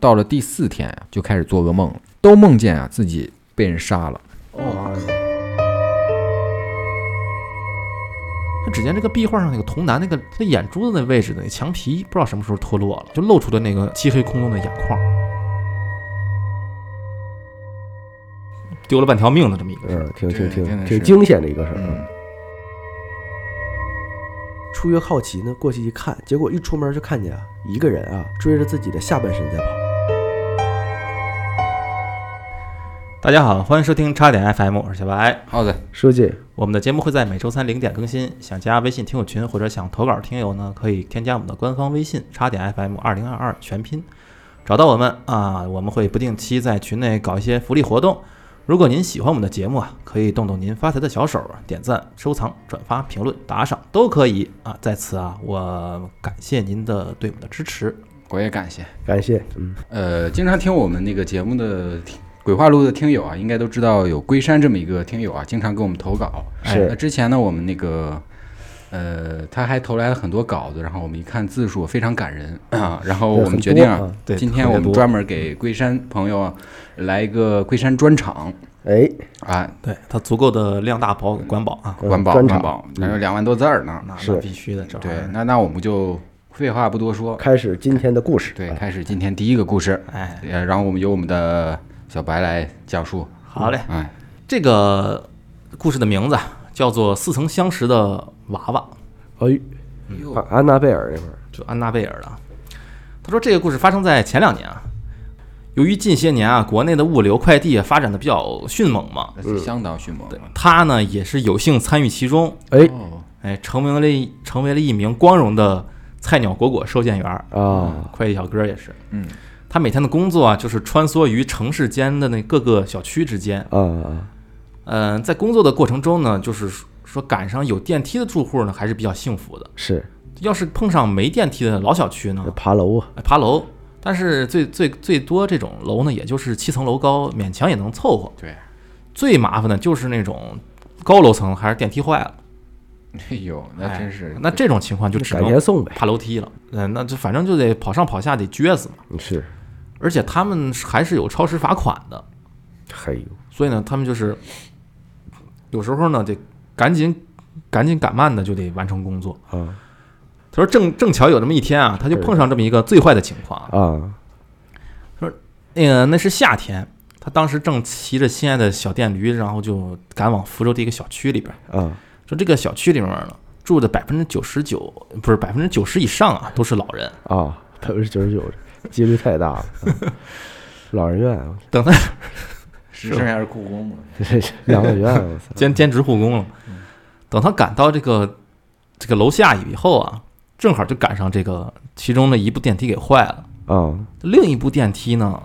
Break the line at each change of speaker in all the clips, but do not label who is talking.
到了第四天啊，就开始做噩梦了，都梦见啊自己被人杀了。
哦，
那只见这个壁画上那个童男那个他眼珠子那位置的那墙皮，不知道什么时候脱落了，就露出了那个漆黑空洞的眼眶。丢了半条命的这么一个人，
嗯，挺挺
这真
挺
的
挺
是
惊险的一个事儿。
嗯，
出于好奇呢，过去一看，结果一出门就看见啊，一个人啊追着自己的下半身在跑。
大家好，欢迎收听叉点 FM，我是小白。
好的，
书记，
我们的节目会在每周三零点更新，想加微信听友群或者想投稿听友呢，可以添加我们的官方微信叉点 FM 二零二二全拼，找到我们啊，我们会不定期在群内搞一些福利活动。如果您喜欢我们的节目啊，可以动动您发财的小手，点赞、收藏、转发、评论、打赏都可以啊。在此啊，我感谢您的对我们的支持。
我也感谢。
感谢，嗯，
呃，经常听我们那个节目的听鬼话录的听友啊，应该都知道有龟山这么一个听友啊，经常给我们投稿。哎那
是
之前呢，我们那个呃，他还投来了很多稿子，然后我们一看字数非常感人 啊，然后我们决定
很多
啊
啊，
对
今天
特别
我们
多
专门给龟山朋友啊来一个龟山专场
哎，
啊，
对它足够的量大保管饱啊，
嗯
管饱
专
管
场
饱，还有两万多字儿呢。
那
是
那必须的，这玩意
对
儿，
那那我们就废话不多说，
开始今天的故事。
对，
啊
开始今天第一个故事，
哎，
呃，然后我们由我们的小白来讲述，
好嘞。
哎，
嗯这个故事的名字啊叫做《似曾相识的娃娃
哎，安安娜贝尔那会儿，》，
就安娜贝尔的啊。他说这个故事发生在前两年啊，由于近些年啊国内的物流快递啊发展的比较迅猛嘛，
那
嗯
是相当迅猛了，
他呢也是有幸参与其中，
哎
哦，
哎，成为了一成为了一名光荣的菜鸟果果收件员儿，
啊，
快递小哥也是。
嗯，
他每天的工作啊，就是穿梭于城市间的那各个小区之间，
啊啊，
嗯、在工作的过程中呢，就是说说赶上有电梯的住户呢，还是比较幸福的。
是
要是碰上没电梯的老小区呢，
爬楼啊，
哎爬楼，但是最最最多这种楼呢，也就是七层楼高，勉强也能凑合。
对，
最麻烦的就是那种高楼层还是电梯坏了，
哎呦，那
哎
真是，
那这种情况就只
改
能
天送呗。
爬楼梯了。嗯，那就反正就得跑上跑下，得撅死嘛。
是，
而且他们还是有超时罚款的，
嘿呦，
所以呢，他们就是有时候呢得赶紧赶紧赶慢的就得完成工作。
啊
他说正正巧有这么一天啊，他就碰上这么一个最坏的情况啊。
啊，
那个那是夏天，他当时正骑着心爱的小电驴，然后就赶往福州的一个小区里边。
啊，
说这个小区里面呢，住的百分之九十九不是百分之九十以上啊，都是老人。
啊，百分之九十九，几率 太大了。啊老人院啊，
等他
是剩下是故宫了，
这这养老院啊，我操！
兼兼职护工了，等他赶到这个这个楼下以后啊，正好就赶上这个其中的一部电梯给坏了，
啊，
另一部电梯呢，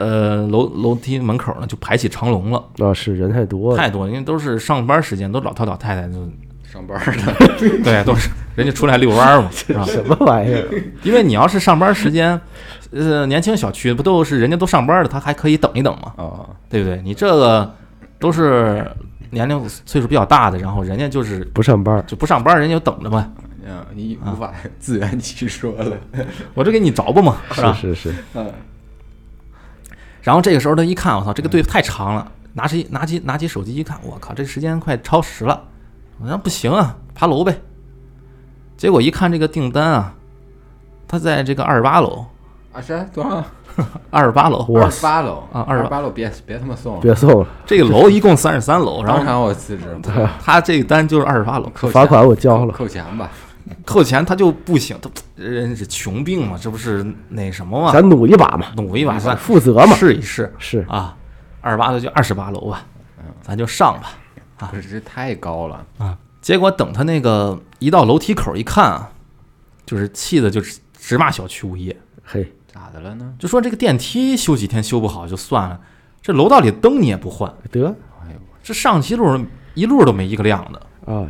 呃楼楼梯门口呢就排起长龙了，
那啊是人太多了，
太多了，因为都是上班时间，都老头老太太就
上班儿了，
对，都是人家出来遛弯儿嘛，是吧？
什么玩意儿？
因为你要是上班时间，呃，年轻小区不都是人家都上班了，他还可以等一等嘛，
哦，
对不对？你这个都是年龄岁数比较大的，然后人家就是
不上班儿，
就不上班，人家就等着嘛，
嗯，你无法 自圆其说了，
我这给你着吧嘛， 是吧？
是是是，
嗯，
然后这个时候他一看，我操，这个队太长了，拿起拿起拿起手机一看，我靠，这时间快超时了，那不行啊，爬楼呗。结果一看这个订单啊，他在这个二十八楼，
啊是多少？
二十八楼，
二十八楼
啊
二
28
十八楼，别别他妈
哦
送了，
别送了，
这个楼一共三十三楼，然
当
后
场我辞职，
他这单就是二十八楼，
扣钱
罚款我交了。
扣钱吧，
扣钱他就不行，他人是穷病嘛，这不是那什么嘛，
咱努一把嘛，
努一把算
负责嘛。
试一试
是
啊，二十八楼就二十八楼吧，咱就上吧
不是这太高了，
啊。结果等他那个一到楼梯口一看啊，就是气的就直直骂小区物业，
嘿，
咋的了呢？
就说这个电梯修几天修不好就算了，这楼道里灯你也不换，
得，
哎呦，
这上一路一路都没一个亮的，
哎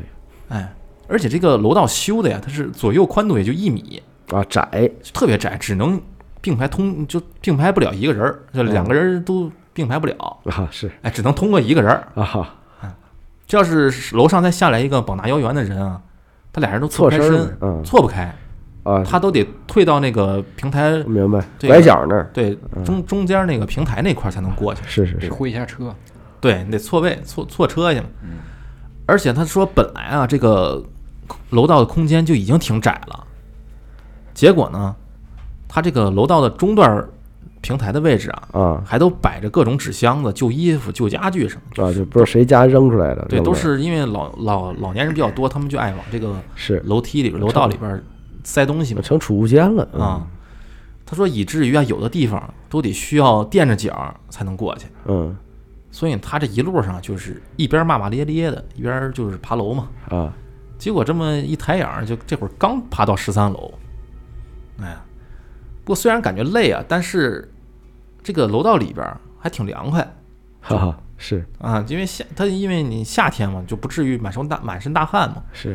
哎，而且这个楼道修的呀，它是左右宽度也就一米，
啊，窄，
就特别窄，只能并排通，就并排不了一个人儿，就两个人都并排不了，
啊是
哎，只能通过一个人儿。
啊哈，
这要是楼上再下来一个膀大腰圆的人啊，他俩人都错
错
不开
身
身
儿，嗯
错不开，
啊，
它都得退到那个平台
明白，
这个
拐角那儿
对中中间那个平台那块儿才能过去，
是是
得
是，
会一下车，
对你得错位错错车去嘛
嗯。
而且他说本来啊这个楼道的空间就已经挺窄了，结果呢，他这个楼道的中段儿平台的位置啊，
啊
还都摆着各种纸箱子、旧衣服、旧家具什么的。
啊，就不知道谁家扔出来的，
对，
扔
都
出来
是因为老老老年人比较多，他们就爱往这个
是
楼梯里边、楼道里边塞东西嘛
成储物间了
啊。他说，以至于啊，有的地方都得需要垫着脚儿才能过去，
嗯
所以他这一路上就是一边骂骂咧咧的，一边就是爬楼嘛。
嗯啊，
结果这么一抬眼儿，就这会儿刚爬到十三楼，哎呀，不过虽然感觉累啊，但是这个楼道里边儿还挺凉快
哈哈，是
啊，因为夏他因为你夏天嘛，就不至于满身大满身大汗嘛。
是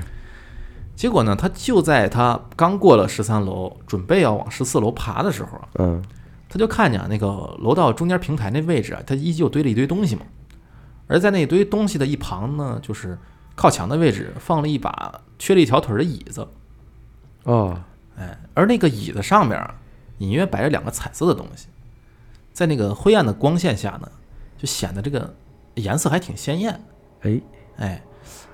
结果呢，他就在他刚过了十三楼，准备要往十四楼爬的时候啊，
嗯
他就看见啊那个楼道中间平台那位置啊，他依旧堆了一堆东西嘛。而在那一堆东西的一旁呢，就是靠墙的位置放了一把缺了一条腿儿的椅子。
哦
哎，而那个椅子上面啊，隐约摆着两个彩色的东西，在那个灰暗的光线下呢，就显得这个颜色还挺鲜艳。
哎
哎，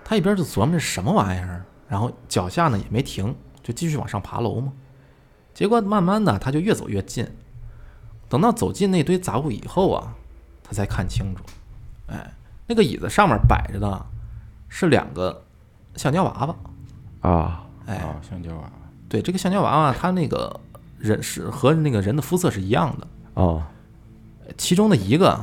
他一边就琢磨这什么玩意儿，然后脚下呢也没停，就继续往上爬楼嘛。结果慢慢的他就越走越近，等到走进那堆杂物以后啊，他才看清楚，哎，那个椅子上面摆着的是两个橡胶娃娃，
啊
哎，
啊，橡胶娃娃，
对，这个橡胶娃娃，它那个人是和那个人的肤色是一样的，
哦
其中的一个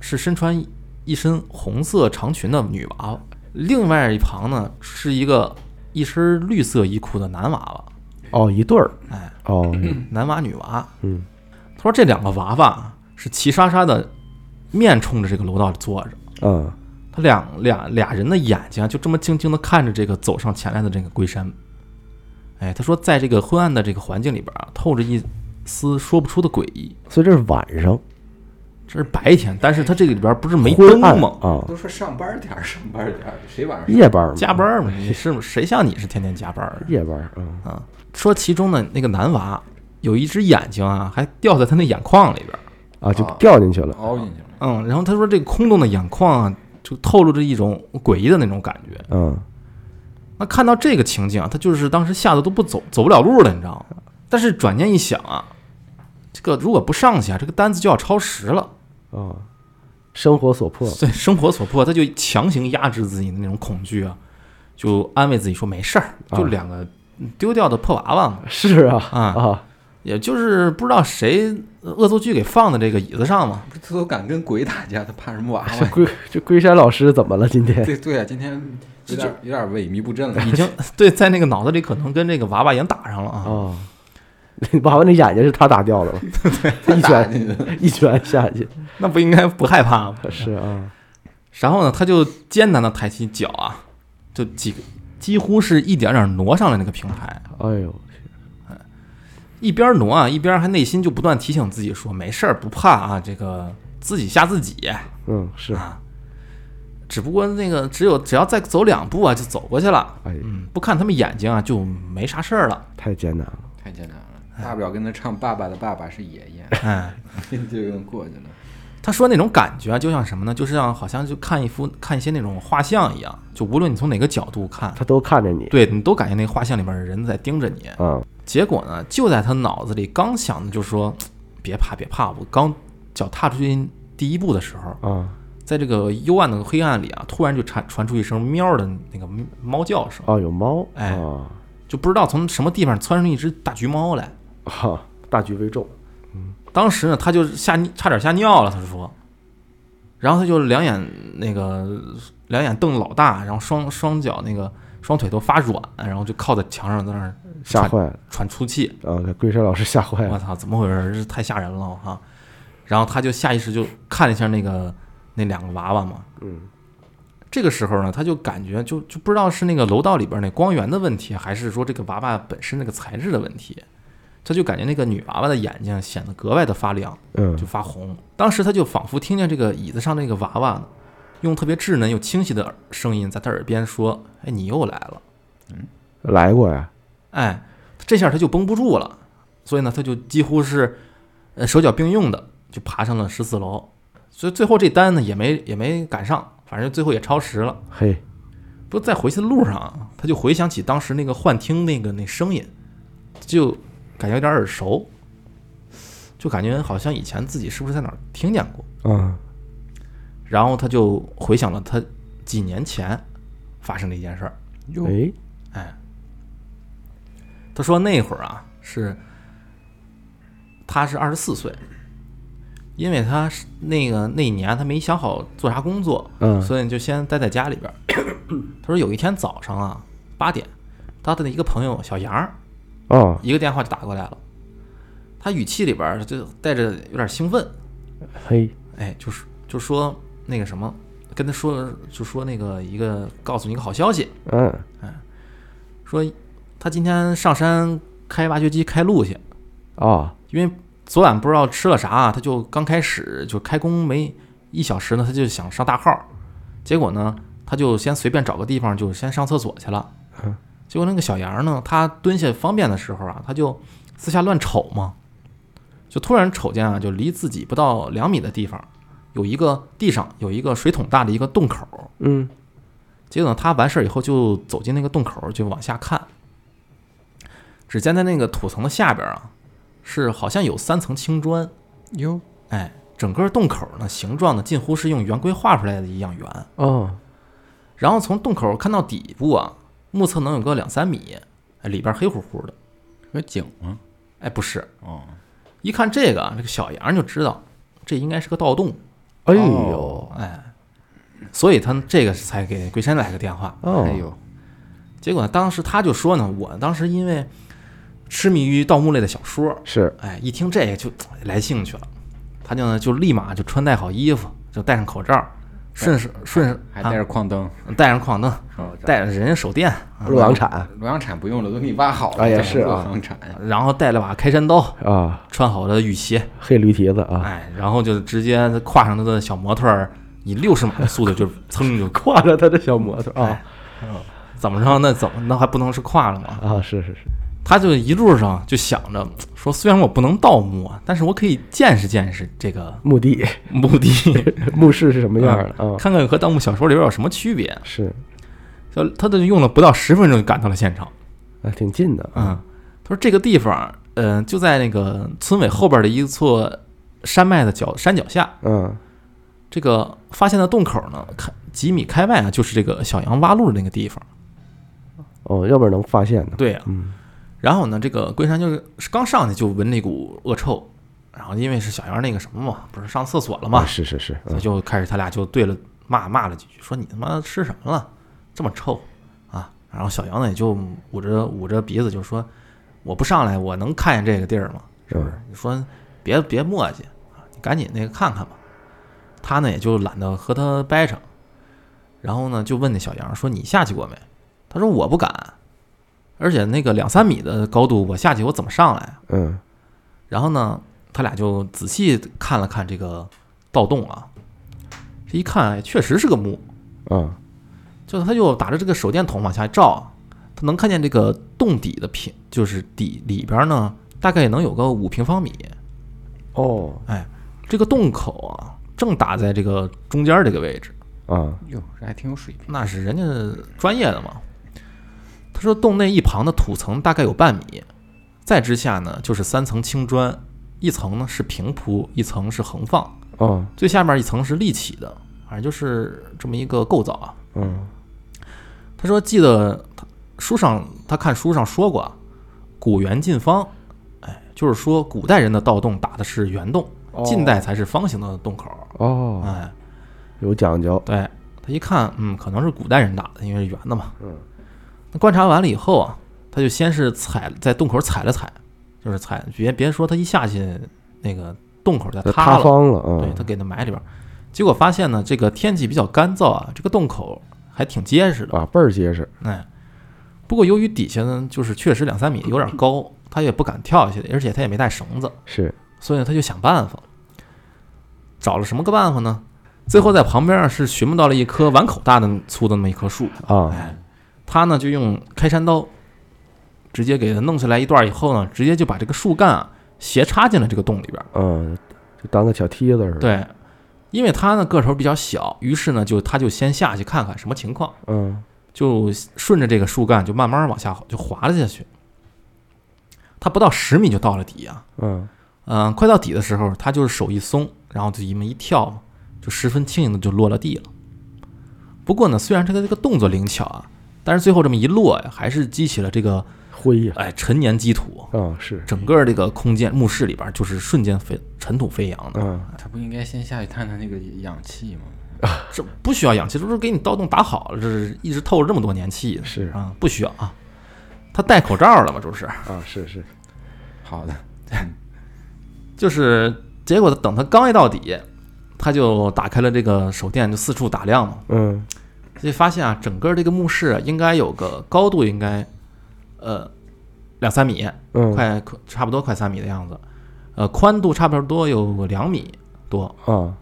是身穿一身红色长裙的女娃娃，另外一旁呢是一个一身绿色衣裤的男娃娃，
哦一对儿
哎，
哦
男娃女娃。
嗯，
他说这两个娃娃是齐刷刷的面冲着这个楼道坐着，
嗯
他两俩俩人的眼睛啊就这么静静的看着这个走上前来的这个龟山。哎，他说，在这个昏暗的这个环境里边啊，透着一丝说不出的诡异。
所以这是晚上
这是白天，但是他这个里边不是没灯
昏暗
吗？
啊，
都说上班点儿，上班点儿，谁晚上
夜班嘛
加班嘛，你是谁像你是天天加班儿
夜班嗯
啊？说其中的那个男娃有一只眼睛啊，还掉在他那眼眶里边儿。
啊就
啊
掉进去了
凹进去了？
嗯，然后他说这个空洞的眼眶啊，就透露着一种诡异的那种感觉。
嗯
那看到这个情景啊，他就是当时吓得都不走走不了路了，你知道吗？但是转念一想啊，这个如果不上去啊，这个单子就要超时了。
啊，生活所迫
对，生活所迫，他就强行压制自己的那种恐惧啊，就安慰自己说没事儿，
啊
就两个丢掉的破娃娃嘛，
是啊
啊
啊
也就是不知道谁恶作剧给放在这个椅子上嘛。
不是他都敢跟鬼打架，他怕什么娃
这
娃？
龟这龟山老师怎么了今天
对对啊，今天有点有点萎靡不振了。
已经对，在那个脑子里可能跟这个娃娃已经打上了啊。
啊？ 娃娃那眼睛是他打掉的吗？一
打
拳
进去，
一拳下去
那不应该不害怕吗？
是啊
然后呢，他就艰难的抬起脚啊，就几个几乎是一点点挪上了那个平台，
哎呦
一边挪啊，一边还内心就不断提醒自己说没事儿，不怕啊，这个自己吓自己。
嗯是
啊。只不过那个只有只要再走两步啊，就走过去了。
哎
嗯，不看他们眼睛啊，就没啥事儿了。
太艰难了
太艰难了，大不了跟他唱《爸爸的爸爸是爷 爷
哎，》，
就能过去了。
哎
他说那种感觉啊，就像什么呢？就像好像就看一幅看一些那种画像一样，就无论你从哪个角度看，
他都看着你
对你都感觉那个画像里面的人在盯着你。
啊
结果呢，就在他脑子里刚想的就说别怕别怕，我刚脚踏出去第一步的时候，
啊
在这个幽暗的黑暗里啊，突然就传传出一声喵的那个猫叫声。
哦有猫
哎
啊
就不知道从什么地方窜出一只大橘猫来。
哈大局为重
当时呢，他就吓差点吓尿了，他说。然后他就两眼那个两眼瞪老大，然后双双脚那个双腿都发软，然后就靠在墙上在那儿
吓坏了
喘粗气。
啊给龟山老师吓坏
我
了
操，怎么回事？这太吓人了哈、然后他就下意识就看了一下那个那两个娃娃嘛。
嗯
这个时候呢，他就感觉就就不知道是那个楼道里边那光源的问题，还是说这个娃娃本身那个材质的问题，他就感觉那个女娃娃的眼睛显得格外的发亮，
嗯
就发红。当时他就仿佛听见这个椅子上那个娃娃呢，用特别稚嫩又清晰的耳声音在他耳边说：“哎，你又来了。
来过呀”
哎，这下他就绷不住了，所以呢，他就几乎是呃手脚并用的就爬上了十四楼，所以最后这单呢也没也没赶上，反正最后也超时了。
嘿，
不，在回去的路上啊，他就回想起当时那个幻听那个那声音，就感觉有点耳熟，就感觉好像以前自己是不是在哪儿听见过。
啊，
然后他就回想了他几年前发生的一件事儿。
哟，
哎，
哎，他说那会儿啊是，他是二十四岁，因为他是那个那一年他没想好做啥工作，
嗯
所以就先待在家里边儿。他说有一天早上啊八点，他的一个朋友小杨儿
哦，
一个电话就打过来了，他语气里边儿就带着有点兴奋，
嘿，
哎，就是就说那个什么，跟他说了就说那个一个告诉你一个好消息，
嗯，
说他今天上山开挖掘机开路去，
哦，
因为昨晚不知道吃了啥，啊他就刚开始就开工没一小时呢，他就想上大号，结果呢，他就先随便找个地方就先上厕所去了
嗯。
结果那个小杨呢，他蹲下方便的时候啊，他就四下乱瞅嘛，就突然瞅见啊，就离自己不到两米的地方，有一个地上有一个水桶大的一个洞口，
嗯，
结果呢他完事儿以后就走进那个洞口，就往下看。只见在那个土层的下边啊，是好像有三层青砖，
哟，
哎，整个洞口呢形状呢近乎是用圆规画出来的一样圆。
哦，
然后从洞口看到底部啊，目测能有个两三米，哎里边黑乎乎的。
和井吗？
哎，不是，
哦，
一看这个啊，这个小杨就知道这应该是个盗洞，
哎呦
哦，
哎，所以他这个才给龟山打个电话。
哦，
还有，
结果当时他就说呢，我当时因为痴迷于盗墓类的小说，
是，
哎，一听这个就哎来兴趣了，他就呢就立马就穿戴好衣服，就戴上口罩，顺势顺势
还带着
啊
矿灯，
带上矿灯，
哦
带着人家手电，
洛阳铲
罗阳铲不用了，都给你挖好了。
哎呀
咱
是啊
洛阳铲，
然后带了把开山刀，
啊，
穿好了雨鞋，
黑驴蹄子啊，
哎，然后就直接跨上他的小摩托儿，以六十码的速度就噌就
挎着他的小摩托啊
哎怎么着那怎么那还不能是跨了吗？
啊，是是是，
他就一路上就想着说，虽然我不能盗墓啊，但是我可以见识见识这个
墓地
墓 地
墓室是什么样的啊？
看看和盗墓小说里边有什么区别。
是，
就他就用了不到十分钟就赶到了现场。
啊，挺近的，
嗯，他说这个地方，嗯、就在那个村委后边的一座山脉的脚山脚下。
嗯，
这个发现的洞口呢，开几米开外啊，就是这个小羊挖路的那个地方。
哦，要不然能发现呢，
对啊呀、
嗯，
然后呢，这个龟山就是刚上去就闻那股恶臭，然后因为是小羊那个什么嘛，不是上厕所了嘛
啊，，是是是，
所以
嗯
就开始他俩就对了骂骂了几句，说你他妈吃什么了，这么臭啊！然后小杨呢也就捂着捂着鼻子就说，我不上来我能看见这个地儿吗？
嗯
是不是？你说别别磨叽啊，你赶紧那个看看吧。他呢也就懒得和他掰扯，然后呢就问那小杨说你下去过没？他说我不敢，而且那个两三米的高度我下去我怎么上来啊？
嗯，
然后呢，他俩就仔细看了看这个盗洞啊，这一看哎确实是个墓，
啊，
就他就打着这个手电筒往下照，他能看见这个洞底的平，就是底里边呢大概能有个五平方米，
哦，
这个洞口啊正打在这个中间这个位置，
啊，
哟，这还挺有水平。
那是人家专业的嘛。他说洞内一旁的土层大概有半米，再之下呢就是三层青砖，一层呢是平铺，一层是横放。
哦，
最下面一层是立起的，反正就是这么一个构造啊。
嗯，
他说，记得他书上他看书上说过啊，古圆近方，哎，就是说古代人的盗洞打的是圆洞，
哦
近代才是方形的洞口。
哦，
哎，
有讲究，
对他一看，嗯，可能是古代人打的，因为是圆的嘛。
嗯，
那观察完了以后啊，他就先是踩在洞口踩了踩，就是踩，别别说他一下去那个洞口就塌
塌
了，
方了啊，
对他给它埋里边儿，结果发现呢，这个天气比较干燥啊，这个洞口还挺结实的。
啊，倍儿结实，
哎，不过由于底下呢，就是确实两三米有点高，他也不敢跳下去，而且他也没带绳子，
是，
所以他就想办法，找了什么个办法呢？最后在旁边啊是寻摸到了一棵哎碗口大的粗的那么一棵树，
啊，
哎，他呢就用开山刀直接给它弄下来一段以后呢，直接就把这个树干啊斜插进了这个洞里边儿。
嗯，就当个小梯子似的。，
对，因为它呢个头比较小，于是呢就它就先下去看看什么情况，
嗯
就顺着这个树干就慢慢往下就滑了下去。它不到十米就到了底啊，
嗯
嗯，快到底的时候，他就是手一松，然后就一么一跳嘛，就十分轻盈的就落了地了。不过呢，虽然他的这个动作灵巧啊，但是最后这么一落呀，还是激起了这个
灰呀，
哎陈年积土，
啊是，
整个这个空间墓室里边就是瞬间飞尘土飞扬的，
嗯
他不应该先下去探探那个氧气吗？
这不需要氧气，这不是给你盗洞打好了，这是一直透着这么多年气呢
是
啊，不需要啊。他戴口罩了嘛，这不是？
啊是是，
好的，
就是结果等他刚一到底，他就打开了这个手电，就四处打量嘛。
嗯
所以发现啊，整个这个墓室啊应该有个高度应该，呃，两三米，
嗯
快快差不多快三米的样子，呃，宽度差不多有个两米多，
啊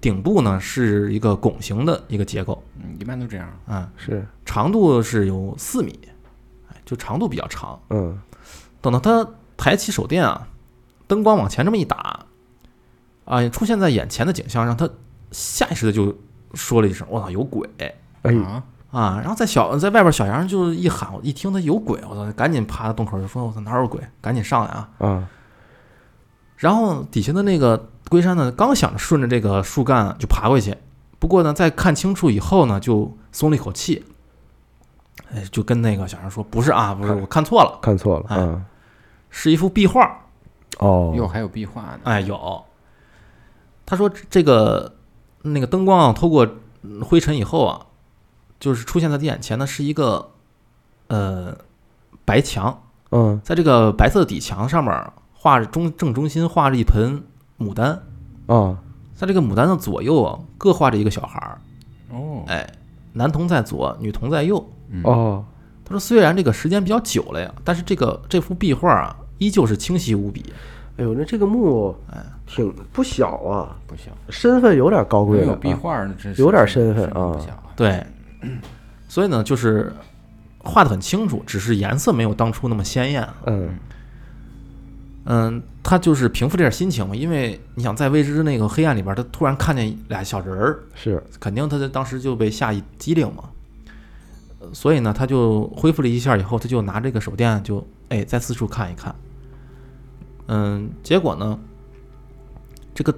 顶部呢是一个拱形的一个结构，
嗯，一般都这样。
啊、
是，
长度是有四米，哎，就长度比较长。
嗯
等到他抬起手电啊，灯光往前这么一打，啊、出现在眼前的景象让他下意识的就说了一声：“我操，有鬼！”
哎
啊，
啊，然后在小在外边小杨就一喊，我一听他有鬼，我操，赶紧爬到洞口就说，我操哪有鬼，赶紧上来啊！
啊
然后底下的那个龟山呢，刚想着顺着这个树干就爬过去，不过呢，在看清楚以后呢，就松了一口气，哎，就跟那个小杨说，不是啊，不是，我看错了，
看错了
哎
啊
是一幅壁画，
哟，
哦
还有壁画呢。
哎，有。他说这个那个灯光啊，透过嗯灰尘以后啊，就是出现在他眼前的是一个呃白墙。
嗯
在这个白色的底墙上面画着中正中心画着一盆牡丹，
啊
在这个牡丹的左右啊，各画着一个小孩儿，
哦，
哎，男童在左，女童在右。
嗯，
哦
他说，虽然这个时间比较久了呀，但是这个这幅壁画啊，依旧是清晰无比。
哎呦，那这个墓挺不小啊，
不小，
身份有点高贵
没
了
有
啊，
壁画呢，真是
有点身份
真不
啊
小啊。
对，所以呢，就是画的很清楚，只是颜色没有当初那么鲜艳啊。
嗯
嗯，他就是平复这点心情嘛，因为你想在未知的那个黑暗里边，他突然看见俩小人儿，
是，
肯定他就当时就被吓一激灵嘛，呃所以呢，他就恢复了一下以后，他就拿这个手电就哎再四处看一看，嗯，结果呢，这个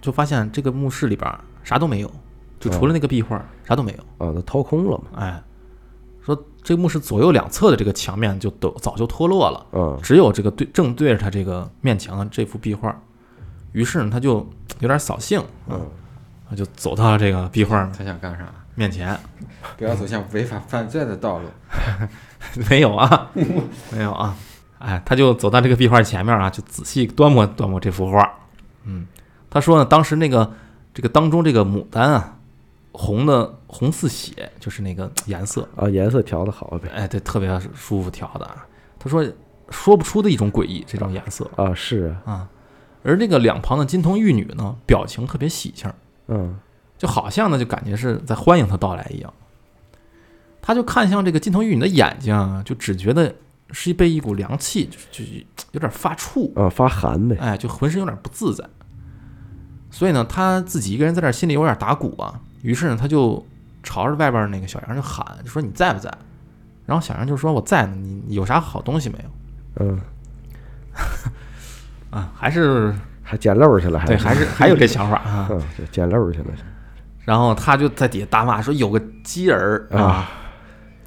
就发现这个墓室里边儿啥都没有，就除了那个壁画儿啥都没有，
啊，那掏空了嘛，
哎，说这墓室左右两侧的这个墙面就都早就脱落了，
嗯
只有这个对正对着他这个面墙的这幅壁画儿，于是呢，他就有点扫兴，
嗯，
他就走到这个壁画儿
他想干啥？
面前。
不要走向违法犯罪的道路。
没有啊，没有啊。哎，他就走到这个壁画前面啊，就仔细端摸端摸这幅画。嗯，他说呢，当时那个这个当中这个牡丹啊，红的红似血，就是那个颜色，
啊，颜色调的好呗，
哎，对，特别舒服调的啊。他说说不出的一种诡异，这种颜色
啊是啊，
啊。而那个两旁的金童玉女呢，表情特别喜庆，
嗯
就好像呢，就感觉是在欢迎他到来一样。他就看向这个金童玉女的眼睛啊，就只觉得是被一股凉气，就就有点发怵，
啊发寒呗，
哎，就浑身有点不自在。所以呢，他自己一个人在这儿心里有点打鼓啊。于是呢，他就朝着外边那个小杨就喊，就说你在不在？然后小杨就说我在呢，你你有啥好东西没有？
嗯，
啊，还是
还捡漏儿去了，还
对，还是还有这想法 啊。
嗯，这捡漏儿去了，
然后他就在底下大骂说：“有个鸡人儿
啊，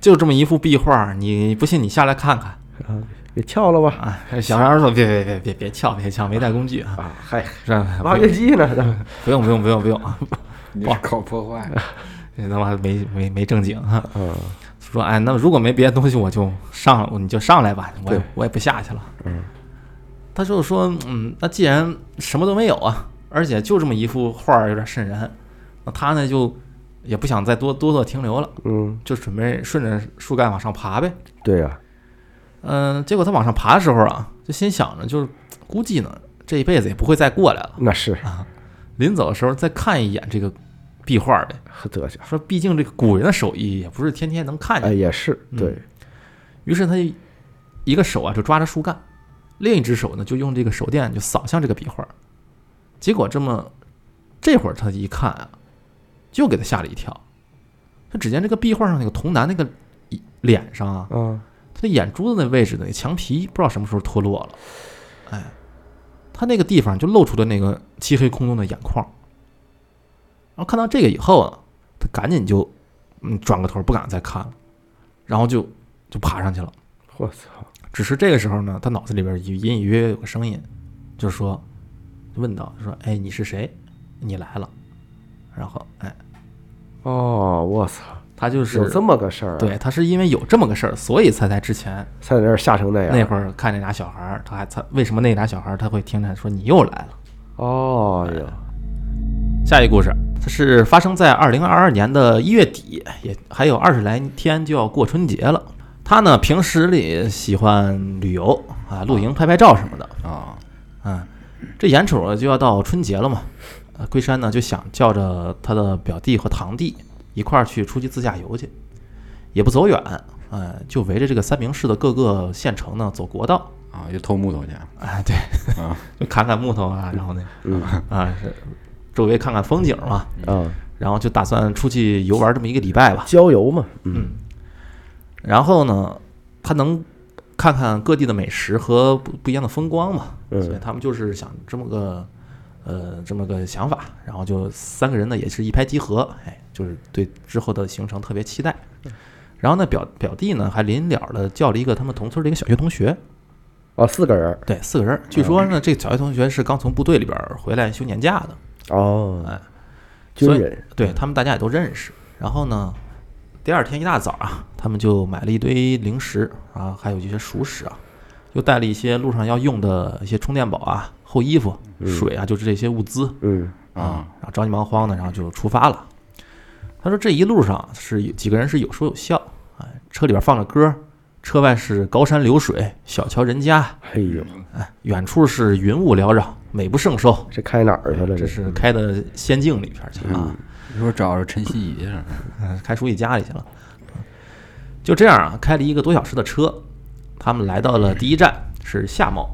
就这么一幅壁画，你不信你下来看看
啊，给撬了吧，
啊！” 小杨说：“别别别别别撬，别撬，没带工具啊！
啊，嗨，
是吧
挖掘机呢，
不用不用不用不用啊！
你这是搞破坏，
这他妈 没没没正经啊！
嗯
说哎，那如果没别的东西，我就上，你就上来吧，我也
对
我也不下去了。
嗯，
他就说：“嗯，那既然什么都没有啊，而且就这么一幅画儿有点瘆人，那他呢就也不想再多多做停留了，
嗯，
就准备顺着树干往上爬呗。”
对呀，
嗯，结果他往上爬的时候啊，就心想着，就是估计呢，这一辈子也不会再过来了。
那是
临走的时候再看一眼这个壁画呗，
呵这家伙，
说毕竟这个古人的手艺也不是天天能看
哎
见。
也是，
嗯
对，
于是他就一个手啊就抓着树干，另一只手呢就用这个手电就扫向这个笔画儿。结果这么，这会儿他一看啊，又给他吓了一跳。他只见这个壁画上那个童男那个一脸上啊，
啊，
他的眼珠子那位置的那墙皮不知道什么时候脱落了，哎，他那个地方就露出了那个漆黑空洞的眼眶。然后看到这个以后啊，他赶紧就嗯转个头，不敢再看了，然后就就爬上去了。
我操，
只是这个时候呢，他脑子里边隐隐约约有个声音，就是说问道说：“哎，你是谁？你来了。”然后哎，
哦，我操，
他就
有
是
这么个事儿、啊，，
对，他是因为有这么个事儿，所以才在之前
才在这儿吓成那样。
那会儿看那俩小孩儿，他还他为什么那俩小孩儿他会听着说你又来了？
哦哟，
下一故事，它是发生在二零二二年的一月底，也还有二十来天就要过春节了。他呢平时里喜欢旅游啊，露营、拍拍照什么的。
啊，
嗯，这眼瞅着就要到春节了嘛，呃，龟山呢就想叫着他的表弟和堂弟一块儿去出去自驾游去，也不走远，呃，就围着这个三明市的各个县城呢走国道，
啊，又偷木头去啊
哎，对，
啊
就砍砍木头啊，然后呢，
嗯
啊，是周围看看风景嘛，
啊，
然后就打算出去游玩这么一个礼拜吧。
郊游嘛，嗯
嗯，然后呢，他能看看各地的美食和不不一样的风光嘛，所以
嗯
他们就是想这么个呃这么个想法，然后就三个人呢也是一拍即合，哎，就是对之后的行程特别期待。
嗯
然后呢，表表弟呢还临了的叫了一个他们同村的一个小学同学，
哦，四个人儿
对，四个人。据说呢，这小学同学是刚从部队里边儿回来休年假的，
哦，
哎，
军
所以
人
对他们大家也都认识。然后呢，第二天一大早啊，他们就买了一堆零食啊，还有一些熟食啊，又带了一些路上要用的一些充电宝啊、厚衣服、水啊，就是这些物资
嗯
啊，
然后着急忙慌的，然后就出发了。他说这一路上是有几个人是有说有笑，哎，车里边放着歌，车外是高山流水、小桥人家，
哎呦，
哎，远处是云雾缭绕，美不胜收。
这开哪儿去了？
这
这
是开到仙境里边去了啊。
你说找着陈希怡去了，
嗯，开书记家里去了。就这样啊，开了一个多小时的车，他们来到了第一站是夏茂，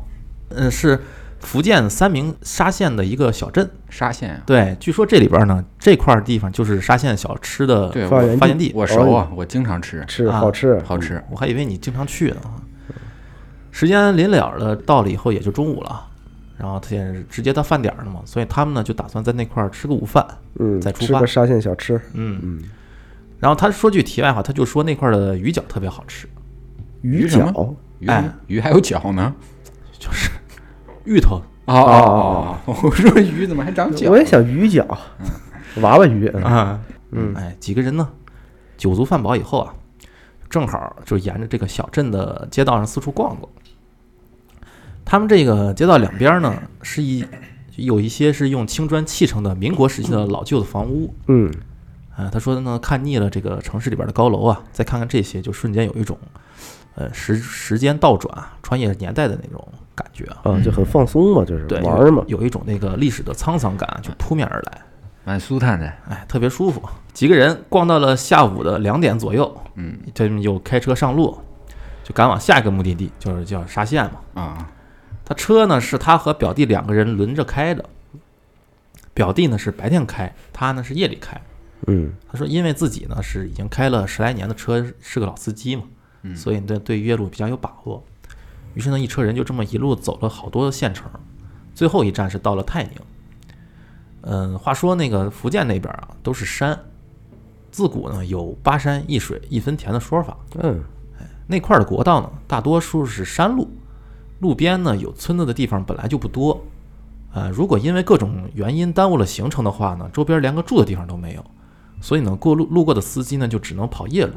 嗯，是福建三明沙县的一个小镇。
沙县啊，
对，据说这里边呢，这块地方就是沙县小吃的
对
发
发
源地
源地。
我熟啊，我经常吃，
吃
啊
好吃，
好吃，
我还以为你经常去呢。时间临了了，到了以后也就中午了，然后他也是直接到饭点儿了嘛，所以他们呢就打算在那块儿吃个午饭。
嗯，
再出
吃
发
个沙县小吃，
嗯，然后他说句题外话，他就说那块儿的鱼饺特别好吃。
鱼
鱼什么
饺，
鱼
哎
鱼还有脚呢，
就是芋头
哦哦哦，哦 我说鱼怎么还长脚
我？也想鱼饺，娃娃鱼，嗯
啊，
嗯
哎，几个人呢？酒足饭饱以后啊，正好就沿着这个小镇的街道上四处逛逛。他们这个街道两边呢，是一有一些是用青砖砌成的民国时期的老旧的房屋。
嗯，
啊，他说呢，看腻了这个城市里边的高楼啊，再看看这些，就瞬间有一种，呃，时时间倒转、穿越年代的那种感觉啊。
啊，就很放松嘛，就是
对，
玩儿嘛，
有有一种那个历史的沧桑感就扑面而来。
满苏探的，
哎，特别舒服。几个人逛到了下午的两点左右，
嗯
这又开车上路，就赶往下一个目的地，就是叫沙县嘛。
啊，
他车呢是他和表弟两个人轮着开的，表弟呢是白天开，他呢是夜里开。
嗯，
他说因为自己呢是已经开了十来年的车，是个老司机嘛，
嗯
所以呢对夜路比较有把握。于是呢，一车人就这么一路走了好多县城，最后一站是到了泰宁。嗯，话说那个福建那边啊，都是山，自古呢有“八山一水一分田”的说法。
嗯，
那块儿的国道呢，大多数是山路，路边呢有村子的地方本来就不多。呃，如果因为各种原因耽误了行程的话呢，周边连个住的地方都没有，所以呢，过路路过的司机呢就只能跑夜路。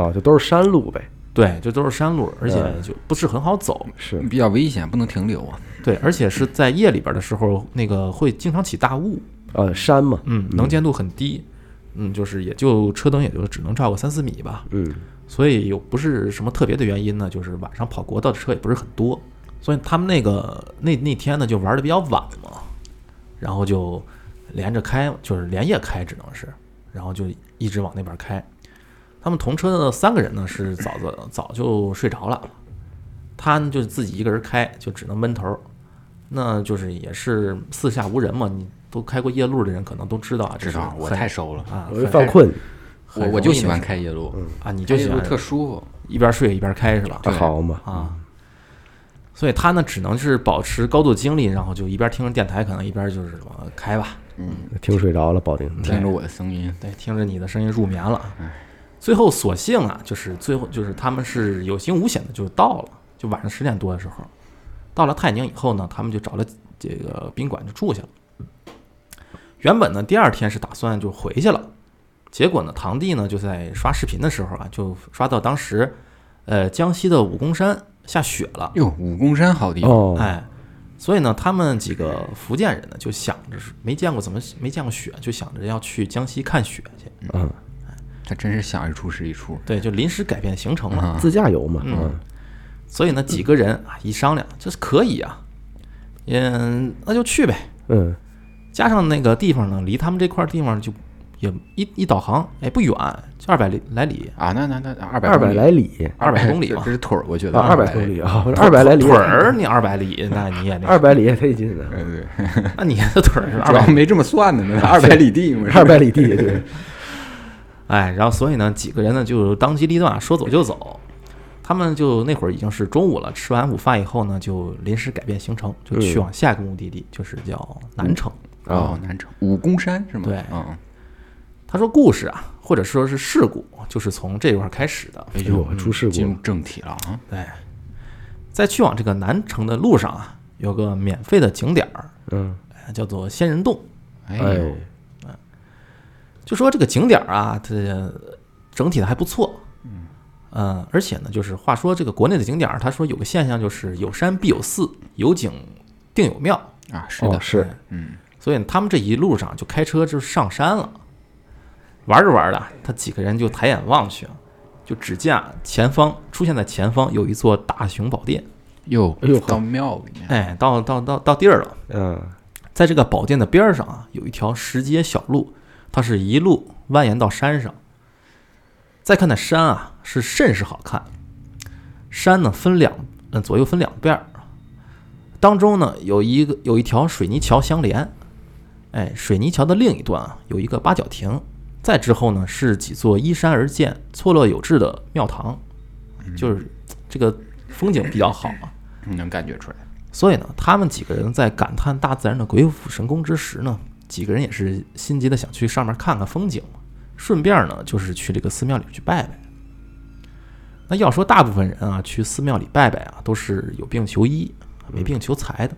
啊，就都是山路呗，
对，这都是山路，而且就不是很好走。
是，
比较危险，不能停留啊，
对，而且是在夜里边的时候，那个会经常起大雾，
呃，山嘛，
嗯，能见度很低，嗯，就是也就车灯也就只能照个三四米吧，
嗯，
所以又不是什么特别的原因呢，就是晚上跑国道的车也不是很多，所以他们那个那那天呢就玩的比较晚嘛，然后就连着开，就是连夜开只能是，然后就一直往那边开。他们同车的三个人呢是早早早就睡着了，他呢就是自己一个人开，就只能闷头儿，那就是也是四下无人嘛。你都开过夜路的人可能都知道啊，
知道
这是
我
很
太熟了，
啊，
我
很
就犯困，
我
很
我
容
就
易
喜欢
那
开夜路，
啊，你
你
就喜
夜路
欢
特舒服，
一边睡一边开是吧？
对
好嘛，
啊，所以他呢只能是保持高度精力，然后就一边听着电台，可能一边就是往开吧，
听睡着了，保定。
听着我的声音，
对，听着你的声音入眠了。最后，索性啊，就是最后就是他们是有惊无险的，就到了，就晚上十点多的时候，到了泰宁以后呢，他们就找了这个宾馆就住下了。原本呢，第二天是打算就回去了，结果呢，堂弟呢就在刷视频的时候啊，就刷到当时，呃，江西的武功山下雪了，
哟，武功山好地方，
哦，
哎，所以呢，他们几个福建人呢就想着是没见过怎么没见过雪，就想着要去江西看雪去。
嗯，
他真是想一出是一出
对，就临时改变行程嘛。
啊，
自驾游嘛，
嗯所以呢，几个人啊一商量，这是可以啊，嗯，那就去呗。
嗯
加上那个地方呢，离他们这块地方就也一一导航，哎，不远，就二百里来里，
啊，那那那二
嗯，
百
二百来哎里
二百公里
这
嘛
这。是腿儿过去的，
啊，二百
200
公，里啊，二百来里，
腿儿，你二百里，那你也
二
那，
百里也忒近了，
对对，
那你的腿儿是二
主
百
要没这么算的 呢，二百里地嘛，
二百里地，对，
哎，然后所以呢，几个人呢就当机立断，说走就走。他们就那会儿已经是中午了，吃完午饭以后呢，就临时改变行程，就去
嗯
往下一个目的地，就是叫南城。
啊
哦，南城武功山是吗？
对
嗯，
他说故事啊，或者说是事故，就是从这块儿开始的。
哎
哎呦出事故了
进入正题了啊，
对，在去往这个南城的路上啊，有个免费的景点儿，
嗯，
呃叫做仙人洞。
哎
哎
呦
呦，，
就说这个景点儿啊，它整体的还不错。嗯，而且呢，就是话说这个国内的景点儿，他说有个现象就是有山必有寺，有景定有庙。
啊，是
哦
的，
是
对，
嗯，
所以他们这一路上就开车就上山了，玩着玩着，他几个人就抬眼望去，就只见啊前方出现在前方有一座大雄宝殿，
又
哎呦呵
到庙里面，
哎，到到到到地儿了，
嗯，
在这个宝殿的边儿上啊，有一条石阶小路，它是一路蜿蜒到山上。再看那山啊，是甚是好看。山呢分两，嗯，左右分两边儿，当中呢有一个有一条水泥桥相连，哎，水泥桥的另一段啊有一个八角亭，再之后呢是几座依山而建、错落有致的庙堂，就是这个风景比较好啊。
能感觉出来，
所以呢，他们几个人在感叹大自然的鬼斧神工之时呢，几个人也是心急的想去上面看看风景嘛，顺便呢就是去这个寺庙里去拜拜。那要说大部分人啊去寺庙里拜拜啊，都是有病求医，没病求财的。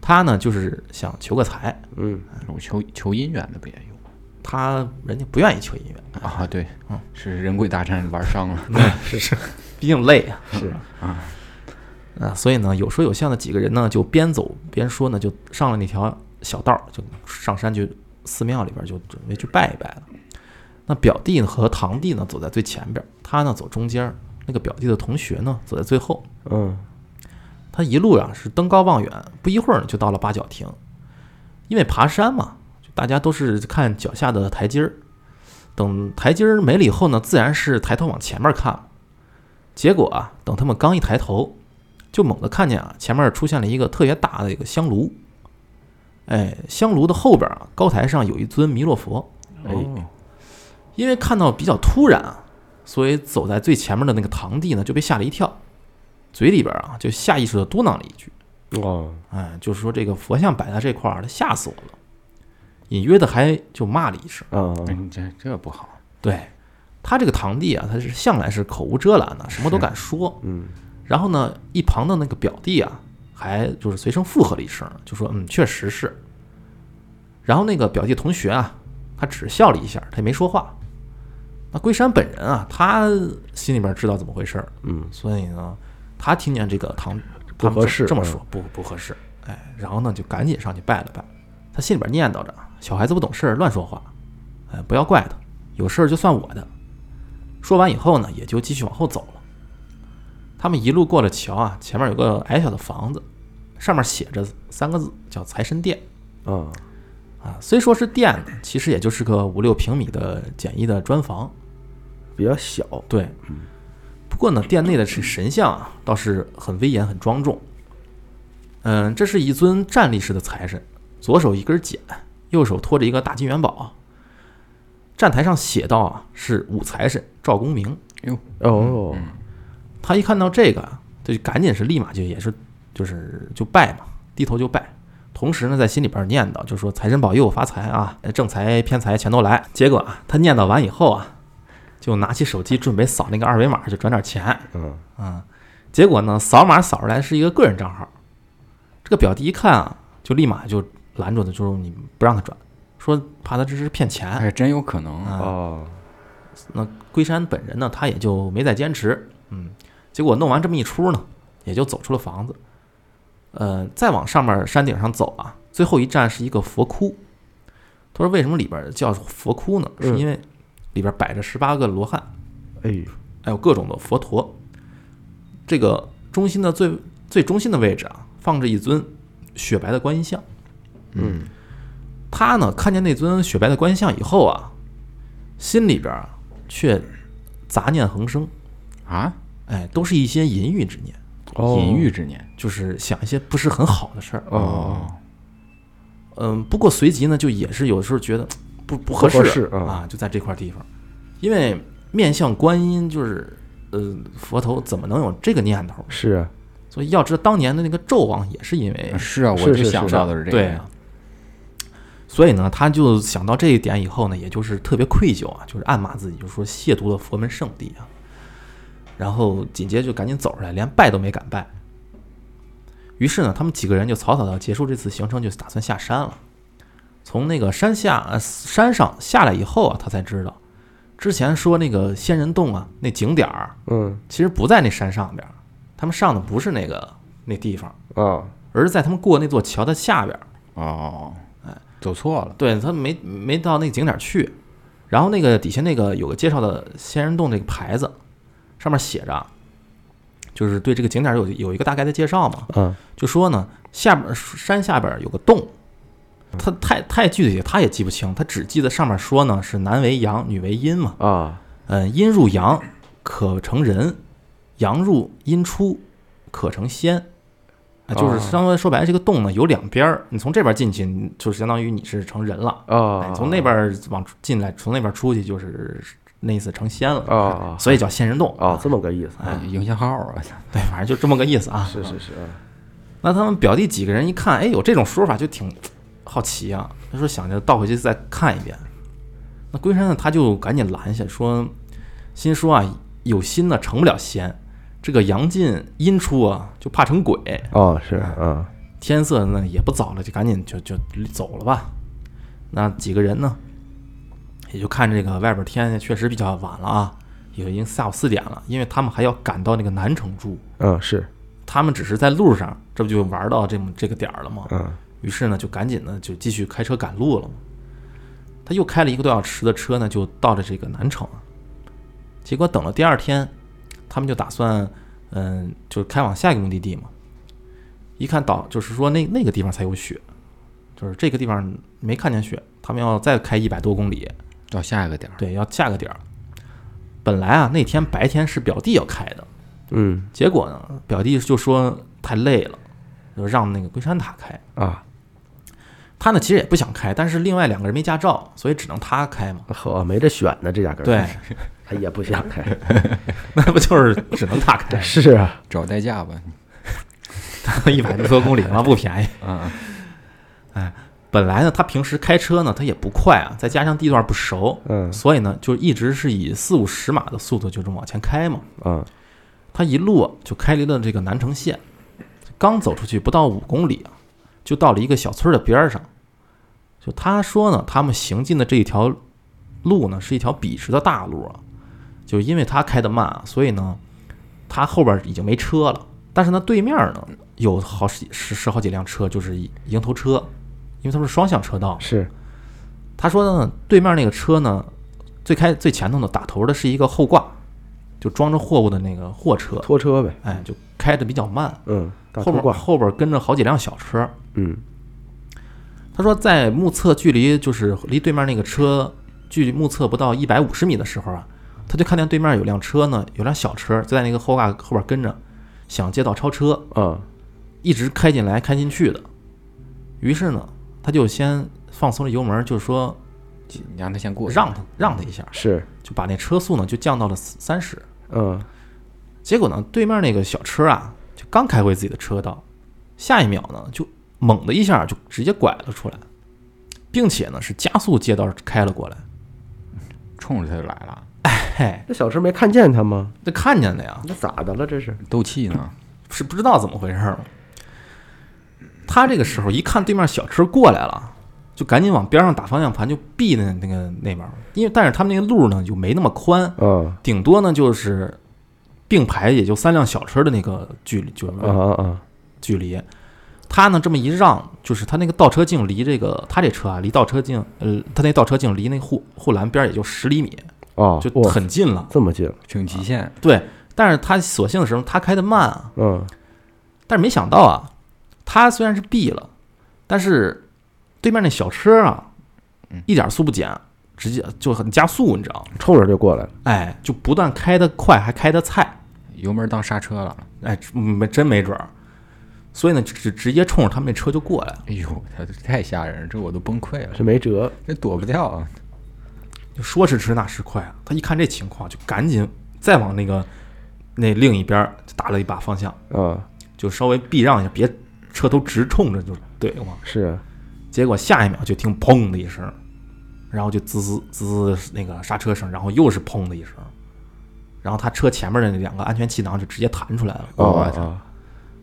他呢就是想求个财，
嗯
我求求姻缘的不也有
他人家不愿意求姻缘，
嗯
啊？对，是人鬼大战玩伤了，
毕竟累啊。
嗯是
啊，所以呢，有说有笑的几个人呢，就边走边说呢，就上了那条小道儿，就上山去寺庙里边儿就准备去拜一拜了。那表弟呢和堂弟呢走在最前边儿，他呢走中间儿，那个表弟的同学呢走在最后。
嗯，
他一路啊是登高望远，不一会儿呢就到了八角亭。因为爬山嘛，就大家都是看脚下的台阶儿，等台阶儿没了以后呢，自然是抬头往前面看。结果啊，等他们刚一抬头，就猛地看见啊，前面出现了一个特别大的一个香炉。哎，香炉的后边啊，高台上有一尊弥勒佛。
哎
哦
因为看到比较突然啊，所以走在最前面的那个堂弟呢就被吓了一跳，嘴里边啊就下意识的嘟囔了一句。
哦，
哎，就是说这个佛像摆在这块儿，他吓死我了，隐约的还就骂了一声。
啊，
嗯这这不好，
对他这个堂弟啊，他是向来是口无遮拦的，什么都敢说。
嗯，
然后呢，一旁的那个表弟啊，还就是随声附和了一声，就说：“嗯，确实是。”然后那个表弟同学啊，他只是笑了一下，他也没说话。那龟山本人啊，他心里边知道怎么回事儿，
嗯，
所以呢，他听见这个堂
不
他们这
合适
这么
嗯
说不不合适，哎，然后呢就赶紧上去拜了拜，他心里边念叨着，小孩子不懂事儿乱说话，哎，不要怪他，有事儿就算我的。说完以后呢，也就继续往后走了。他们一路过了桥啊，前面有个矮小的房子，上面写着三个字叫财神殿
啊，
啊。虽说是殿呢，其实也就是个五六平米的简易的砖房。
比较小，
对，不过呢，殿内的这神像啊，倒是很威严、很庄重。嗯，这是一尊站立式的财神，左手一根剪，右手托着一个大金元宝。站台上写道啊，是武财神赵公明。
哦，
他一看到这个，就赶紧是立马就也是就是就拜嘛，低头就拜。同时呢，在心里边念叨，就说财神保佑我发财啊，正财偏财全都来。结果啊，他念叨完以后啊，就拿起手机准备扫那个二维码，就转点钱。
嗯，
啊，结果呢，扫码扫出来是一个个人账号，这个表弟一看啊，就立马就拦住他，就说你不让他转，说怕他这是骗钱。
还真有可能。
啊
哦，
那龟山本人呢，他也就没再坚持，嗯，结果弄完这么一出呢，也就走出了房子。呃，再往上面山顶上走啊，最后一站是一个佛窟。他说为什么里边叫佛窟呢？是
嗯
因为里边摆着十八个罗汉，
哎，
还有各种的佛陀。这个中心的最最中心的位置啊，放着一尊雪白的观音像。
嗯，
他呢看见那尊雪白的观音像以后啊，心里边儿啊却杂念横生，
啊，
哎，都是一些淫欲之念，
哦
隐喻之年。
就是想一些不是很好的事儿。
哦，
嗯，不过随即呢，就也是有时候觉得不不合适
合适啊
啊，就在这块地方，因为面向观音就是呃佛头，怎么能有这个念头？
是啊，
所以要知道，当年的那个纣王也是因为
是啊，我
是
就是想
是
到的是这个。
对啊，所以呢，他就想到这一点以后呢，也就是特别愧疚啊，就是暗骂自己，就说亵渎了佛门圣地啊。然后紧接着就赶紧走出来，连拜都没敢拜。于是呢，他们几个人就草草的结束这次行程，就打算下山了。从那个山下呃山上下来以后啊，他才知道，之前说那个仙人洞啊，那景点儿
嗯
其实不在那山上边儿，他们上的不是那个那地方，
啊，
而是在他们过那座桥的下边儿。
哦，走错了。
对他没没到那个景点儿去，然后那个底下那个有个介绍的仙人洞那个牌子，上面写着啊，就是对这个景点儿有有一个大概的介绍嘛，
嗯，
就说呢下边山下边有个洞，他太太具体他也记不清，他只记得上面说呢是男为阳，女为阴嘛，
啊，
嗯，阴入阳可成人，阳入阴出可成仙。啊，就是
哦
相当于说白了，这个洞呢有两边儿，你从这边儿进去，你就是相当于你是成人了，哎
啊，
从那边儿往出进来，从那边儿出去就是那意思成仙了，
啊
所以叫仙人洞
啊，这么个意思，
哎，营销号啊，
对，反正就这么个意思啊。
是是是，
那他们表弟几个人一看，哎，有这种说法，就挺好奇啊。他说想着倒回去再看一遍。那龟山呢，他就赶紧拦下，说心说啊，有心呢成不了仙，这个阳进阴出啊，就怕成鬼。
哦是，嗯
天色呢也不早了，就赶紧就就走了吧。那几个人呢，也就看这个外边天确实比较晚了啊，也已经下午四点了，因为他们还要赶到那个南城住。
嗯是，
他们只是在路上，这不就玩到这么这个点儿了吗？
嗯
于是呢，就赶紧呢就继续开车赶路了嘛。他又开了一个多小时的车呢，就到了这个南城。结果等了第二天，他们就打算，嗯，就开往下一个目的地嘛。一看到就是说那那个地方才有雪，就是这个地方没看见雪，他们要再开一百多公里，
到下一个点儿。
对，要下个点儿。本来啊，那天白天是表弟要开的，
嗯
结果呢，表弟就说太累了，就让那个龟山塔开。
啊，
他呢其实也不想开，但是另外两个人没驾照，所以只能他开嘛。
好没得选呢，这压根儿
对，
他也不想开，？
那不就是只能 他开
是啊，
找代驾吧。
一百多公里嘛，不 便宜。哎
啊，
嗯本来呢，他平时开车呢，他也不快啊，再加上地段不熟，
嗯
所以呢，就一直是以四五十码的速度就这么往前开嘛。
啊
他一路啊就开离了这个南城县，刚走出去不到五公里啊，就到了一个小村儿的边儿上。就他说呢，他们行进的这一条路呢，是一条笔直的大路啊。就因为他开的慢啊，所以呢，他后边已经没车了。但是呢，对面呢有好十十十好几辆车，就是迎头车，因为他们是双向车道。
是，
他说呢，对面那个车呢，最开最前头呢打头的是一个后挂，就装着货物的那个货车。
拖车呗，
哎，就开的比较慢，
嗯，大
后
拖
边
挂，
后边跟着好几辆小车。
嗯
他说，在目测距离就是离对面那个车距离目测不到一百五十米的时候啊，他就看见对面有辆车呢，有辆小车就在那个后盖后边跟着，想借道超车，
嗯
一直开进来开进去的。于是呢，他就先放松了油门，就是说
你让他先过去，
让他让他一下，
是，
就把那车速呢就降到了三十。
嗯
结果呢，对面那个小车啊，就刚开回自己的车道，下一秒呢，就猛的一下就直接拐了出来，并且呢是加速借道开了过来。 哎
冲着他就来了，
嘿，
这小车没看见他吗？
这看见的呀，
那咋的了？这是
斗气呢，
是不知道怎么回事儿。他这个时候一看对面小车过来了，就赶紧往边上打方向盘，就避那那个那边儿，因为但是他们那个路呢就没那么宽，
嗯
顶多呢就是并排也就三辆小车的那个距离，就
啊啊啊，
距离。他呢这么一让，就是他那个倒车镜离这个他这车啊，离倒车镜，呃，他那倒车镜离那护护栏边儿也就十厘米，
哦，
就
哇
很近了。
这么近，
挺极限，
对，但是他索性的时候他开的慢啊，
嗯
但是没想到啊，他虽然是避了，但是对面那小车啊
嗯，
一点速不减，直接就很加速，你知道吗？
冲着就过来了，
哎，就不但开得快，还开得菜，
油门当刹车了，
哎，没真没准儿。所以呢，直直接冲着他们那车就过来了，
哎呦，他太吓人了，这我都崩溃了，
是没辙，
这躲不掉啊，
就说时迟那时快啊，他一看这情况，就赶紧再往那个那另一边儿打了一把方向，
嗯
就稍微避让一下，别车头直冲着就怼我。
是啊，
结果下一秒就听砰的一声，然后就滋滋滋滋那个刹车声，然后又是砰的一声，然后他车前面的那两个安全气囊就直接弹出来了。
哦
我操
啊，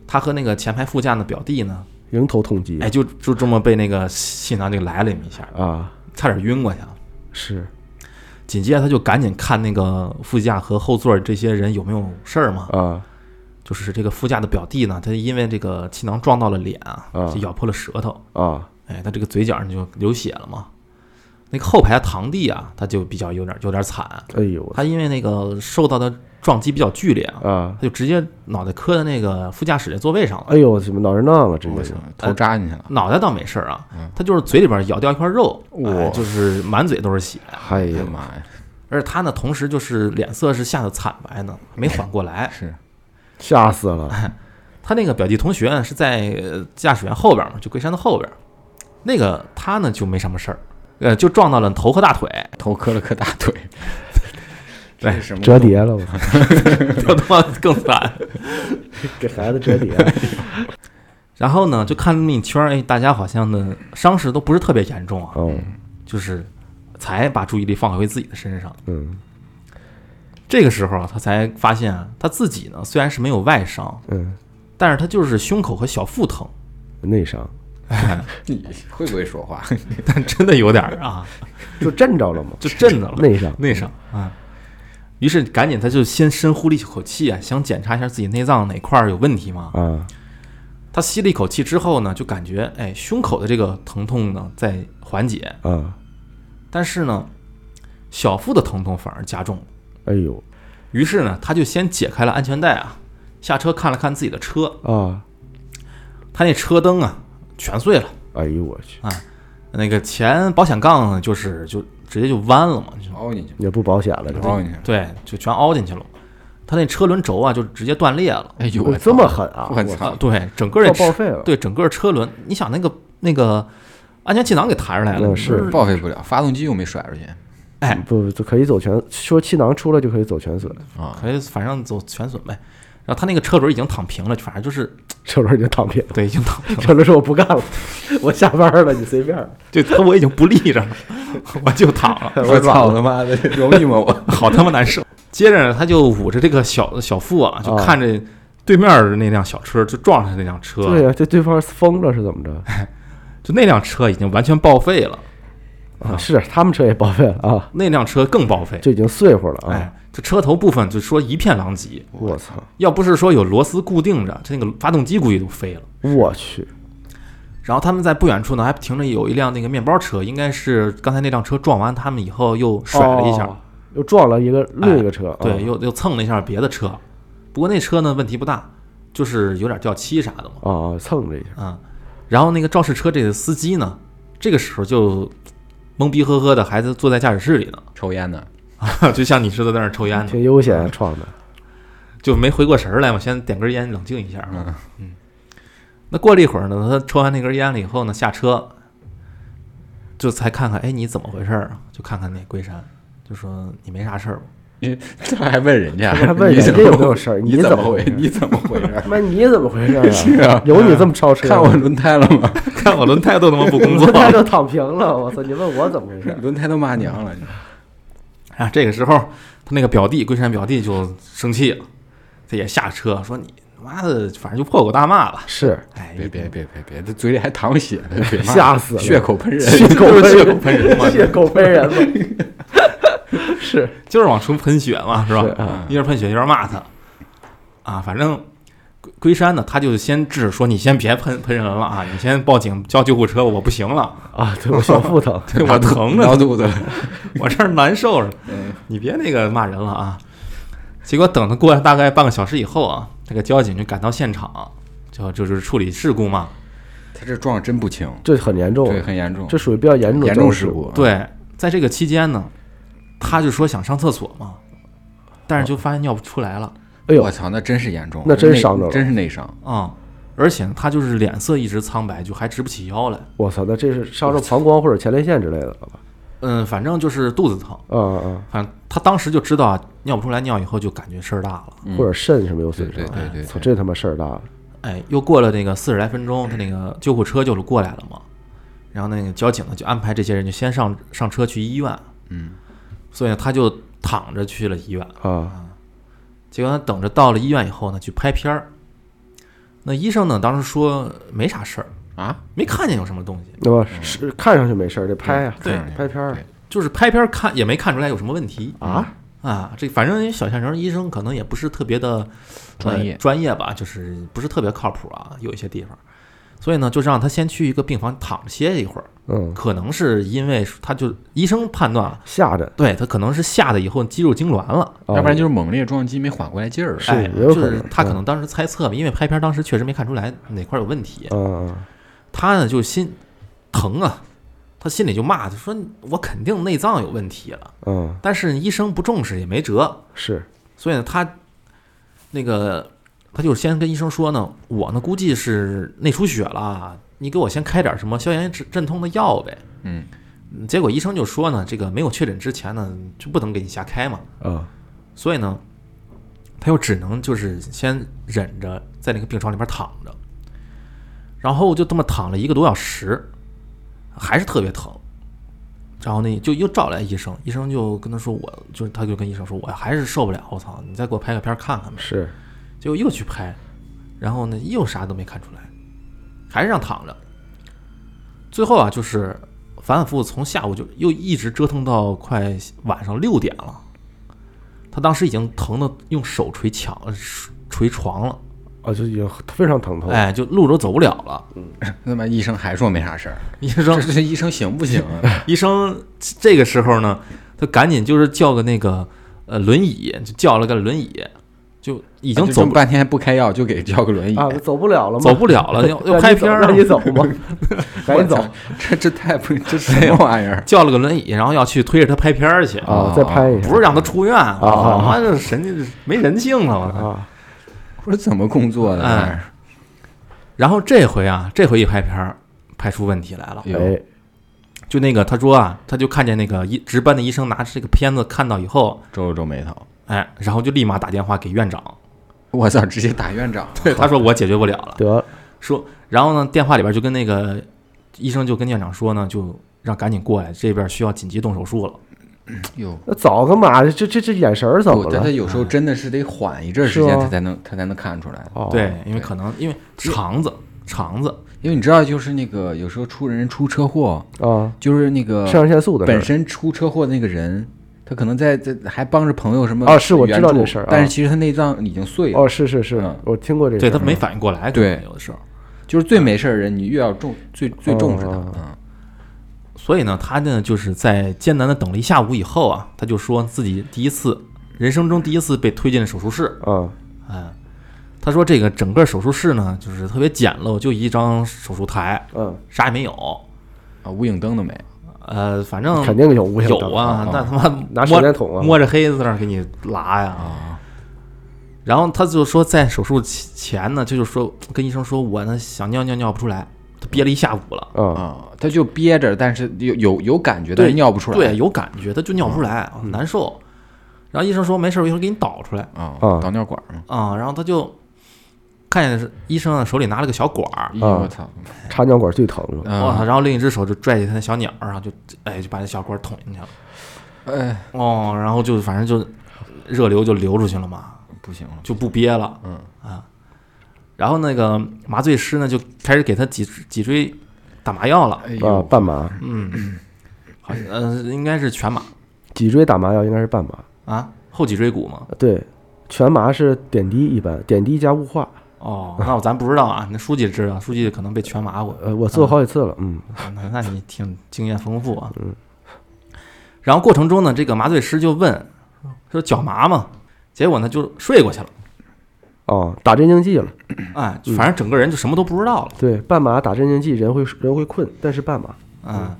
他和那个前排副驾的表弟呢，
迎头痛击
哎，就就这么被那个气囊就来了那么一下，
啊，
差点晕过去啊。
是，
紧接着他就赶紧看那个副驾和后座这些人有没有事儿嘛。
啊
就是这个副驾的表弟呢，他因为这个气囊撞到了脸啊，
啊
就咬破了舌头。
啊
哎，他这个嘴角就流血了嘛。那个后排的堂弟啊，他就比较有点有点惨，
哎呦我
他因为那个受到的撞击比较剧烈啊，
啊
他，就直接脑袋磕在那个副驾驶的座位上了，
哎呦我什么脑震荡了，直
我
接
操
就，
头扎进去了，
脑袋倒没事儿啊
嗯，
他就是嘴里边咬掉一块肉，哎
哇
就是满嘴都是血，
哎
哎
呀
呀，妈呀，
而且他呢，同时就是脸色是吓得惨白呢，没缓过来。
是
吓死了，
他那个表弟同学呢是在呃驾驶员后边嘛，就龟山的后边，那个他呢就没什么事儿，呃，就撞到了头和大腿，
头磕了磕大腿，这是什么
折叠了，我操，
就他妈更惨。
给孩子折叠，
然后呢，就看那么一圈儿，哎，大家好像呢伤势都不是特别严重啊，
嗯
就是才把注意力放回自己的身上。
嗯
这个时候啊，他才发现啊，他自己呢虽然是没有外伤，
嗯，
但是他就是胸口和小腹疼，
内伤
你会不会说话？
但真的有点儿啊，
就震着了吗？
就震着了，
内伤，
内伤啊。于是赶紧，他就先深呼了一口气啊，想检查一下自己内脏哪块儿有问题嘛。
啊
他吸了一口气之后呢，就感觉哎，胸口的这个疼痛呢在缓解，
啊，
但是呢，小腹的疼痛反而加重了。
哎呦
于是呢，他就先解开了安全带啊，下车看了看自己的车，
啊，
他那车灯啊全碎了，啊
哎呦我去，
那个前保险杠呢就是就直接就弯了嘛，就
凹进去，
也不保险了，
凹进去，
对，就全凹进去了。他那车轮轴啊就直接断裂了
哎呦，
这
我
这么
操
狠啊！
我
操，
操
啊，，对，整个人
报报废了，
对整个车轮，你想那个那个安全气囊给弹出来了，
嗯是
报废不了，发动机又没甩出去
哎，
不不可以走全，说气囊出来就可以走全损，
啊，
可以反正走全损呗。然后他那个车轮已经躺平了，反正就是
车轮就躺平。
对，已经躺平了，
车轮说我不干了， 我下班了，你随便。
就他我已经不立着了， 我就躺了。
我操
他妈的，容易吗 我？
好他妈难受。接着呢，他就捂着这个小小腹啊，就
啊
看着对面的那辆小车，就撞上那辆车，
对啊呀，这对方疯了是怎么着？
就那辆车已经完全报废了，
啊，是他们车也报废了啊，
那辆车更报废。
就已经碎乎了啊！
哎，这车头部分就说一片狼藉，
我操，
要不是说有螺丝固定着，这那个发动机估计都飞了。
我去，
然后他们在不远处呢，还停着有一辆那个面包车，应该是刚才那辆车撞完他们以后又甩了一下，
哦，又撞了
哎
一个另一个车，啊
对，又又蹭了一下别的车。不过那车呢问题不大，就是有点掉漆啥的嘛。
啊，蹭了一下，
啊、然后那个肇事车这个司机呢，这个时候就懵逼呵呵的，还在坐在驾驶室里呢
抽烟呢，
就像你似的在那儿抽烟呢，
挺悠 闲创的。
就没回过神儿来嘛，先点根烟冷静一下。啊
嗯，
那过了一会儿呢，他抽完那根烟了以后呢，下车就才看看，哎，你怎么回事儿啊？就看看那龟山，就说你没啥事 儿吧？
他还问人家，
还问
你
人
怎
家
么
有没有事儿， 啊
你
怎
怎
么
回
回事？
你怎么回事？
妈，你怎么回事
哎 是啊
有你这么超车的？
看我轮胎了吗？
看我轮胎都他妈不工 作
昨天
了
就躺平了，我操！你问我怎么回事？
轮胎都骂娘了，
啊！这个时候，他那个表弟龟山表弟就生气了，他也下车说你妈的，反正就破口大骂了。
是
哎，
别别别别别，他嘴里还淌血呢，别骂
吓死了
血口喷人，
血口
就是血口
喷
喷人嘛，
血口喷 人嘛？是
就是往出喷血嘛，是吧？
是
啊
一边喷血一边骂他，啊，反正龟龟山呢，他就先制说你先别喷喷人了啊，你先报警叫救护车，我不行了，
啊，对我小腹疼。
我疼着呢
挠肚子了，
我这儿难受着，
嗯
你别那个骂人了啊。结果等他过了大概半个小时以后啊，这个交警就赶到现场，就就是处理事故嘛。
他这撞真不轻，
这很严重，
对，很严重，
这属于比较严重的
严重
肇
事
事。
故，啊
对，在这个期间呢，他就说想上厕所嘛，但是就发现尿不出来了
哎呦
我，操，那真是严重，
那真伤着了
真是内伤。
啊、而且他就是脸色一直苍白，就还直不起腰来。
我操，那这是伤着膀胱或者前列腺之类的了吧？
嗯，反正就是肚子疼，
啊啊
反正他当时就知道啊，尿不出来尿以后就感觉事儿大了。
啊！或者肾什么有损
嗯对
伤？
对对对
操，这他妈事儿大了。
哎，又过了那个四十来分钟，他那个救护车就是过来了嘛。然后那个交警呢就安排这些人就先上上车去医院，
嗯，
所以呢他就躺着去了医院。
啊，
结果呢等着到了医院以后呢去拍片儿，那医生呢当时说没啥事儿，
啊，
没看见有什么东西，
那么是看上去没事儿，得拍啊，
对
拍片儿
对
就是拍片儿看也没看出来有什么问题
啊，
啊。这反正小县城医生可能也不是特别的
专
呃
业
专业吧，就是不是特别靠谱啊，有一些地方。所以呢，就让他先去一个病房躺着歇一会儿，
嗯，
可能是因为他就医生判断啊，
吓着，
对他可能是吓得以后肌肉痉挛了，
啊
要不然就是猛烈撞击没缓过来劲儿，
是
哎，
也有
就
可能
是他可
嗯
能当时猜测吧，因为拍片当时确实没看出来哪块有问题，
啊啊，
他呢就心疼啊，他心里就骂他说我肯定内脏有问题了，
嗯，
但是医生不重视也没辙，
是
所以呢，他那个他就先跟医生说呢，我呢估计是内出血了，你给我先开点什么消炎止镇痛的药呗。
嗯，
嗯结果医生就说呢，这个没有确诊之前呢，就不能给你瞎开嘛。
啊，
所以呢，他又只能就是先忍着，在那个病床里边躺着，然后就这么躺了一个多小时，还是特别疼。然后呢，就又找来医生，医生就跟他说我，就是他就跟医生说，我还是受不了，我操，你再给我拍个片儿看看呗。
是
结果又去拍，然后呢又啥都没看出来，还是让躺着。最后啊，就是反反复复从下午就又一直折腾到快晚上六点了。他当时已经疼的用手捶墙、捶床了，
啊，就已经非常疼痛，
哎，就路都走不了了。
哎
那么医生还说没啥事儿，
医生
这，这医生行不行 啊？
医生这个时候呢，他赶紧就是叫个那个呃轮椅，就叫了个轮椅，就已
已
经走不
半天不开药，就给叫个轮椅，
啊，走不了了吗？
走不了 了，要
让
要
你
拍片儿
走
了
让你走吗？赶紧走
我操，这这太 不这什么玩意儿？
叫了个轮椅，然后要去推着他拍片儿去
啊，再拍一下，
不是让他出院，我操
啊
妈这神经没人性了，我操！
啊，
我说怎么工作的？
哎然后这回啊，这回一拍片儿，拍出问题来了。
有
哎，
就那个他说啊，他就看见那个医值班的医生拿着这个片子看到以后，
皱了皱眉头，
哎，然后就立马打电话给院长，
我操，直接打 院长，
对，他说我解决不了了，
得
说，然后呢，电话里边就跟那个医生就跟院长说呢，就让赶紧过来，这边需要紧急动手术了。
哟。
那早干嘛？这这这眼神儿怎
不
么，
但他
了？
有时候真的是得缓一阵儿时
是
间，
吗
他才能他才能看出来。
哦，
对，因
对
为可能因为肠子肠子
因为你知道，就是那个有时候出人出车祸，
啊，
就是那个
肾上腺素的事
呃本
儿
身出车祸的那个人，他可能在在还帮着朋友什么
啊是我
援
知道
助
这事儿啊
但是其实他内脏已经碎了。
哦，是是是
嗯，
我听过这事
对
儿，
他没反应过来，可能
对
有的时候。
就是最没事儿的人，你越要重最最重视他。
哦
嗯，
所以呢，他呢就是在艰难的等了一下午以后啊，他就说自己第一次人生中第一次被推进手术室。
啊，
嗯，他说这个整个手术室呢就是特别简陋，就一张手术台，
嗯
啥也没有
啊，无影灯都没有，
呃，反正
肯定有无形
有啊，那他妈
拿手
摸
电筒啊，
摸着黑在那儿给你拉呀。
啊，
然后他就说，在手术前前呢，就是说跟医生说我呢想尿尿尿不出来，他憋了一下午了，
啊，
啊，他就憋着，但是有有有感觉，
对
但是尿不出来。嗯
对，有感觉，他就尿不出来，难受。然后医生说没事儿，我一会儿给你导出来
啊
啊，
导尿管嘛。
啊、然后他就看见是医生啊手里拿了个小管儿，
哎呦我操！
插尿管最疼了。
我操，
嗯，
然后另一只手就拽起他的小鸟儿，然后就哎就把那小管儿捅进去了，
哎，
哦，然后就反正就热流就流出去了嘛，
不行了，
就不憋了，
嗯
啊，然后那个麻醉师呢就开始给他脊脊椎打麻药了，
哎
啊，
呦，
半麻，
嗯，好像呃应该是全麻
脊椎打麻药应该是半麻，
啊，后脊椎骨嘛，
对，全麻是点滴一般，点滴加雾化。
哦，那我咱不知道啊，那书记知道，书记可能被全麻过，
呃，我做好几次了，嗯，
那那你挺经验丰富啊。嗯。然后过程中呢，这个麻醉师就问说脚麻吗？结果呢就睡过去了，
哦，打镇静剂了，
哎，反正整个人就什么都不知道了，
对，半麻打镇静剂，人会人会困，但是半麻，
嗯，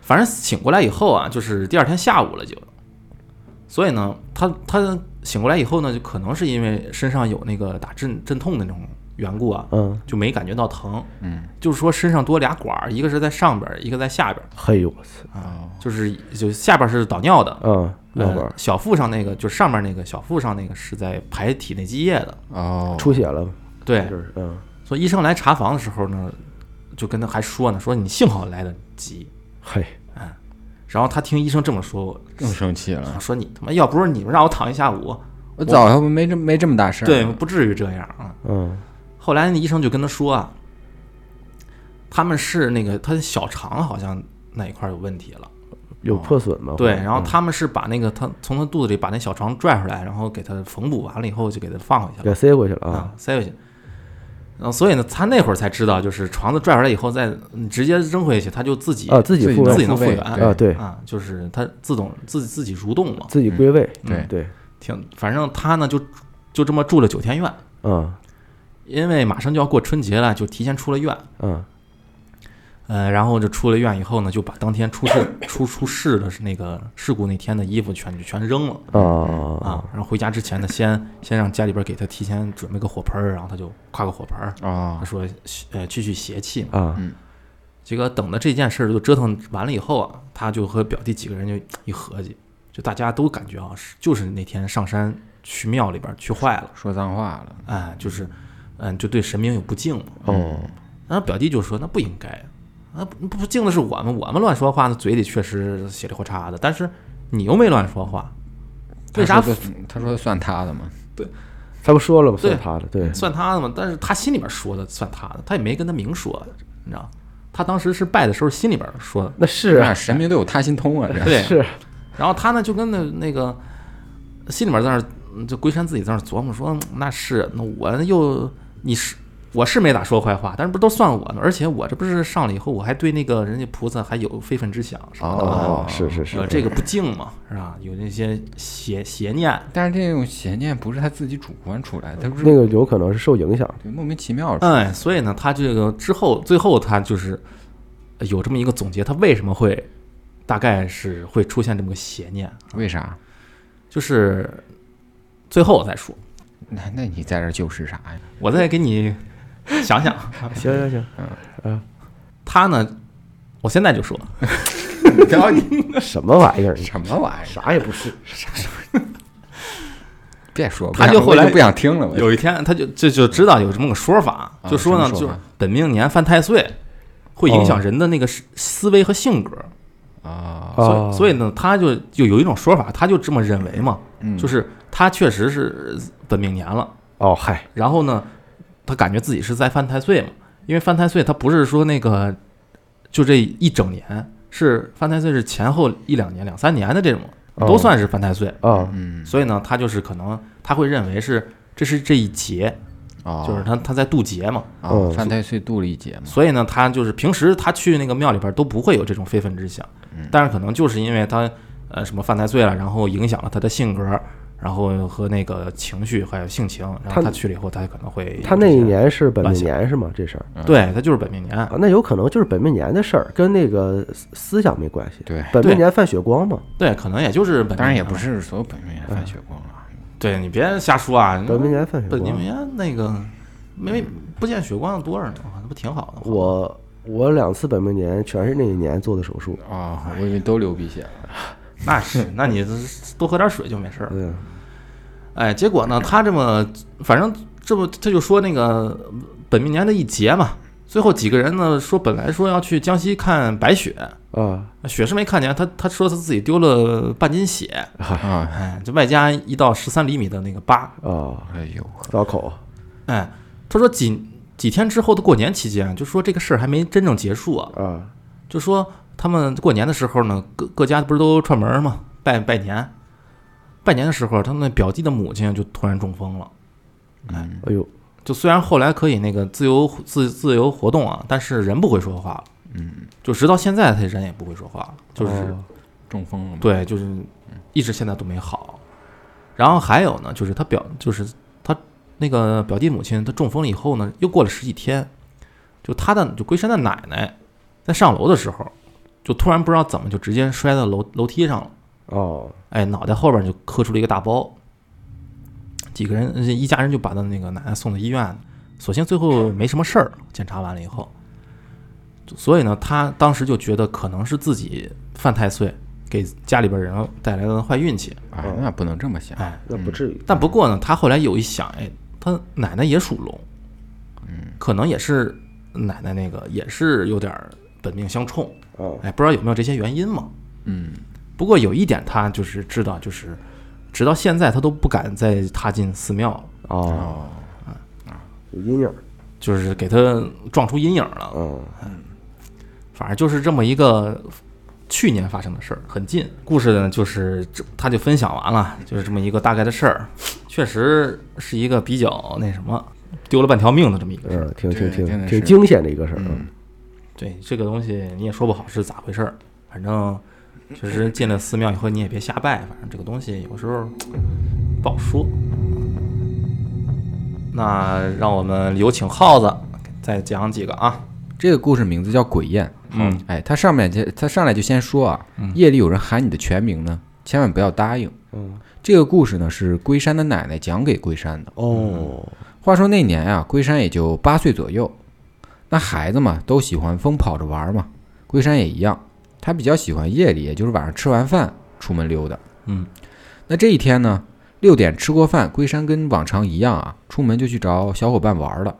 反正醒过来以后啊，就是第二天下午了就。所以呢，他他醒过来以后呢，就可能是因为身上有那个打镇镇痛的那种缘故啊，
嗯，
就没感觉到疼。
嗯，
就是说身上多俩管儿，一个是在上边儿，一个在下边儿，
嘿呦，我操，
哦
就是就下边儿是导尿的，
嗯，尿管
呃、小腹上那个，就是上面那个小腹上那个是在排体内积液的。
哦，
出血了，
对，
就是，嗯，
所以医生来查房的时候呢，就跟他还说呢，说你幸好来得及。
嘿，
然后他听医生这么说，啊
更生气了。
说你他妈要不是你们让我躺一下午，
我早上没这没这么
啊
大事儿。
对，不至于这样啊。
嗯，
后来那医生就跟他说啊，他们是那个他的小肠好像那一块儿有问题了，
有破损吗？
对，然后
嗯
他们是把那个他从他肚子里把那小肠拽出来，然后给他缝补完了以后就给他放回去了。
给塞过去
啊
了啊，，
塞回去。然后所以呢，他那会儿才知道，就是床子拽回来以后再嗯直接扔回去，他就自己
啊，自己
自己
复
弄
自己
位
能复
复位
原
对
啊，对，
啊，就是他自动自自己蠕动嘛，
自己归位，
对
对，
挺反正他呢就就这么住了九天院，
嗯
因为马上就要过春节了，就提前出了院。
嗯，
呃，然后就出了院以后呢，就把当天出事出出事的是那个事故那天的衣服全就全扔了
啊，
啊。然后回家之前呢，先先让家里边给他提前准备个火盆儿，然后他就挎个火盆儿，
啊
他，说呃去去邪气嘛。
啊，
结果等到这件事儿就折腾完了以后啊，他就和表弟几个人就一合计，就大家都感觉啊，是就是那天上山去庙里边儿去坏了，
说脏话了。
哎，就是，嗯，就对神明有不敬嘛。
哦，
嗯
然后表弟就说：“那不应该啊，啊不不敬的是我们，我们乱说话，那嘴里确实血里胡叉的，但是你又没乱说话，为啥
他说的他说算他的吗？
他不说了吗？
对
算他的，对，
算他的嘛？但是他心里边说的算他的，他也没跟他明说，你知道？他当时是拜的时候心里边说的，
那是啊
那神明都有他心通啊，这
对，
是
然后他呢就跟那那个心里面在那儿嗯就龟山自己在那儿琢磨说，嗯那是那我又你是我是没咋说坏话，但是不都算我呢？而且我这不是上了以后，我还对那个人家菩萨还有非分之想什么的嘛，
哦，是是是
呃，这个不敬嘛，是吧？有那些邪邪念，
但是这种邪念不是他自己主观出来的，他不是
那个啊有可能是受影响的，
对莫名其妙的。
哎，所以呢，他这个之后最后他就是有这么一个总结，他为什么会大概是会出现这么个邪念，
为啥？
就是最后我再说。
那那你在这儿就是啥呀？
我再给你想想，
行行行，
他呢，我现在就说，
你到底
什么玩意儿？
什么玩意儿？
啥也不是，
别说，
他
不想
就后来
我不想听了。我
有一天他就就就知道有这么个说法，
啊
就说呢，
什么
就
说
是
法
本命年犯太岁，会影响
哦
人的那个思思维和性格，
啊，
所
哦
以所以呢，他就就有一种说法，他就这么认为嘛，
嗯
就是他确实是本命年了，
哦，嗨，
然后呢，他感觉自己是在犯太岁嘛，因为犯太岁他不是说那个就这一整年，是犯太岁是前后一两年、两三年的这种。
哦
都算是犯太岁，
啊，
嗯
所以呢，他就是可能他会认为是这是这一劫，
哦，嗯
就是他他在渡劫嘛，
啊
嗯，
犯太岁度了一劫嘛。
所以呢，他就是平时他去那个庙里边都不会有这种
嗯
非分之想，但是可能就是因为他呃什么犯太岁了，然后影响了他的性格，然后和那个情绪还有性情，然
他
后他去了以后，他可能会
他那一
有些
年是本
乱
命
想
年是吗？这事儿
嗯
对他就是本命年
啊，那有可能就是本命年的事儿，跟那个思思想没关系。
对，
本命
对
年犯血光嘛，
对，可能也就是本命年啊
当然也不
了，
是所有本命年犯血光啊了。
对你别瞎说啊，
嗯本命年犯血
本命
光。
年那个
嗯
没不见血光的多着呢，那不挺好的吗？
我我两次本命年全是那一年做的手
嗯
术。
哦，我以为都流鼻血了。
那是，那你多喝点水就没事儿。
嗯，
哎，结果呢，他这么，反正这不，他就说那个本命年的一劫嘛。最后几个人呢，说本来说要去江西看白雪，
啊，
雪是没看见，他他说他自己丢了半斤血，
啊，
哎，就外加一到十三厘米的那个疤，
哦，
哎呦，
刀口，
哎，他说几几天之后的过年期间，啊就说这个事儿还没真正结束啊，
啊，
就说他们过年的时候呢，各各家不是都串门儿嘛，拜拜年。拜年的时候，他们表弟的母亲就突然中风了。
哎呦，
就虽然后来可以那个自由自自由活动啊，但是人不会说话了。嗯，就直到现在，他人也不会说话了，就是、
哦
中风了吗？
对，就是一直现在都没好。然后还有呢，就是他表，就是他那个表弟母亲，他中风了以后呢，又过了十几天，就他的就龟山的奶奶在上楼的时候，就突然不知道怎么就直接摔到楼楼梯上了，
哦，
哎，脑袋后边就磕出了一个大包。几个人，一家人就把他那个奶奶送到医院，所幸最后没什么事儿。检查完了以后，就所以呢，他当时就觉得可能是自己犯太岁，给家里边人带来了坏运气。
哎，那不能这么想。
哎，
那不至于。
但不过呢，他后来有一想，哎，他奶奶也属龙，嗯，可能也是奶奶那个也是有点儿本命相冲，
哦，
哎，不知道有没有这些原因嘛。
嗯，
不过有一点他就是知道，就是直到现在他都不敢再踏进寺庙了，
哦，
哦，
有阴影。
就是给他撞出阴影了。
哦
嗯，
反正就是这么一个去年发生的事儿，很近。故事呢，就是这他就分享完了，就是这么一个大概的事儿，啊确实是一个比较那什么丢了半条命的这么一个事儿。
嗯，挺
对
挺
真
挺
的
挺
是
惊险的一个事儿。嗯
对这个东西你也说不好是咋回事儿，反正确实进了寺庙以后你也别瞎拜，反正这个东西有时候不好说。那让我们有请耗子再讲几个啊，
这个故事名字叫《鬼宴》。
嗯，
哎，他上面就他上来就先说啊，夜里有人喊你的全名呢，千万不要答应。
嗯，
这个故事呢是龟山的奶奶讲给龟山的。
哦，
话说那年啊，龟山也就八岁左右，那孩子嘛都喜欢疯跑着玩嘛，龟山也一样，他比较喜欢夜里，也就是晚上吃完饭出门溜达。
嗯，
那这一天呢，六点吃过饭，龟山跟往常一样啊，出门就去找小伙伴玩了。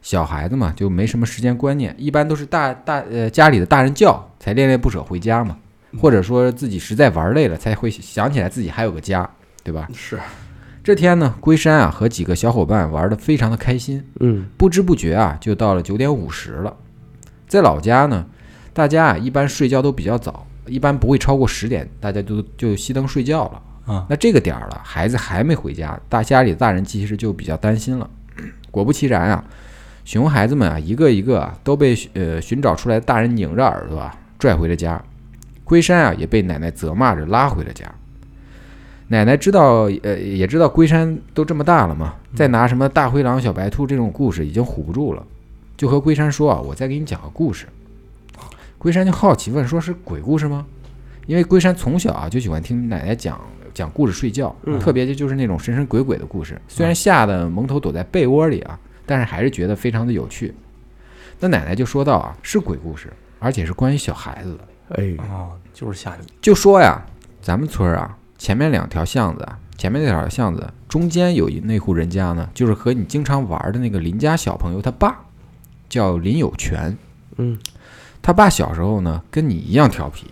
小孩子嘛，就没什么时间观念，一般都是大大呃家里的大人叫才恋恋不舍回家嘛，或者说自己实在玩累了才会想起来自己还有个家，对吧？
是，
这天呢，龟山啊和几个小伙伴玩得非常的开心，
嗯，
不知不觉啊，就到了九点五十了。在老家呢，大家啊一般睡觉都比较早，一般不会超过十点，大家就就熄灯睡觉了。
啊
那这个点儿了，孩子还没回家，大家里的大人其实就比较担心了。 果不其然啊，熊孩子们啊，一个一个啊都被呃寻找出来的大人拧着耳朵啊拽回了家。龟山啊也被奶奶责骂着拉回了家。奶奶知道，呃，也知道龟山都这么大了嘛，再拿什么大灰狼、小白兔这种故事已经唬不住了，就和龟山说啊，我再给你讲个故事。龟山就好奇问，说是鬼故事吗？因为龟山从小啊就喜欢听奶奶讲讲故事睡觉，特别就是那种神神鬼鬼的故事，虽然吓得蒙头躲在被窝里啊，但是还是觉得非常的有趣。那奶奶就说到啊，是鬼故事，而且是关于小孩子的。
哎，
哦，就是吓你，
就说呀，咱们村儿啊，前面两条巷子啊，前面那条巷子中间有一那户人家呢，就是和你经常玩的那个邻家小朋友他爸，叫林有权。
嗯，
他爸小时候呢，跟你一样调皮，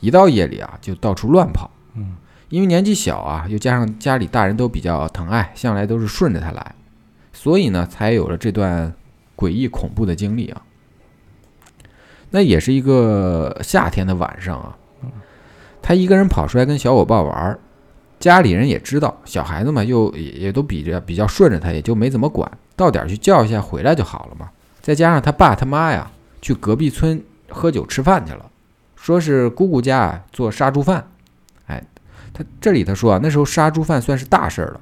一到夜里啊就到处乱跑。
嗯，
因为年纪小啊，又加上家里大人都比较疼爱，向来都是顺着他来，所以呢，才有了这段诡异恐怖的经历啊。那也是一个夏天的晚上啊，他一个人跑出来跟小伙伴玩儿，家里人也知道，小孩子嘛又也也都比着比较顺着他，也就没怎么管，到点儿去叫一下回来就好了嘛。再加上他爸他妈呀，去隔壁村喝酒吃饭去了，说是姑姑家啊做杀猪饭，哎，他这里他说啊，那时候杀猪贩算是大事儿了。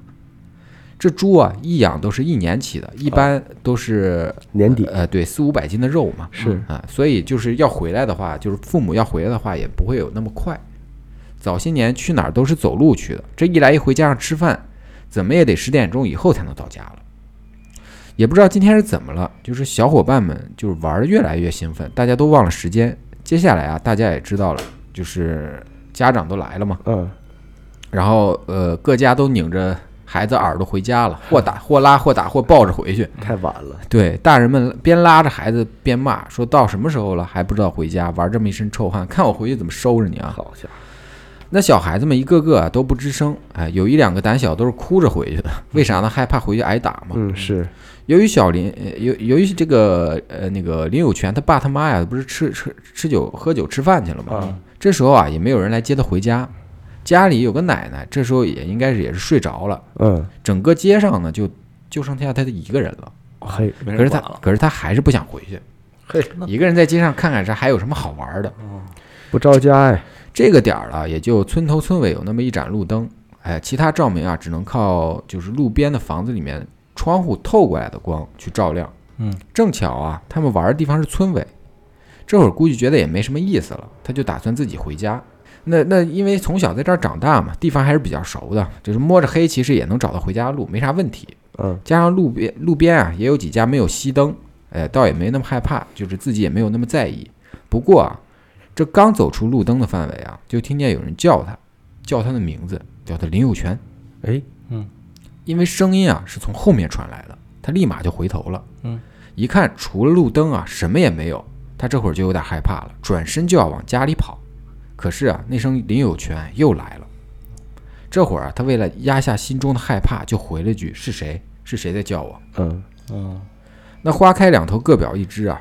这猪啊，一养都是一年起的，一般都是
年底
呃，对，四五百斤的肉嘛，
是
啊，所以就是要回来的话，就是父母要回来的话，也不会有那么快。早些年去哪儿都是走路去的，这一来一回加上吃饭，怎么也得十点钟以后才能到家了。也不知道今天是怎么了，就是小伙伴们就是玩的越来越兴奋，大家都忘了时间。接下来啊，大家也知道了，就是家长都来了嘛，
嗯，
然后呃，各家都拧着孩子耳朵回家了，或打或拉或打或抱着回去。
太晚了，
对，大人们边拉着孩子边骂，说到什么时候了还不知道回家，玩这么一身臭汗，看我回去怎么收拾你啊！
好家伙，
那小孩子们一个个啊都不吱声，哎，有一两个胆小都是哭着回去的，为啥呢？害怕回去挨打嘛。
嗯，是
由于小林，呃由由于这个呃那个林有权他爸他妈呀，不是吃吃吃酒喝酒吃饭去了嘛，
啊，
这时候啊也没有人来接他回家，家里有个奶奶，这时候也应该是也是睡着了，
嗯，
整个街上呢就就剩下他一个人了，
嘿，
没
可
人
是他
管了。
可是他还是不想回去。
嘿，
一个人在街上看看啥，还有什么好玩的？
不着家哎，
这个点儿了，也就村头村尾有那么一盏路灯，哎，其他照明啊，只能靠就是路边的房子里面窗户透过来的光去照亮。
嗯，
正巧啊，他们玩的地方是村尾，这会儿估计觉得也没什么意思了，他就打算自己回家。那那因为从小在这儿长大嘛，地方还是比较熟的，就是摸着黑其实也能找到回家路，没啥问题。
嗯，
加上路边路边啊也有几家没有熄灯，哎，倒也没那么害怕，就是自己也没有那么在意。不过啊，这刚走出路灯的范围啊，就听见有人叫他，叫他的名字，叫他林有权，
哎，
因为声音啊是从后面传来的，他立马就回头了。
嗯，
一看除了路灯啊什么也没有，他这会儿就有点害怕了，转身就要往家里跑。可是啊，那声林有权又来了。这会儿啊，他为了压下心中的害怕，就回了句：“是谁？是谁在叫我？”
嗯，
嗯，
那花开两头，各表一枝啊。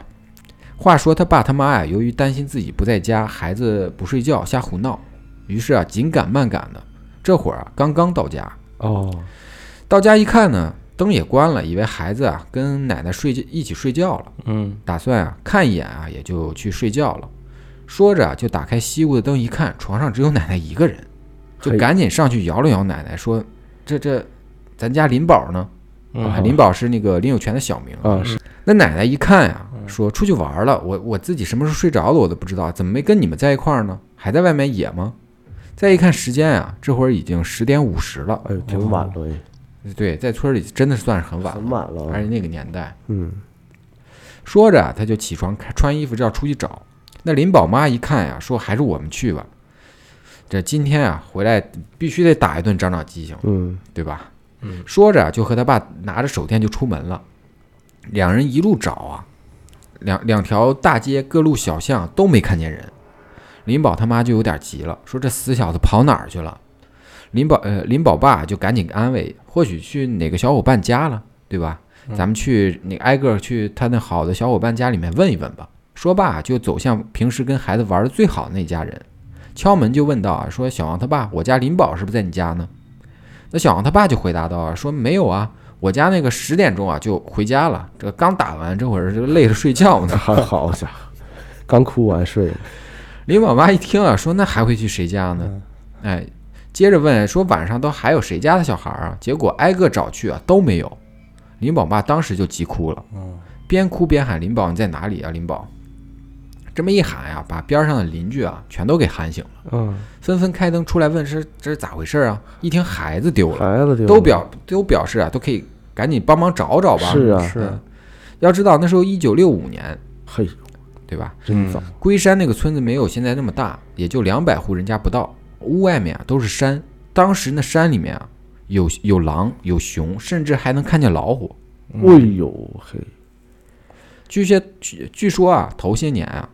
话说他爸他妈呀、由于担心自己不在家，孩子不睡觉瞎胡闹，于是啊紧赶慢赶的，这会儿啊刚刚到家，
哦，
到家一看呢，灯也关了，以为孩子啊跟奶奶睡觉一起睡觉了，
嗯，
打算啊看一眼啊也就去睡觉了。说着啊就打开西屋的灯一看，床上只有奶奶一个人，就
嘿
赶紧上去摇了摇奶奶，说：“这这，咱家林宝呢？
嗯
啊林宝是那个林有权的小名啊
啊，是，
那奶奶一看呀、说出去玩了，我我自己什么时候睡着了我都不知道，怎么没跟你们在一块儿呢？还在外面野吗？再一看时间啊，这会儿已经十点五十了。
哎呦，挺晚了哎，
对，在村里真的算是很晚了，
很晚了啊
而且那个年代，
嗯，
说着啊他就起床开穿衣服就要出去找。那林宝妈一看呀、说还是我们去吧。这今天啊回来必须得打一顿长长记性。
嗯，
对吧？
嗯，
说着就和他爸拿着手电就出门了，两人一路找啊，两两条大街各路小巷都没看见人。林宝他妈就有点急了，说这死小子跑哪儿去了？林宝呃，林宝爸就赶紧安慰，或许去哪个小伙伴家了，对吧？咱们去那挨个去他那好的小伙伴家里面问一问吧。说罢就走向平时跟孩子玩的最好的那家人，敲门就问道啊，说小王他爸，我家林宝是不是在你家呢？那小王他爸就回答道啊，说没有啊，我家那个十点钟啊就回家了，这刚打完，这会儿就累着睡觉呢。
好好家伙，刚哭完睡了，
林宝妈一听啊，说那还会去谁家呢？哎，接着问说晚上都还有谁家的小孩儿啊？结果挨个找去啊都没有。林宝妈当时就急哭了，边哭边喊林宝你在哪里啊？林宝，这么一喊呀、把边上的邻居啊全都给喊醒了，
嗯，
纷纷开灯出来问是这是咋回事啊？一听孩子丢了，
孩子就
都表都表示啊，都可以赶紧帮忙找找吧。
是啊
嗯
是
要知道那时候一九六五年，
嘿，
对吧？
真早，
龟山那个村子没有现在那么大，也就两百户人家不到，屋外面啊都是山。当时那山里面啊，有有狼，有熊，甚至还能看见老虎。
嗯
哎呦嘿，
据些据据说啊，头些年啊，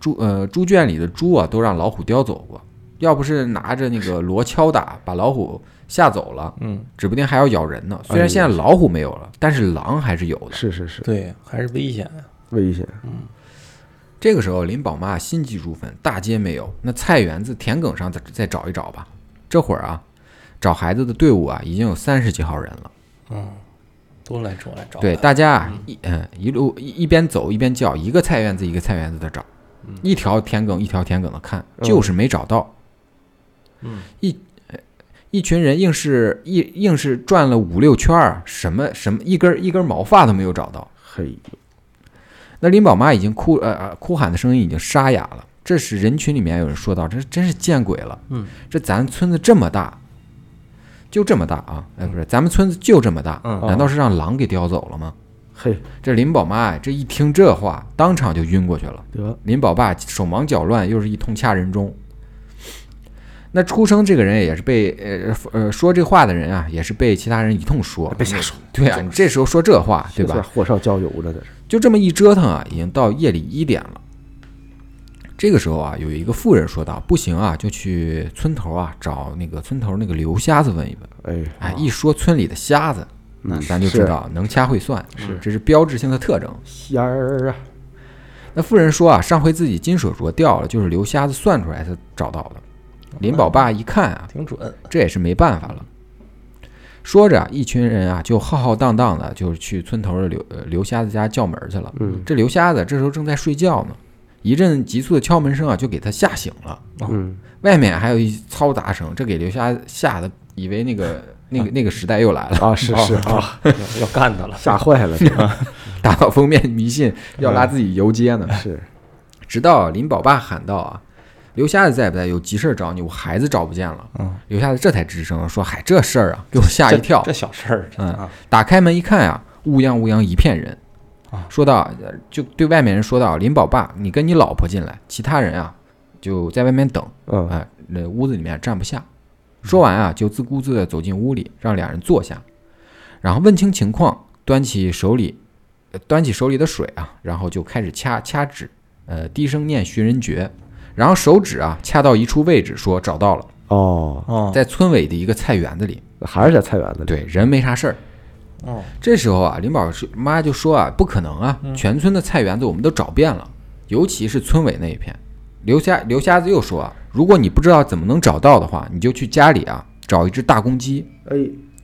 猪呃猪圈里的猪啊都让老虎叼走过，要不是拿着那个锣敲打把老虎吓走了，
嗯，
指不定还要咬人呢。虽
哎
然
呦
现在老虎没有了，但是狼还是有的。
是是是，
对，还是危险。
危险，
这个时候，林宝妈心急如焚，大街没有，那菜园子、田埂上再再找一找吧。这会儿啊，找孩子的队伍啊，已经有三十几号人了。
多来找来找。
对，，大家啊，一嗯一路一一边走一边叫，一个菜园子一个菜园子的找，一条田埂一条田埂的看，
嗯
就是没找到。
嗯，
一群人硬是硬硬是转了五六圈儿，什么什么一根一根毛发都没有找到。
嘿，
那林宝妈已经哭呃呃哭喊的声音已经沙哑了。这时人群里面有人说道：“这真是见鬼了！
嗯，
这咱村子这么大，就这么大啊？哎，不是，咱们村子就这么大，
嗯
难道是让狼给叼走了吗？”
嘿，
这林宝妈这一听这话，当场就晕过去了。
得，
林宝爸手忙脚乱，又是一通掐人中。那出生这个人也是被呃呃说这话的人啊，也是被其他人一通说，
别瞎说，
对啊，你这时候说这话，对吧
这？火上浇油了，这是。
就这么一折腾啊，已经到夜里一点了。这个时候啊，有一个妇人说道：“不行啊，就去村头啊找那个村头那个刘瞎子问一问。”
哎，
哎，一说村里的瞎子，
嗯
咱就是知道能掐会算，嗯
是
这是标志性的特征。
仙儿啊，
那妇人说啊，上回自己金手镯掉了，就是刘瞎子算出来才找到的。林宝爸一看啊，
挺准，
这也是没办法了。说着啊，一群人啊就浩浩荡荡的，就是去村头的刘呃刘瞎子家叫门去了。
嗯
这刘瞎子这时候正在睡觉呢，一阵急促的敲门声啊，就给他吓醒了。
嗯，
外面还有一嘈杂声，这给刘瞎子吓得以为那个那个那个时代又来了，
啊是是啊，
要干他了，
吓坏了，这
打倒封面迷信，要拉自己游街
嗯
呢。
是
直到林宝爸喊道啊：“刘瞎子在不在？有急事儿找你，我孩子找不见了。
嗯”
刘瞎子这才吱声说：“嗨，这事儿啊，给我吓
这
一跳
这。小事儿，这
嗯
啊，”
打开门一看啊，乌泱乌泱一片人
啊。
说到呃就对外面人说道：“林宝爸，你跟你老婆进来，其他人啊就在外面等。”
嗯
啊，那屋子里面站不下。说完啊，就自顾自地走进屋里，让俩人坐下，然后问清情况，端起手里，呃端起手里的水啊，然后就开始掐掐指，呃，低声念寻人诀，然后手指啊掐到一处位置，说找到了，
哦，
哦
在村尾的一个菜园子里。
还是在菜园子里，
对，人没啥事儿。
哦，嗯
这时候啊，林宝是妈就说啊，不可能啊，全村的菜园子我们都找遍了，尤其是村尾那一片。刘瞎刘瞎子又说啊，如果你不知道怎么能找到的话，你就去家里啊找一只大公鸡，
哎，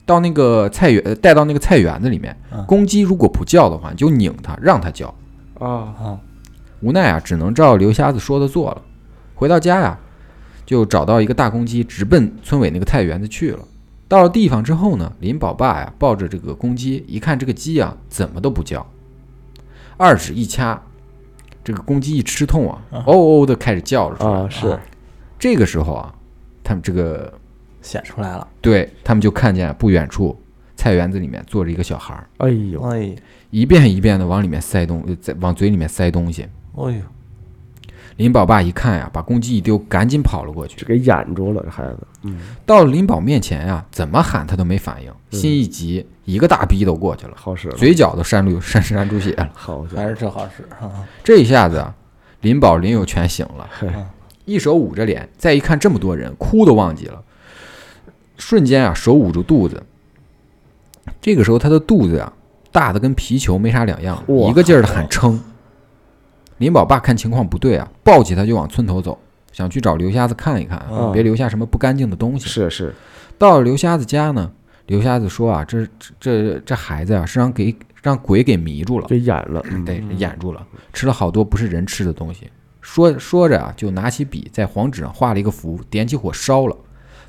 到那个菜园呃带到那个菜园子里面
嗯。
公鸡如果不叫的话，你就拧它，让它叫。
啊，
无奈啊，只能照刘瞎子说的做了。回到家呀、就找到一个大公鸡，直奔村委那个菜园子去了。到了地方之后呢，林宝爸呀抱着这个公鸡，一看这个鸡啊怎么都不叫，二指一掐，这个公鸡一吃痛啊，
啊
嗷嗷的开始叫了出来。
啊是，
这个时候啊，他们这个
显出来了，
对他们就看见不远处菜园子里面坐着一个小孩儿，
哎呦，
哎，
一遍一遍的往里面塞东，呃在往嘴里面塞东西。
哎呦，
林宝爸一看呀，把公鸡一丢，赶紧跑了过去
这。给掩住了，这孩子，嗯，
到了林宝面前呀、啊怎么喊他都没反应，心一急，一个大逼都过去了，
好使了，
嘴角都扇出 扇扇出血了。
好家
还
伙，
是这好使啊，
这一下子啊，林宝林有全醒了，啊
嘿，
一手捂着脸，再一看这么多人，哭都忘记了，瞬间啊，手捂住肚子。这个时候他的肚子啊，大的跟皮球没啥两样，
哇
一个劲儿的喊撑。林宝爸看情况不对啊，抱起他就往村头走，想去找刘瞎子看一看啊，
嗯
别留下什么不干净的东西。
是是，
到了刘瞎子家呢，刘瞎子说啊，这这这这孩子啊，是让给让鬼给迷住了，
给掩了，嗯
对，掩住了，吃了好多不是人吃的东西。说说着啊，就拿起笔在黄纸上画了一个符，点起火烧了，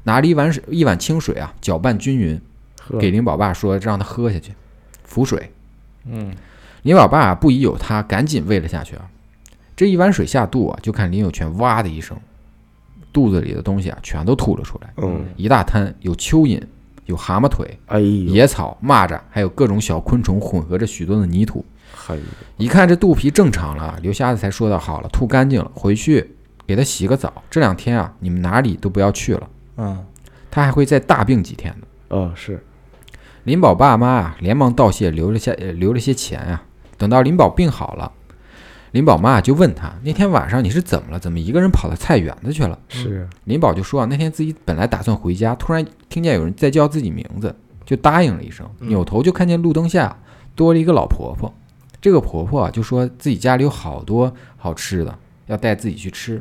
拿了一碗水一碗清水啊，搅拌均匀，
呵
给林宝爸说让他喝下去，符水。
嗯，
林宝爸不疑有他，赶紧喂了下去啊。这一碗水下肚啊，就看林有全哇的一声，肚子里的东西啊全都吐了出来，
嗯，
一大滩，有蚯蚓，有蛤蟆腿，
哎呦，
野草、蚂蚱，还有各种小昆虫混合着许多的泥土。
嘿，
一看这肚皮正常了，啊刘瞎子才说道：“好了，吐干净了，回去给他洗个澡。这两天啊，你们哪里都不要去了，
嗯，
他还会再大病几天的。
啊是，”
林宝爸妈啊，连忙道谢，留了下呃留了些钱啊。等到林宝病好了，林宝妈就问他：“那天晚上你是怎么了？怎么一个人跑到菜园子去了
是，？”
林宝就说：“啊，那天自己本来打算回家，突然听见有人在叫自己名字，就答应了一声，
嗯
扭头就看见路灯下多了一个老婆婆。这个婆婆啊就说自己家里有好多好吃的，要带自己去吃。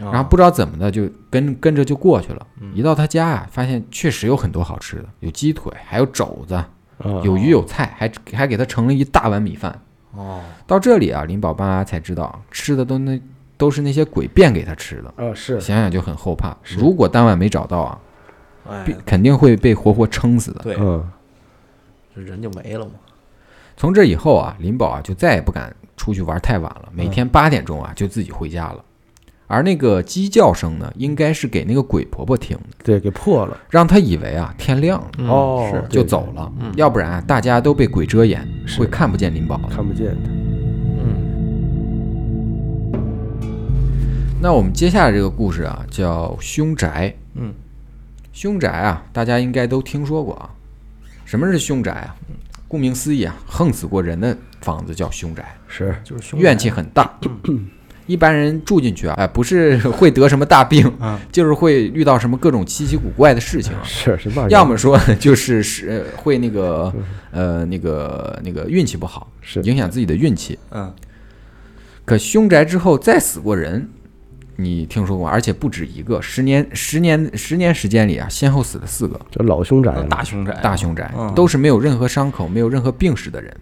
啊
然后不知道怎么的就跟跟着就过去了。
嗯
一到她家啊，发现确实有很多好吃的，有鸡腿，还有肘子，
嗯
啊
嗯有鱼有菜，还还给她盛了一大碗米饭。
哦，
到这里啊，林宝爸才知道吃的都那都是那些鬼变给他吃的，
啊，是
想想就很后怕。
是
如果当晚没找到啊，
哎
必，肯定会被活活撑死的。
对，
嗯，
这人就没了嘛。
从这以后啊，林宝啊就再也不敢出去玩太晚了，
嗯
每天八点钟啊就自己回家了。而那个鸡叫声呢，应该是给那个鬼婆婆听的，
对，给破了，
让她以为啊天亮了
嗯
哦，
是
对
就走，了，
嗯
要不然、啊、大家都被鬼遮掩，
是
会看不见林宝的
对。看不见他，
嗯
那我们接下来这个故事啊，叫凶宅。
嗯，
凶宅啊，大家应该都听说过啊。什么是凶宅啊？顾名思义啊，横死过人的房子叫凶宅，
是
就是凶宅
怨气很 大。一般人住进去啊，哎，不是会得什么大病，
嗯
就是会遇到什么各种稀奇古怪的事情啊。
是是
哎
骂人，
要么说就是是呃会那个呃那个那个运气不好，
是
影响自己的运气。
嗯
可凶宅之后再死过人，你听说过吗？而且不止一个，十年、十年、十年时间里啊，先后死了四个
这老凶宅
那
了，
大凶宅，
大凶宅
嗯，
都是没有任何伤口、没有任何病史的人。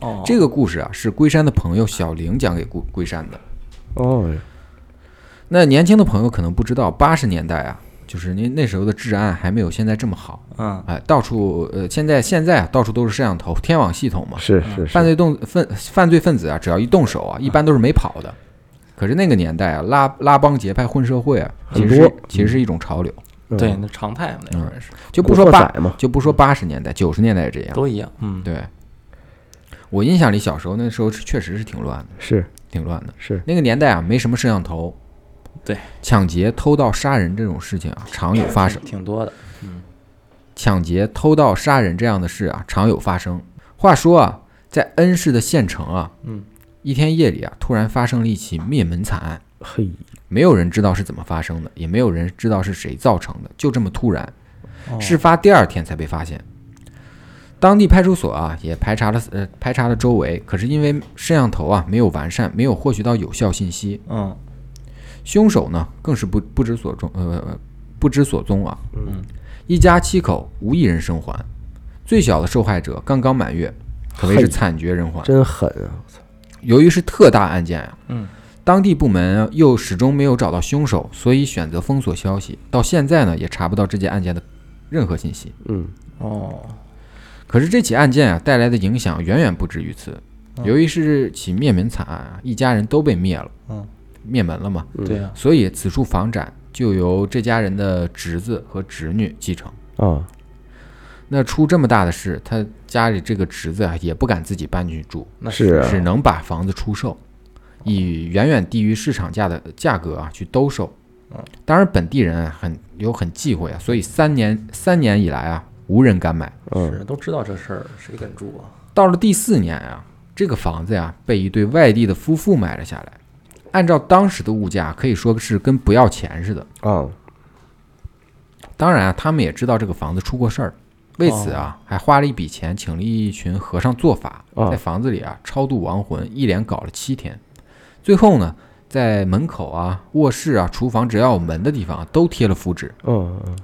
哦，
这个故事啊，是龟山的朋友小玲讲给龟龟山的。
哦，
那年轻的朋友可能不知道，八十年代啊，就是那那时候的治安还没有现在这么好，
嗯
哎，到处呃，现在现在啊，到处都是摄像头、天网系统嘛，
是是嗯
犯
是，
罪动分犯罪分子啊，只要一动手啊，一般都是没跑的。可是那个年代啊，拉拉帮结派、混社会啊，
很
其实是
多
其实是一种潮流，
嗯
对，那常态嘛，那会儿是
就不说八
古惑仔嘛，嗯
就不说八十年代、九十年代也这样。
都一样，嗯，
对，我印象里小时候那时候是确实是挺乱的，
是
挺乱的。
是
那个年代啊，没什么摄像头，
对，
抢劫、偷盗、杀人这种事情啊，常有发生。
挺多的，
抢劫、偷盗、杀人这样的事啊，常有发生。话说啊，在恩市的县城啊，
嗯，
一天夜里啊，突然发生了一起灭门惨案，
嘿，
没有人知道是怎么发生的，也没有人知道是谁造成的，就这么突然。
哦
事发第二天才被发现。当地派出所啊也排查了呃排查了周围，可是因为摄像头啊没有完善，没有获取到有效信息，
嗯
凶手呢更是不不知所踪呃不知所踪啊。
嗯，
一家七口无一人生还，最小的受害者刚刚满月，可谓
嘿
是惨绝人寰。
真狠啊，
由于是特大案件啊，
嗯，
当地部门啊又始终没有找到凶手，所以选择封锁消息。到现在呢，也查不到这件案件的任何信息。
嗯，
哦，
可是这起案件啊带来的影响远远不止于此。
嗯
由于是起灭门惨案啊，一家人都被灭了，
嗯，
灭门了嘛，
嗯
对啊呀，
所以此处房产就由这家人的侄子和侄女继承。
啊，
那出这么大的事，他家里这个侄子啊也不敢自己搬进去住，
那
是啊
只能把房子出售，以远远低于市场价的价格啊去兜售
嗯。
当然，本地人啊很有很忌讳啊，所以三年三年以来啊无人敢买。
嗯
是都知道这事儿，谁敢住啊？
到了第四年啊，这个房子呀、被一对外地的夫妇买了下来。按照当时的物价，可以说是跟不要钱似的。
啊，
当然啊，他们也知道这个房子出过事儿，为此啊，还花了一笔钱请了一群和尚做法，
哦
在房子里啊超度亡魂，一连搞了七天。最后呢，在门口啊、卧室啊、厨房只要有门的地方啊都贴了符纸。
嗯嗯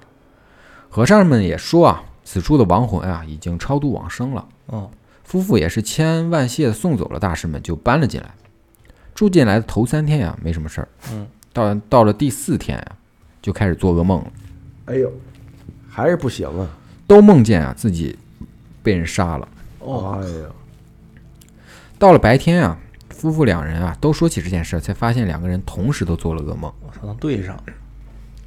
和尚们也说啊，此处的亡魂啊已经超度往生了。
嗯，
夫妇也是千恩万谢地送走了大师们，就搬了进来。住进来的头三天呀、啊没什么事儿，
嗯，
到到了第四天呀、就开始做噩梦了，
哎呦，还是不行啊！
都梦见啊自己被人杀了。
哎呀，
到了白天啊，夫妇两人啊都说起这件事儿，才发现两个人同时都做了噩梦。
我操，能对上，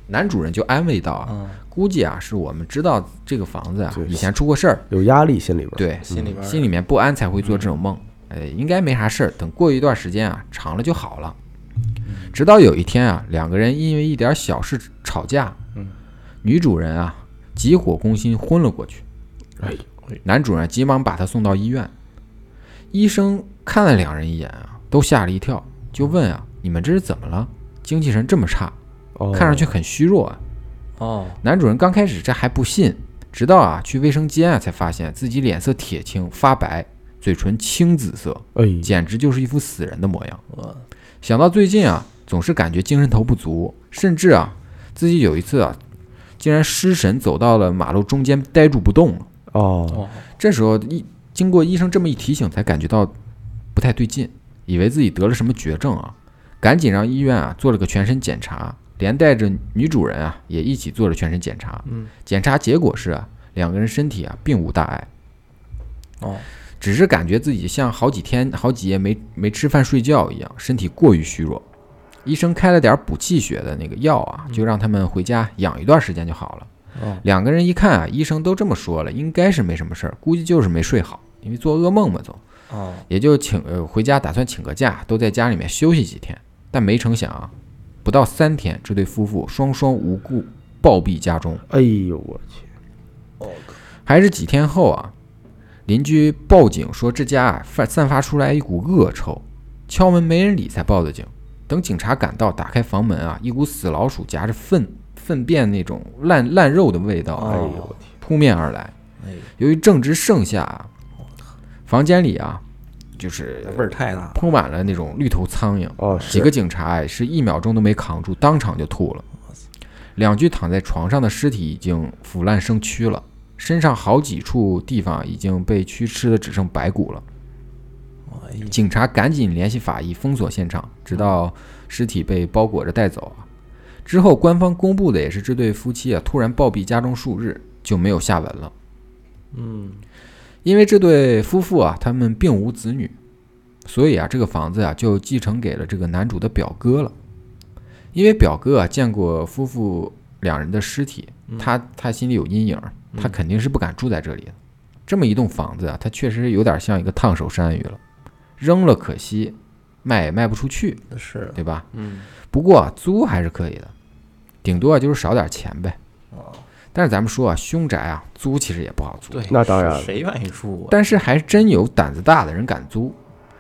男主人就安慰道啊，
嗯，
估计啊是我们知道这个房子啊
对
以前出过事儿，
有压力心里边儿。
对，嗯
心里边儿
心里面不安才会做这种梦。哎，应该没啥事儿，等过一段时间啊，长了就好了。
嗯
直到有一天啊，两个人因为一点小事吵架，
嗯，
女主人啊急火攻心昏了过去，
哎呦，
男主人啊急忙把她送到医院。医生看了两人一眼啊，都吓了一跳，就问啊：“你们这是怎么了？精气神这么差，
哦
看上去很虚弱啊。”
哦，
男主人刚开始这还不信，直到啊去卫生间啊，才发现自己脸色铁青发白，嘴唇青紫色，
哎呦，
简直就是一副死人的模样。
我
想到最近啊，总是感觉精神头不足，甚至啊，自己有一次啊，竟然失神走到了马路中间，呆住不动了。
哦，
哦，
这时候医经过医生这么一提醒，才感觉到不太对劲，以为自己得了什么绝症啊。赶紧让医院啊做了个全身检查，连带着女主人啊也一起做了全身检查。
嗯，
检查结果是啊，两个人身体啊并无大碍，
哦，
只是感觉自己像好几天、好几夜没没吃饭睡觉一样，身体过于虚弱。医生开了点补气血的那个药啊，
嗯
就让他们回家养一段时间就好了。
哦，
两个人一看啊，医生都这么说了，应该是没什么事儿，估计就是没睡好，因为做噩梦嘛，总
哦，
也就请呃回家打算请个假，都在家里面休息几天。但没成想啊，不到三天，这对夫妇双双无故暴毙家中。
哎呦我去，
还是几天后啊，邻居报警说这家啊散散发出来一股恶臭，敲门没人理才报的警。等警察赶到，打开房门啊，一股死老鼠夹着粪粪便那种烂烂肉的味道啊
哎呦
哦
我天，
扑面而来。
哎呦，
由于正值盛夏啊，房间里啊就是
这味儿太大了，
铺满了那种绿头苍蝇。
哦
几
是
个警察哎，是一秒钟都没扛住，当场就吐了。两具躺在床上的尸体已经腐烂生蛆了，身上好几处地方已经被蛆吃的只剩白骨了。
哎呦，
警察赶紧联系法医封锁现场，直到尸体被包裹着带走啊。之后官方公布的也是这对夫妻啊突然暴毙家中数日，就没有下文了。
嗯，
因为这对夫妇啊，他们并无子女，所以啊，这个房子啊就继承给了这个男主的表哥了。因为表哥啊见过夫妇两人的尸体，
嗯
他他心里有阴影儿，他肯定是不敢住在这里的。这么一栋房子啊，它确实有点像一个烫手山芋了，扔了可惜，卖也卖不出去，
是，
对吧？
嗯，
不过、啊、租还是可以的，顶多啊就是少点钱呗。但是咱们说啊，凶宅啊，租其实也不好租。
对，
那当然了
是谁愿意住啊？
但是还真有胆子大的人敢租。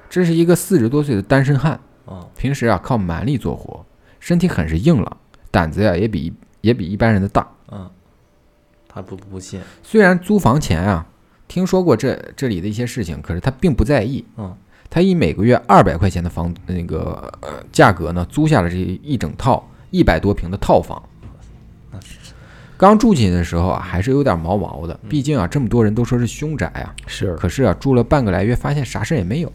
这是一个四十多岁的单身汉，
哦，
平时啊靠蛮力做活，身体很是硬朗，胆子呀、也比也比一般人的大。
嗯，他不不信，
虽然租房前啊听说过这这里的一些事情，可是他并不在意。
嗯，
他以每个月二百块钱的房那个呃价格呢，租下了这一整套一百多平的套房。
那是，嗯
刚住进的时候啊，还是有点毛毛的，毕竟啊，这么多人都说是凶宅啊，
是
可是啊，住了半个来月，发现啥事儿也没有。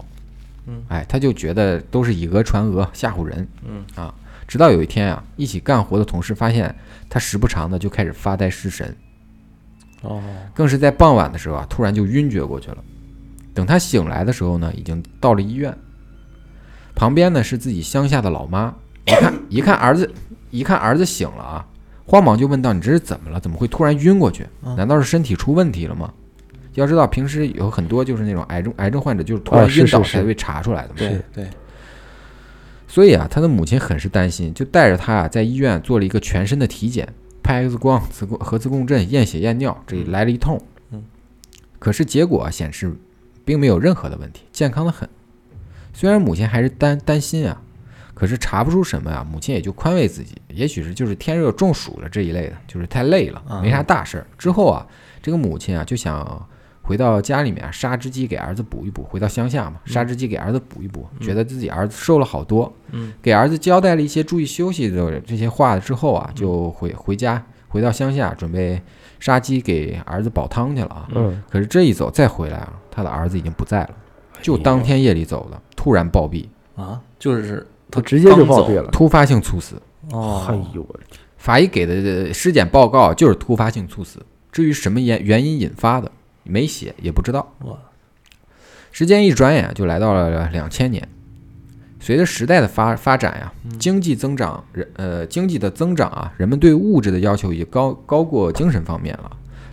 嗯，
哎，他就觉得都是以讹传讹，吓唬人。
嗯
啊，直到有一天啊，一起干活的同事发现他时不常的就开始发呆失神，
哦，
更是在傍晚的时候啊，突然就晕厥过去了。等他醒来的时候呢，已经到了医院，旁边呢是自己乡下的老 妈，一看一看儿子，一看儿子醒了啊，慌忙就问道：“你这是怎么了？怎么会突然晕过去？
嗯
难道是身体出问题了吗？”要知道，平时有很多就是那种癌症癌症患者，就是突
啊
然
是
晕倒
是是
才会查出来的嘛。
对对，
所以啊，他的母亲很是担心，就带着他啊在医院做了一个全身的体检，拍 X 光、磁共核磁共振、验血、验尿，这来了一通。
嗯，
可是结果啊显示，并没有任何的问题，健康的很。虽然母亲还是担担心啊，可是查不出什么啊，母亲也就宽慰自己，也许是就是天热中暑了这一类的，就是太累了，
啊
没啥大事儿。之后啊，这个母亲啊就想回到家里面啊，杀只鸡给儿子补一补，回到乡下嘛，杀只鸡给儿子补一补，觉得自己儿子瘦了好多，
嗯，
给儿子交代了一些注意休息的这些话之后啊，就回回家回到乡下，准备杀鸡给儿子煲汤去了啊。
嗯，
可是这一走再回来啊，他的儿子已经不在了，就当天夜里走的，突然暴毙，
啊，就是
他直接就暴毙了。
突发性猝死。
哎
哦，
呦我去，
法医给的呃尸检报告就是突发性猝死，至于什么原原因引发的，没写也不知道。
哇，
时间一转眼就来到了两千年。随着时代的发发展呀、
嗯
经济增长，人呃经济的增长啊，人们对物质的要求已经高高过精神方面了。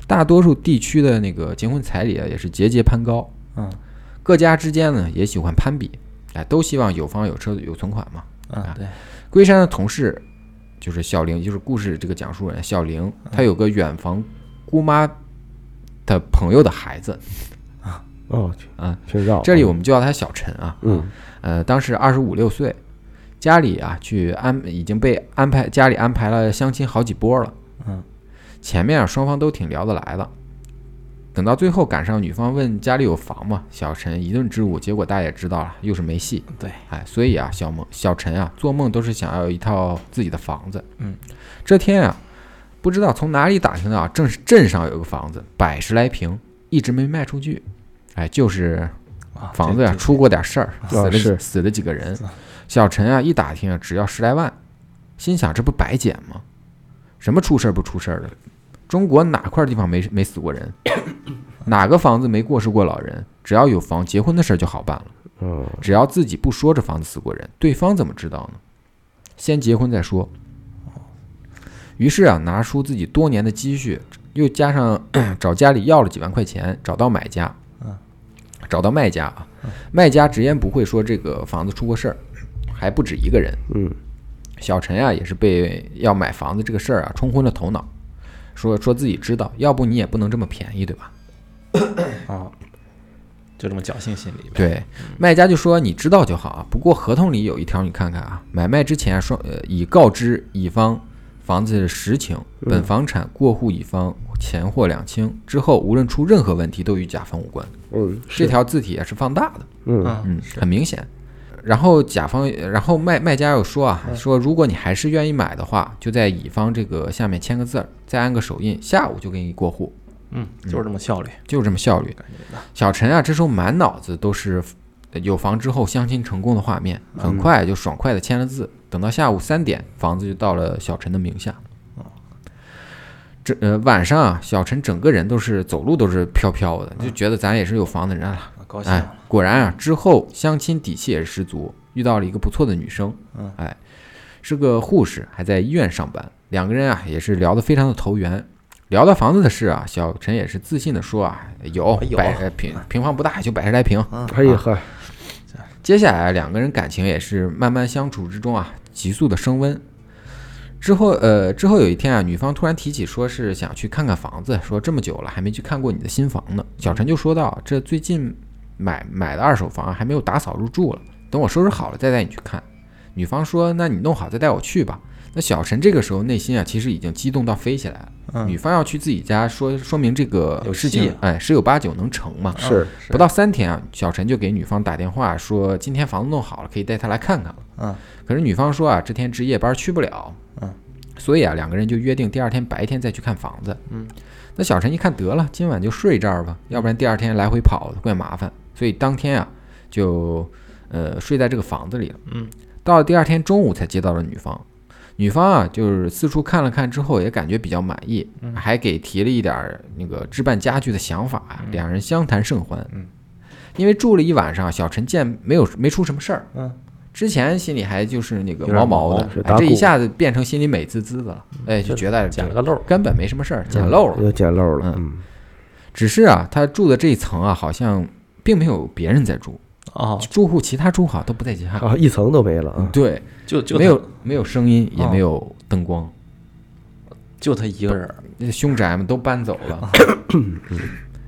大多数地区的那个结婚彩礼啊，也是节节攀高。
嗯，
各家之间呢也喜欢攀比，哎，都希望有房有车有存款嘛。
嗯，对，
龟山的同事就是小玲，就是故事这个讲述人小玲，她有个远房姑妈的朋友的孩子，
哦我去
啊，
挺绕。
这里我们就叫她小陈啊。
嗯
呃，当时二十五六岁，家里啊去安已经被安排家里安排了相亲好几波了。
嗯，
前面啊双方都挺聊得来的，等到最后赶上女方问家里有房吗？小陈一顿支吾，结果大家也知道了，又是没戏。
嗯对，
哎，所以啊，小梦小陈啊，做梦都是想要一套自己的房子。
嗯，
这天啊，不知道从哪里打听到啊，正是镇上有个房子，百十来平，一直没卖出去。哎，就是
啊
房子呀、
这这啊
出过点事儿，死了
是
死了几个人。小陈啊，一打听啊，只要十来万，心想这不白捡吗？什么出事儿不出事儿的？中国哪块地方没没死过人？ 哪个房子没过世过老人？只要有房，结婚的事儿就好办了。
嗯，
只要自己不说这房子死过人，对方怎么知道呢？先结婚再说。于是啊，拿出自己多年的积蓄，又加上 找家里要了几万块钱，找到买家，
嗯，
找到卖家啊，卖家直言不讳说这个房子出过事儿，还不止一个人。
嗯，
小陈啊也是被要买房子这个事儿啊冲昏了头脑，说说自己知道，要不你也不能这么便宜，对吧？
啊，就这么侥幸心理呗。
对，卖家就说你知道就好啊。不过合同里有一条，你看看啊，买卖之前啊双呃已告知乙方房子实情，本房产过户乙方钱货两清，之后无论出任何问题都与甲方无关。
嗯，
这条字体也是放大的，
嗯
嗯
嗯，很明显。然后甲方，然后卖卖家又说啊，说如果你还是愿意买的话，就在乙方这个下面签个字儿，再按个手印，下午就给你过户。
嗯，就是这么效率。
就这么效率。小陈啊，这时候满脑子都是呃有房之后相亲成功的画面，很快就爽快的签了字。等到下午三点，房子就到了小陈的名下。这呃晚上啊，小陈整个人都是走路都是飘飘的，就觉得咱也是有房的人了。
啊高兴
哎
了，，
果然啊，之后相亲底气也是十足，遇到了一个不错的女生
嗯，
哎，是个护士，还在医院上班。两个人啊也是聊得非常的投缘，聊到房子的事啊，小陈也是自信的说啊，有
哎有
百呃平平方不大，就百十来平。
哎呀呵，
接下来啊两个人感情也是慢慢相处之中啊，急速啊的升温。之后，呃，之后有一天啊，女方突然提起说是想去看看房子，说这么久了还没去看过你的新房呢。小陈就说道：“这最近买买的二手房啊还没有打扫入住了，等我收拾好了再带你去看。”女方说：“那你弄好再带我去吧。”那小陈这个时候内心啊，其实已经激动到飞起来了。女
嗯，
方要去自己家说说明这个
有
事
戏
情
啊，
哎，十有八九能成嘛。
是
不到三天啊，小陈就给女方打电话说，今天房子弄好了，可以带她来看看了。
嗯，
可是女方说啊，这天值夜班去不了。
嗯，
所以啊，两个人就约定第二天白天再去看房子。
嗯，
那小陈一看得了，今晚就睡这儿吧，要不然第二天来回跑怪麻烦。所以当天啊，就呃睡在这个房子里了。
嗯，
到了第二天中午才接到了女方。女方啊，就是四处看了看之后，也感觉比较满意，
嗯
还给提了一点儿那个置办家具的想法啊，两人相谈甚欢。
嗯，
因为住了一晚上，小陈见没有没出什么事儿，
嗯，
之前心里还就是那个
有点
毛毛
毛
的
是，
哎
打，
这一
鼓
下子变成心里美滋滋的了，哎，就觉得
捡了个漏儿。嗯
根本没什么事儿，捡漏了。
又嗯捡漏了，嗯，
只是啊，他住的这一层啊，好像并没有别人在住，
哦，
住户其他住户啊都嗯不在家，
啊，一层都没了啊，
对，
就就
没
他
有没有声音，也
哦
没有灯光。
就他一个人儿。
那凶宅们都搬走了。
哦
嗯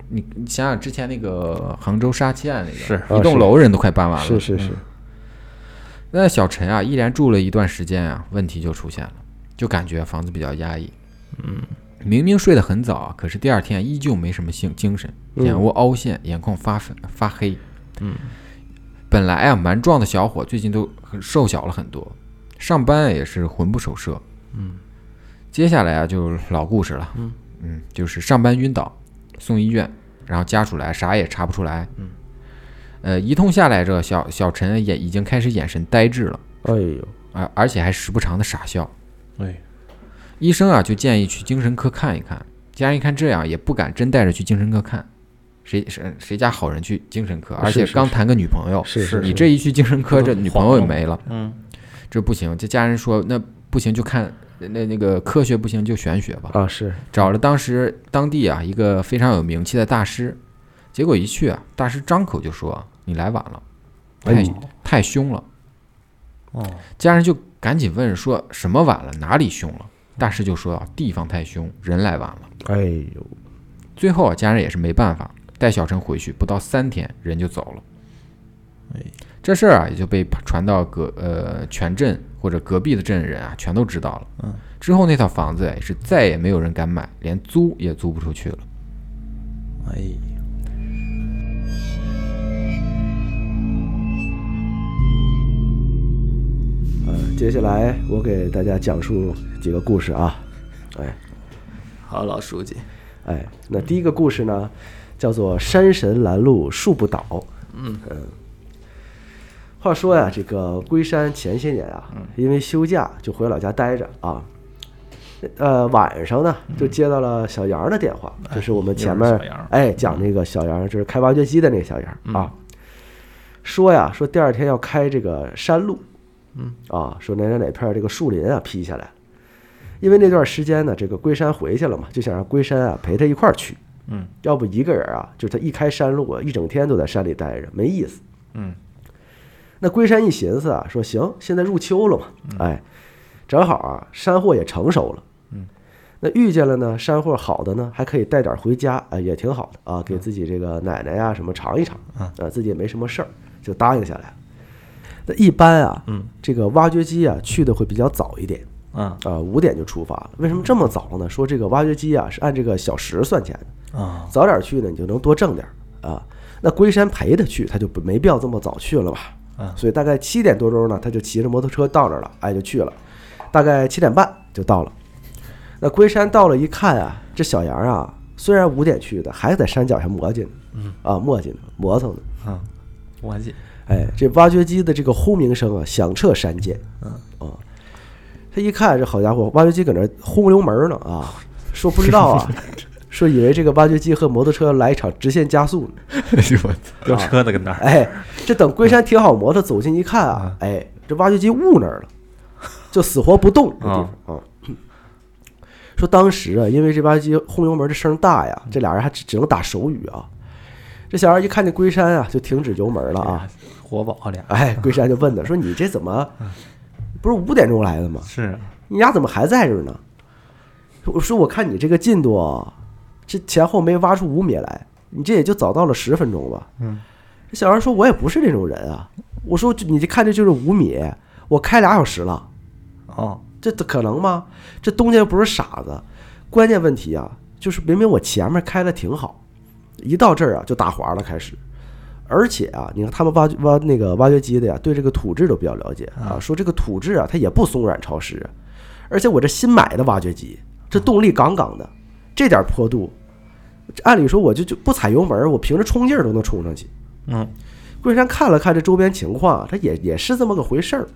你你想想之前那个杭州杀妻案那个，
是
一栋楼人都快搬完了。
是是是，
那小陈啊，依然住了一段时间啊，问题就出现了，就感觉房子比较压抑。嗯，明明睡得很早啊，可是第二天依旧没什么性精神，眼窝凹陷，眼眶发粉发黑。嗯，本来啊蛮壮的小伙，最近都很瘦小了很多，上班啊也是魂不守舍。嗯，接下来啊就是老故事了。嗯就是上班晕倒，送医院，然后家属来啥也查不出来。嗯。呃，一通下来，这小小陈啊也已经开始眼神呆滞了，
哎呦，
而而且还时不常的傻笑。
对，
医生啊，就建议去精神科看一看。家人一看这样，也不敢真带着去精神科看，谁谁谁家好人去精神科？而
是
且
是
刚谈个女朋友，
是是
你这一去精神科，
这
这
都
女朋友也
慌了
没了，
嗯，
这不行。这家人说，那不行就看那那个科学不行就玄学吧。
啊是，
找了当时当地啊一个非常有名气的大师，结果一去啊，大师张口就说：“你来晚了，太、太凶了。”
哦，
家人就赶紧问说什么晚了，哪里凶了？大师就说啊，地方太凶，人来晚了。
哎呦，
最后啊，家人也是没办法，带小陈回去，不到三天人就走了。
哎，
这事儿啊也就被传到隔呃全镇或者隔壁的镇人啊，全都知道了。
嗯，
之后那套房子也是再也没有人敢买，连租也租不出去了。
哎，
呃，接下来我给大家讲述几个故事啊，哎
好，老书记，
哎，那第一个故事呢，叫做山神拦路树不倒，嗯话说呀，这个龟山前些年
嗯
啊，因为休假就回老家待着啊。呃，晚上呢就接到了小杨的电话，就是我们前面
嗯又是小杨嗯
哎讲那个小杨，就是开挖掘机的那个小杨啊。说呀，说第二天要开这个山路，
嗯
啊，说哪哪哪片儿这个树林啊劈下来了，因为那段时间呢，这个龟山回去了嘛，就想让龟山啊陪他一块儿去，
嗯
要不一个人啊，就是他一开山路啊，一整天都在山里待着，没意思。
嗯
那龟山一寻思啊，说行，现在入秋了嘛，哎，正好啊，山货也成熟了，
嗯，
那遇见了呢，山货好的呢，还可以带点回家，哎，也挺好的啊，给自己这个奶奶呀、什么尝一尝，
嗯
啊，自己也没什么事儿，就答应下来了。那一般啊，
嗯
这个挖掘机啊去的会比较早一点，
啊
啊，五点就出发了。为什么这么早呢？说这个挖掘机啊是按这个小时算钱的，
啊
早点去呢，你就能多挣点儿啊。那龟山陪他去，他就不没必要这么早去了吧？
嗯
所以大概七点多钟呢，他就骑着摩托车到那儿了，哎，就去了。大概七点半就到了。那龟山到了一看啊，这小杨啊，虽然五点去的，还在山脚下磨叽呢，嗯啊，磨叽呢，磨蹭呢。
啊，我记，
哎，这挖掘机的这个轰鸣声啊，响彻山间。
嗯
啊，他一看，这好家伙，挖掘机搁那儿轰溜门儿呢啊，说不知道啊，说以为这个挖掘机和摩托车来一场直线加速呢。
哎呦我操！
有车呢跟那儿，
哎，这等龟山停好摩托走近一看啊，哎，这挖掘机误那儿了，就死活不动这地方啊。说当时啊，因为这挖掘机轰油门的声大呀，这俩人还只只能打手语啊。这小孩一看见龟山啊，就停止油门了啊，
哎活宝俩
哎，龟山就问他说：“你这怎么不是五点钟来的吗？
是啊
你俩怎么还在这儿呢？”我说：“我看你这个进度啊，这前后没挖出五米来，你这也就早到了十分钟吧？”
嗯，
这小孩说：“我也不是这种人啊。”我说：“你这看这就是五米，我开俩小时了，
哦
这这可能吗？这东家又不是傻子，关键问题啊，就是明明我前面开的挺好，一到这儿啊就打滑了开始。而且啊，你看他们挖掘挖那个挖掘机的呀，对这个土质都比较了解啊，说这个土质啊，它也不松软潮湿，啊而且我这新买的挖掘机，这动力杠杠的，这点坡度，按理说我就就不踩油门，我凭着冲劲儿都能冲上去。
嗯
桂山看了看这周边情况啊，他也也是这么个回事儿。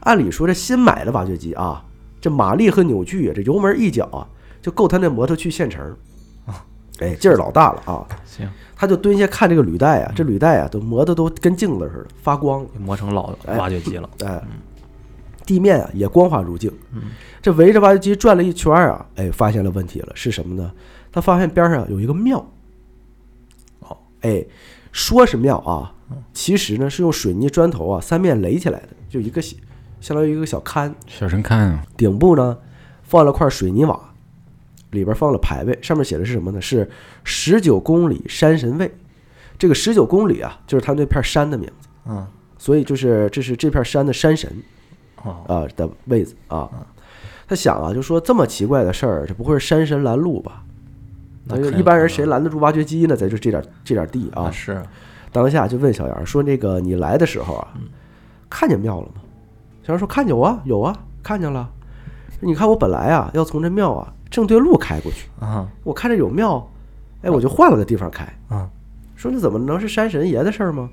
按理说这新买的挖掘机啊，这马力和扭矩啊，这油门一脚啊，就够他那摩托去县城。哎，劲儿老大了啊！
行，
他就蹲下看这个履带啊，这履带啊都磨得都跟镜子似的发光了。
又磨成老挖掘机了，
哎，地面啊也光滑如镜。这围着挖掘机转了一圈儿啊，哎，发现了问题了，是什么呢？他发现边上有一个庙。
哦，
哎，说是庙啊，其实呢是用水泥砖头啊三面垒起来的，就一个小相当于一个小龛，
小神看啊，
顶部呢放了块水泥瓦，里边放了牌位，上面写的是什么呢？是十九公里山神位。这个十九公里啊，就是他们那片山的名字，
嗯
所以就是这是这片山的山神。
哦
啊的位子啊。他想啊，就说这么奇怪的事儿，这不会是山神拦路吧？
那
那就
肯定
一般人谁拦得住挖掘机呢？在就这点这点地
啊
啊，
是
当下就问小杨说：“那个你来的时候啊，
嗯
看见庙了吗？”小杨说：“看见有啊，有啊，看见了。你看我本来啊要从这庙啊正对路开过去，
啊
我看着有庙，哎，我就换了个地方开。
啊
说那怎么能是山神爷的事儿吗？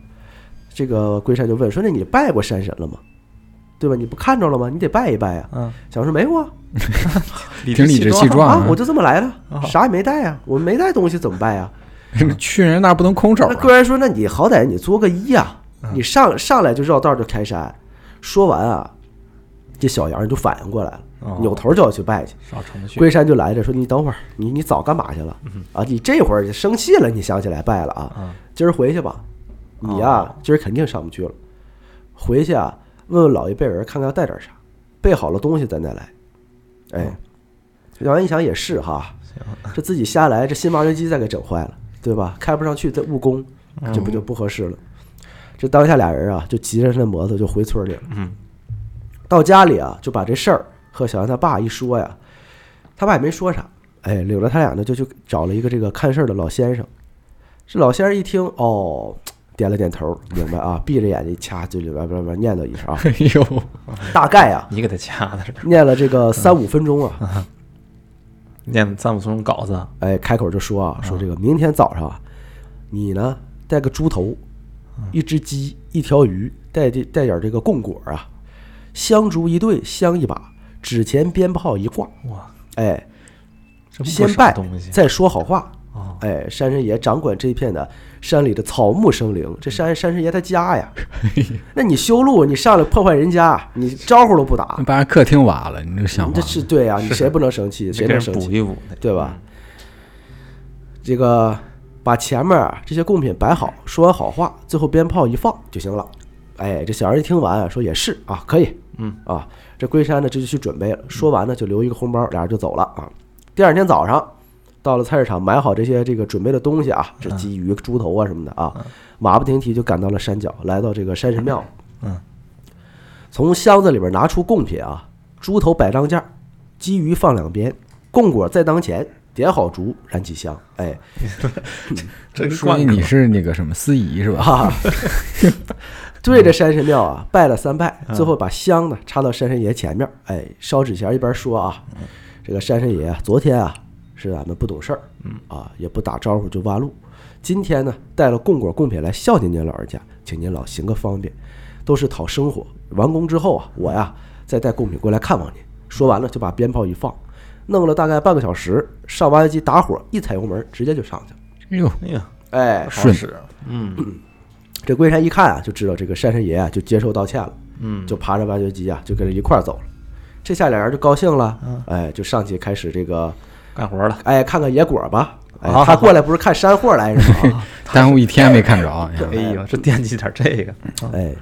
这个龟山就问说：那你拜过山神了吗？对吧？你不看着了吗？你得拜一拜呀、
嗯，
小杨说没有啊，
挺理直气壮
啊，我就这么来的，
啊
啥也没带啊，我没带东西怎么办呀？
去人那儿不能空手
嗯那
啊！
个人说，那你好歹你作个揖啊，你上上来就绕道就开山。说完啊，这小杨就反应过来了
哦，壮，
扭头就要去拜去。
少程序，
龟山就来着，说你等会儿，你你早干嘛去了啊？你这会儿生气了，你想起来拜了啊？
啊
今儿回去吧，你呀、今儿肯定上不去了。回去啊，问问老一辈人，看看要带点啥，备好了东西咱再来。哎，杨一想也是哈，这自己瞎来，这新挖掘机再给整坏了，对吧？开不上去，再误工，这不就不合适了。这当下俩人啊，就骑着他那摩托就回村里了。
嗯，
到家里啊，就把这事儿和小杨他爸一说呀，他爸也没说啥，哎，领着他俩呢就去找了一个这个看事儿的老先生。这老先生一听，哦，点了点头，明白啊，闭着眼睛掐嘴里边边边念叨一 声啊，
哎呦，
大概啊
你给他掐的是
念了这个三五分钟啊，
念赞姆松稿子
哎，开口就说啊，说这个明天早上啊，你呢带个猪头、一只鸡、一条鱼、带这带点这个供果啊，香烛一对，香一把，纸钱鞭炮一挂，
哇，
哎，
这么
先
多傻
拜
东西
再说好话。
啊！
哎，山神爷掌管这一片的山里的草木生灵，这山山神爷他家呀，
哎
那你修路，你上来破坏人家，你招呼都不打
那，把人客厅挖了，你这想
你
法
这是对啊，你
是
谁不能生气？
这给
谁能
人
生
补
气？
一补，
对吧？这个把前面啊这些贡品摆好，说完好话，最后鞭炮一放就行了。哎，这小人一听完啊，说也是啊，可以，
嗯
啊，这龟山呢这就去准备了。说完呢，就留一个红包，俩人就走了啊。第二天早上，到了菜市场买好这些这个准备的东西啊，这鸡鱼、猪头啊什么的啊，马不停蹄就赶到了山脚，来到这个山神庙。
嗯，
从箱子里边拿出贡品啊，猪头摆当架，鸡鱼放两边，供果在当前，点好烛，燃起香。哎，
这个
说
灌
明你
口
是那个什么司仪是吧？
啊，对着山神庙啊拜了三拜，最后把香呢插到山神爷前面，哎，烧纸钱一边说啊，这个山神爷啊昨天啊是俺们不懂事儿，啊也不打招呼就挖路，今天呢带了供果贡品来孝敬您老人家，请您老行个方便，都是讨生活。完工之后啊，我呀再带贡品过来看望您。说完了就把鞭炮一放，弄了大概半个小时，上挖掘机打火，一踩油门直接就上去了，
哎呦，
哎呀，
哎，
好
顺
使，嗯
这龟山一看啊，就知道这个山神爷啊就接受道歉了，
嗯，
就爬着挖掘机啊就跟着一块儿走了。这下俩人就高兴
嗯
了，哎，就上去开始这个，
干活了，
哎，看看野果吧。哎
啊，
他过来不是看山货来着吗？
耽误一天没看 着，哎呀
哎呦，这惦记点这个，
哎，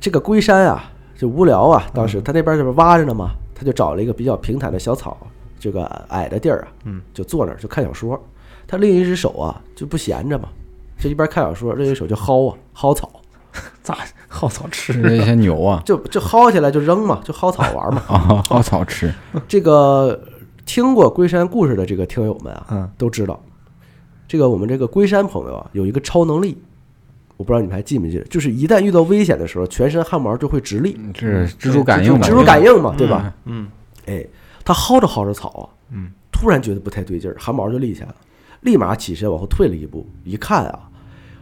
这个龟山啊，就无聊啊，当
嗯
时他那边这边挖着呢嘛，他就找了一个比较平坦的小草，这个矮的地儿啊，
嗯，
就坐那儿就看小说。他另一只手啊就不闲着嘛，就一边看小说，另一手就薅啊薅草，
咋好草
吃
吃？
这些牛啊，
就就薅起来就扔嘛，就薅草玩嘛。
啊， 好草吃，
这个听过龟山故事的这个听友们啊，
嗯，
都知道，这个我们这个龟山朋友啊，有一个超能力，我不知道你们还记没记得，就是一旦遇到危险的时候，全身汗毛就会直立，
这是蜘蛛感应吧？
嗯蜘蛛感应嘛，对吧？
嗯，
哎，他薅着薅着草啊，
嗯，
突然觉得不太对劲儿，汗毛就立起来了，立马起身往后退了一步，一看啊，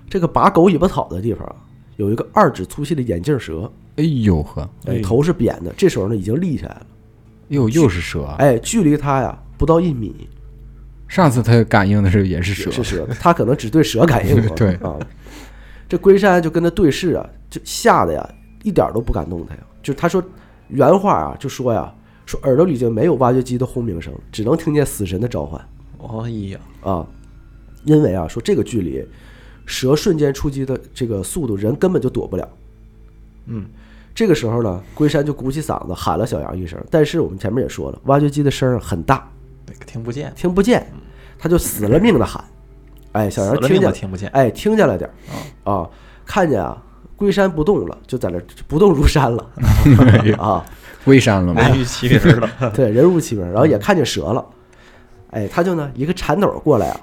这个拔狗尾巴草的地方啊，有一个二指粗细的眼镜蛇，
哎呦呵，
哎
哎，
头是扁的，这时候呢已经立起来了，
又又是
啊
蛇，啊
哎，距离它呀不到一米，
上次他感应的时候也是蛇
也，是蛇，他可能只对蛇感应 过。
对
啊，这龟山就跟他对视啊，就吓得呀，一点儿都不敢动他呀。就是他说原话啊，就说呀，说耳朵里就没有挖掘机的轰鸣声，只能听见死神的召唤
哎呀，
啊。因为啊，说这个距离，蛇瞬间出击的这个速度，人根本就躲不了。
嗯，
这个时候呢，龟山就鼓起嗓子喊了小杨一声，但是我们前面也说了，挖掘机的声儿很大，
那个听不见，
听不见，他就死了命的喊。哎，小杨
死了
听
命
见
都
了
听不见，嗯
哎，听见了点儿啊，看见啊，龟山不动了，就在那儿 不动如山了
哎
啊，
龟山了吗？
哎
人欲其人了，
对，人如其名，然后也看见蛇了，哎，他就呢一个铲斗过来啊，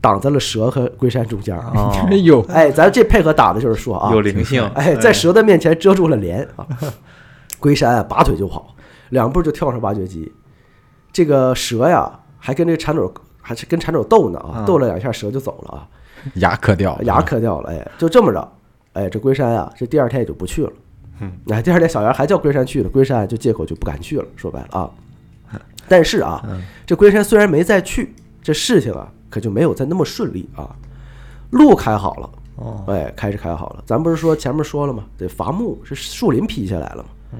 挡在了蛇和龟山中间儿，
哦
哎 呦，
哎，咱这配合打的就是说 啊，
有灵性，
哎，在蛇的面前遮住了脸啊，龟山啊拔腿就跑，两步就跳上挖掘机，这个蛇呀还跟这个铲斗还是跟铲斗斗呢啊，
嗯
斗了两下蛇就走了啊。
牙磕掉了，
牙磕掉了，哎，就这么着，哎，这龟山啊，这第二天也就不去了。
嗯，
哎，第二天小杨还叫龟山去了，龟山就借口就不敢去了，说白了啊。但是啊，这龟山虽然没再去，这事情啊可就没有再那么顺利啊。路开好了，
哦，
哎，开始开好了。咱不是说前面说了吗？得伐木，是树林劈下来了嘛。
嗯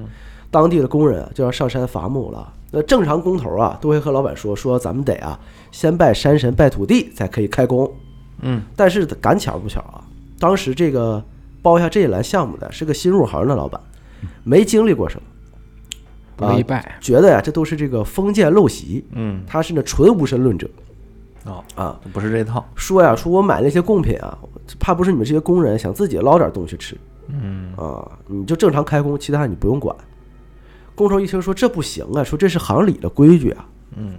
当地的工人啊就要上山伐木了。那正常工头啊，都会和老板说说，咱们得啊，先拜山神，拜土地，才可以开工。
嗯，
但是赶巧不巧啊，当时这个包下这一栏项目的是个新入行的老板，没经历过什么，啊
不乐意拜，
觉得呀、这都是这个封建陋习，
嗯，
他是那纯无神论者
哦，
啊，
不是这套，
说呀、说我买那些贡品啊，怕不是你们这些工人想自己捞点东西吃
嗯，
啊，你就正常开工，其他你不用管。工头一听说这不行啊，说这是行里的规矩啊，
嗯，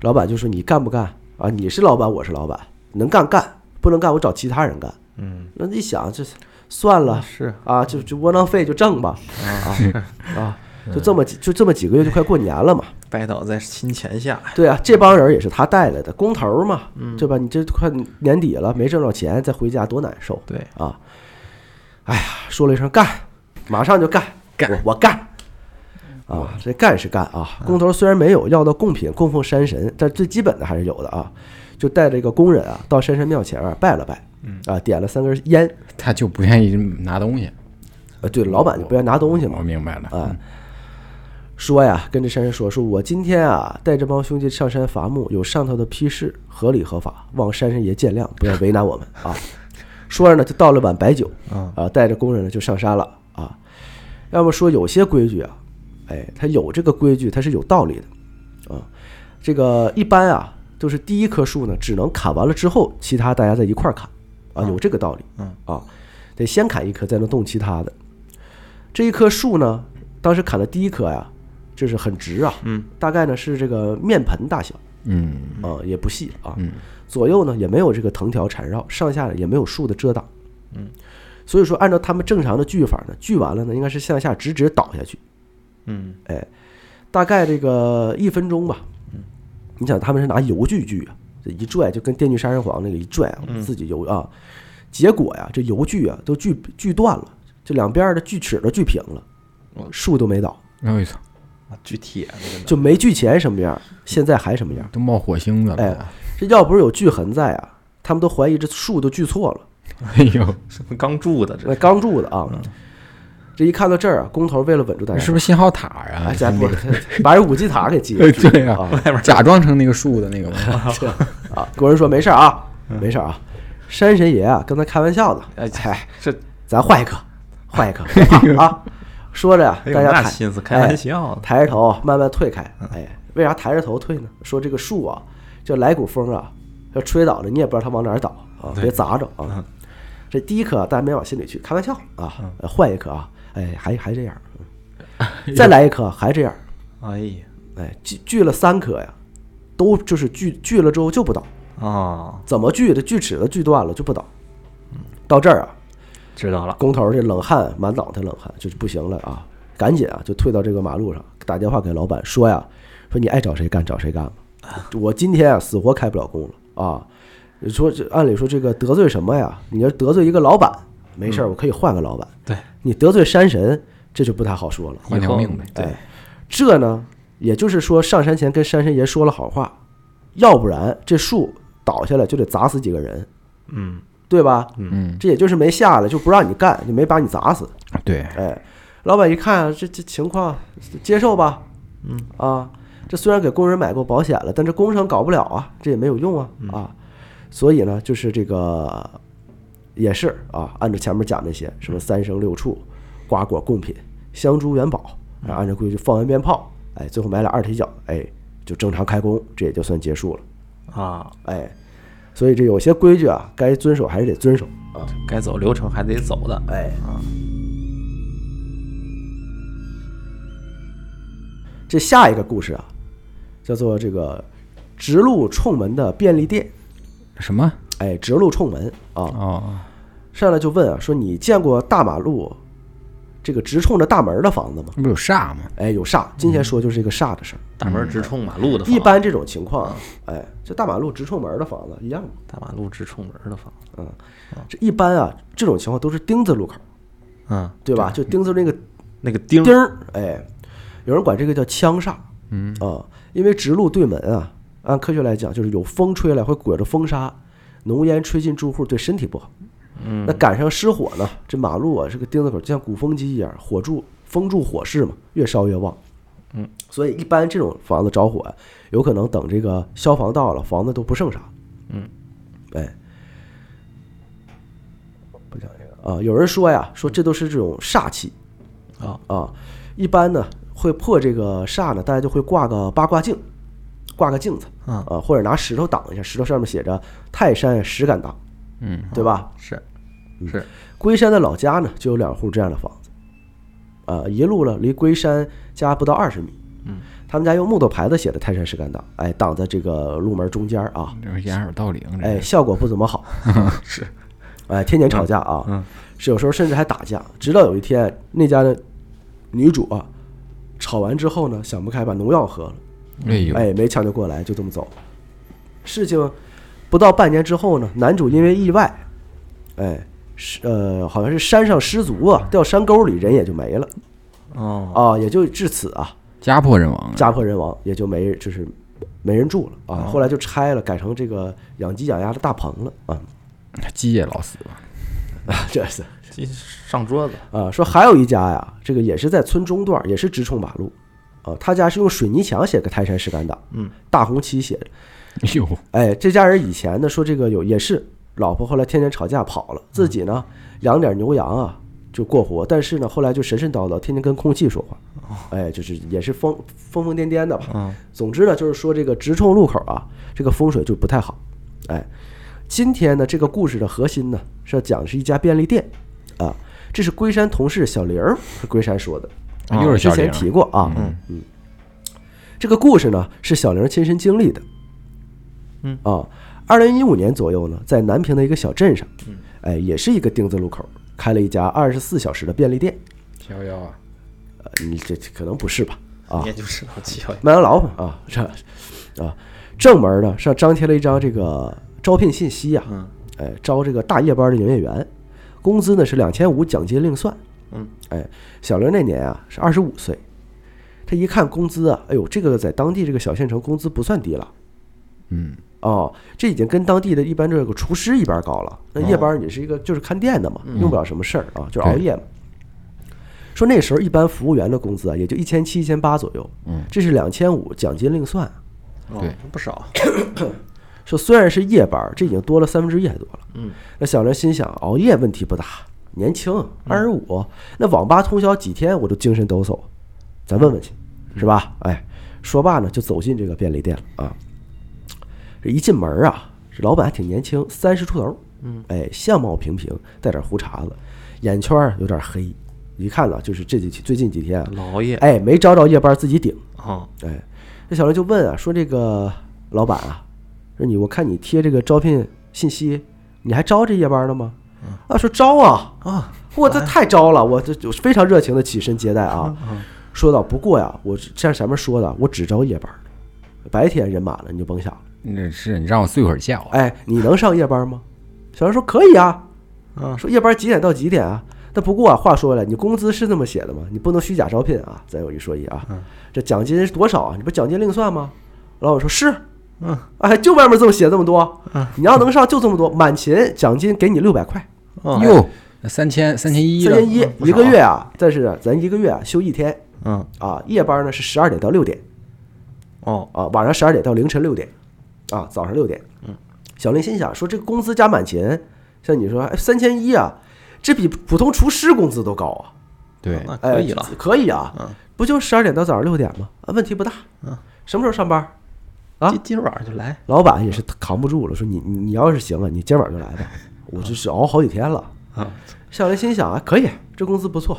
老板就说你干不干啊？你是老板，我是老板，能干干，不能干我找其他人干。
嗯，
那一想这算了，
是，
啊，就就窝囊废就挣吧，啊 啊，就这么几就这么几个月就快过年了嘛，
拜倒在金钱下，
对啊，这帮人也是他带来的工头儿嘛，对吧？你这快年底了，没挣着钱，再回家多难受
对，
啊！哎呀，说了一声干，马上就干，
干
我我干。啊，这干是干啊！工头虽然没有要到贡品供奉山神，但最基本的还是有的啊。就带着一个工人啊，到山神庙前啊拜了拜，啊点了三根烟。
他就不愿意拿东西。
呃，对，老板就不愿拿东西嘛
我，明白了。
啊，说呀，跟这山神说，说我今天啊带这帮兄弟上山伐木，有上头的批示，合理合法，望山神爷见谅，不要为难我们 啊。说着呢，就倒了碗白酒，
嗯
啊，带着工人呢就上山了啊。要么说有些规矩啊，哎，它有这个规矩，它是有道理的啊。这个一般啊，就是第一棵树呢，只能砍完了之后，其他大家在一块儿砍啊，有这个道理。
嗯
啊，得先砍一棵，再能动其他的。这一棵树呢，当时砍的第一棵呀，这是很直啊，
嗯，
大概呢是这个面盆大小
嗯
啊、也不细啊，
嗯
左右呢也没有这个藤条缠绕，上下呢也没有树的遮挡，嗯，所以说按照他们正常的锯法呢，锯完了呢应该是向下直直倒下去，
嗯
大概这个一分钟吧。你想他们是拿油锯锯啊，这一拽就跟《电锯杀人狂》那个一拽啊，自己油啊，结果呀，这油锯啊都锯锯断了，这两边的锯齿都锯平了，树都没倒，
哎呦，操
啊举铁那个呢
就没锯前什么样，现在还什么样。
都冒火星子
哎
了。
这要不是有锯痕在啊，他们都怀疑这树都锯错了，
哎呦，
什么钢铸的这
那钢柱的啊。这一看到这儿啊，工头为了稳住大
那
家，
嗯是不是信号塔呀
哎？这不 把人五级塔给击了
哎，对呀
啊，
假装成那个树的那个吗？
啊，国人说没事儿啊，
嗯
没事儿啊，山神爷啊跟他开玩笑呢，
哎
哎，
这
咱换一颗，换一颗 别怕啊。说着呀、
哎呦
大家
那
抬
心思开玩笑嗯
哎，抬着头慢慢退开。哎，为啥抬着头退呢？说这个树啊，这来股风啊，要吹倒了，你也不知道它往哪儿倒啊，别砸着
嗯
啊。这第一颗啊大家没往心里去，开玩笑啊，呃换一颗啊，哎，还 还这样，嗯再来一颗还这样，
哎呀
哎，锯锯了三颗呀，都就是锯锯了之后就不倒。
哦，
怎么锯的？锯齿的锯断了就不倒。
嗯
到这儿啊，
知道了，
工头这冷汗满脑袋冷汗，就是不行了啊，赶紧啊就退到这个马路上，打电话给老板说呀，说你爱找谁干找谁干吧，我今天啊死活开不了工了啊。说这按理说这个得罪什么呀？你要得罪一个老板，没事儿，我可以换个老板。
对，
你得罪山神，这就不太好说了。
换条命呗。
哎，这呢，也就是说上山前跟山神爷说了好话，要不然这树倒下来就得砸死几个人，
嗯，
对吧？
嗯，
这也就是没下来，就不让你干，就没把你砸死。
对，
哎，老板一看这这情况，接受吧。嗯啊，这虽然给工人买过保险了，但这工程搞不了啊，这也没有用啊啊。所以呢，就是这个也是啊，按照前面讲那些什么三生六畜、瓜果贡品、香烛元宝，啊，按照规矩放完鞭炮，哎，最后买俩二踢脚，哎，就正常开工，这也就算结束了。
啊，
哎，所以这有些规矩啊，该遵守还是得遵守啊。
该走流程还得走的，
哎，这下一个故事啊，叫做这个直路冲门的便利店。
什么？
哎，直路冲门啊，
哦，
上来就问啊，说你见过大马路这个直冲着大门的房子吗？
那不有煞吗？
哎，有煞。今天说就是这个煞的事儿。
大门直冲马路的房，
嗯一般这种情况啊，哎，就大马路直冲门的房子一样的。
大马路直冲门的房，
嗯，这一般啊，这种情况都是丁字路口，
嗯，
对吧？就丁字那个
那个钉
钉儿，哎，有人管这个叫枪煞，嗯啊，因为直路对门啊，按科学来讲就是有风吹来会裹着风沙，浓烟吹进住户对身体不好，嗯，那赶上失火呢，这马路啊是个钉子口，就像鼓风机一样，火柱风助火势嘛，越烧越旺，嗯，所以一般这种房子着火、啊，有可能等这个消防到了，房子都不剩啥，嗯，哎。不讲这个啊！有人说呀，说这都是这种煞气，
啊，
啊，一般呢会破这个煞呢，大家就会挂个八卦镜，挂个镜子，
嗯
啊，或者拿石头挡一下，石头上面写着“泰山石敢当”，
嗯，
对吧？嗯
是是，
龟山的老家呢就有两户这样的房子，啊，一路了离龟山家不到二十米，
嗯，
他们家用木头牌子写的“泰山石敢当”，哎，挡在这个路门中间儿啊，
这是掩耳盗铃，这
哎，
是
效果不怎么好，
是，
哎，天天吵架啊，
嗯
是有时候甚至还打架，直到有一天那家的女主啊，吵完之后呢，想不开把农药喝了，
哎呦，
哎，没抢救过来，就这么走。事情不到半年之后呢，男主因为意外，哎，是呃，好像是山上失足啊，掉山沟里，人也就没了
哦，
啊，也就至此啊，
家破人亡，
家破人亡，也就没就是没人住了啊。
哦
后来就拆了，改成这个养鸡养鸭的大棚了啊。
鸡也老死了。
啊，这是
这上桌子，
啊，说还有一家呀，这个也是在村中段儿，也是直冲马路啊。他家是用水泥墙写个泰山石敢打，
嗯，
大红旗写着。
哎呦，
哎，这家人以前呢说这个有也是老婆后来天天吵架跑了，自己呢养点牛羊啊就过活，但是呢后来就神神叨叨，天天跟空气说话，哎，就是也是疯疯疯癫癫的吧。
嗯，
总之呢，就是说这个直冲路口啊，这个风水就不太好。哎，今天呢，这个故事的核心呢是要讲的是一家便利店啊，这是龟山同事小玲儿，是龟山说的，
又啊是
之
小玲
前提过啊。
嗯
这个故事呢是小玲儿亲身经历的。
嗯
啊，二零一五年左右呢，在南平的一个小镇上，
嗯
哎，也是一个丁字路口，开了一家二十四小时的便利店。
七幺幺啊，
呃，你这这可能不是吧？啊，
也就是老七幺幺，
麦当劳嘛啊，这啊，正门呢上张贴了一张这个招聘信息呀、
嗯
哎，招这个大夜班的营业员，工资呢是两千五，奖金另算。
嗯，
哎，小玲那年啊是二十五岁，她一看工资啊，哎呦，这个在当地这个小县城工资不算低了。
嗯，
哦，这已经跟当地的一般这个厨师一般高了。那夜班也是一个就是看店的嘛，用不了什么事儿啊，就是熬夜嘛。说那时候一般服务员的工资啊，也就一千七、一千八左右，
嗯，
这是两千五，奖金另算。
哦
对，
不少，
说虽然是夜班儿，这已经多了三分之一还多了。
嗯，
那小玲心想，熬夜问题不大，年轻，二十五，那网吧通宵几天我都精神抖擞，咱问问去，是吧？哎，说罢呢，就走进这个便利店了啊。这一进门儿啊，这老板还挺年轻，三十出头，嗯，哎，相貌平平，带点胡茬子，眼圈儿有点黑，一看呢，就是这几最近几天啊，
老爷
哎，没招着夜班儿自己顶。
啊，
哎，这小刘就问啊，说这个老板啊，说你我看你贴这个招聘信息，你还招这夜班的吗？啊，说招啊
啊，
我这太招了，我这就非常热情的起身接待啊。说到不过呀，我像前面说的，我只招夜班的，白天人满了你就甭想了。
那是你让我睡会儿觉啊。
哎，你能上夜班吗？小刘说可以啊，
嗯
说夜班几点到几点啊？那不过啊，话说回来，你工资是这么写的吗？你不能虚假招聘啊！咱有一说一啊，这奖金是多少啊？你不奖金另算吗？老板说是，
嗯，
哎，就外面这么写这么多，你要能上就这么多，满勤奖金给你六百块，
嗯
哟，那三千三千一
三
了，
千一
嗯不
一
少
个月啊。但是啊咱一个月啊休一天
嗯，
啊，夜班呢是十二点到六点
哦，
啊，晚上十二点到凌晨六点啊，早上六点。嗯，小林心想说这个工资加满勤，像你说三千一啊，这比普通厨师工资都高啊。
对，
那可
哎，
以了，
可以啊，
嗯
不就十二点到早上六点吗？啊，问题不大。
嗯，
什么时候上班？啊
今今晚上就来，
老板也是扛不住了，说你你你要是行了，你今晚就来 吧，我这是熬好几天了。
啊
小林心想啊，可以，这工资不错，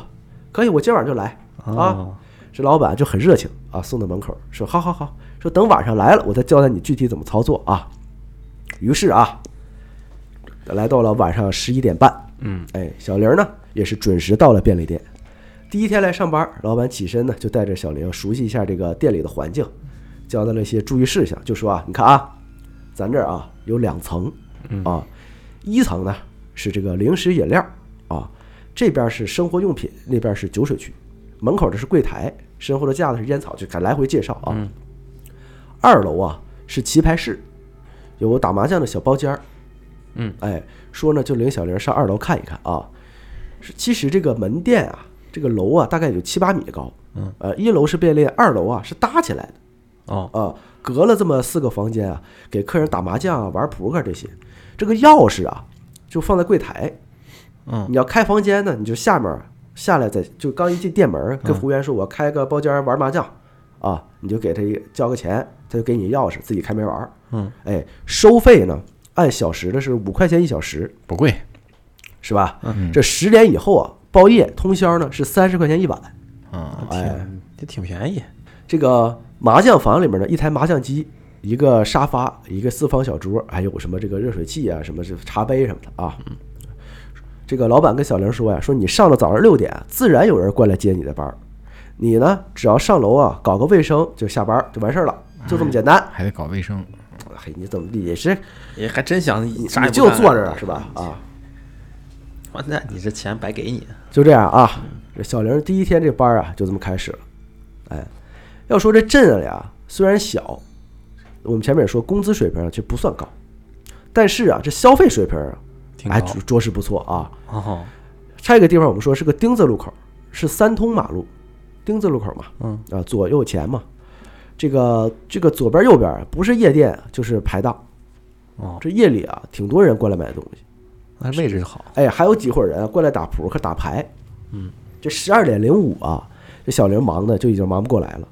可以，我今晚就来啊。
哦
这老板就很热情啊，送到门口说好好好，说等晚上来了，我再交代你具体怎么操作啊。于是啊，来到了晚上十一点半，
嗯，
哎，小玲呢也是准时到了便利店。第一天来上班，老板起身呢就带着小玲熟悉一下这个店里的环境，交代了一些注意事项，就说啊，你看啊，咱这儿啊有两层，
嗯
啊，一层呢是这个零食饮料啊，这边是生活用品，那边是酒水区，门口的是柜台，身后的架子是烟草，就来回介绍啊。
嗯
二楼啊是棋牌室，有个打麻将的小包间儿。
嗯，
哎，说呢就领小玲上二楼看一看啊。是，其实这个门店啊，这个楼啊大概有七八米高。
嗯，
呃，一楼是便利店，二楼啊是搭起来的
哦，
啊、隔了这么四个房间啊，给客人打麻将啊、玩扑克这些。这个钥匙啊，就放在柜台。
嗯
你要开房间呢，你就下面儿下来再就刚一进店门儿，
嗯
跟服务员说我要开个包间儿玩麻将，啊，你就给他一交个钱，他就给你钥匙，自己开门玩儿。
嗯，
哎，收费呢按小时的是五块钱一小时，
不贵，
是吧？
嗯
这十点以后啊，包夜通宵呢是三十块钱一晚。
嗯，
啊挺这挺便宜，
这个麻将房里面呢，一台麻将机，一个沙发，一个四方小桌，还有什么这个热水器啊，什么这茶杯什么的啊。这个老板跟小玲说呀，说你上到早上六点，自然有人过来接你的班儿。你呢，只要上楼啊，搞个卫生就下班儿就完事儿了，就这么简单。哎
还得搞卫生，
嘿，你怎么地也是
也还真想
你
啥也
你
不
就
干
啊坐这儿是吧？啊，
哇那你这钱白给你，
就这样啊，这小玲第一天这班啊就这么开始了。哎，要说这镇里啊，虽然小，我们前面也说工资水平啊却不算高，但是啊这消费水平啊
挺高
还着着实不错啊。
哦，
还有一个地方我们说是个丁字路口，是三通马路，丁字路口嘛，
嗯
啊左右前嘛。这个这个左边右边啊不是夜店就是排档，
哦，
这夜里啊挺多人过来买东西。
那位置好，
哎，还有几伙人啊过来打扑克、打牌。
嗯，
这十二点零五啊，这小玲忙的就已经忙不过来了。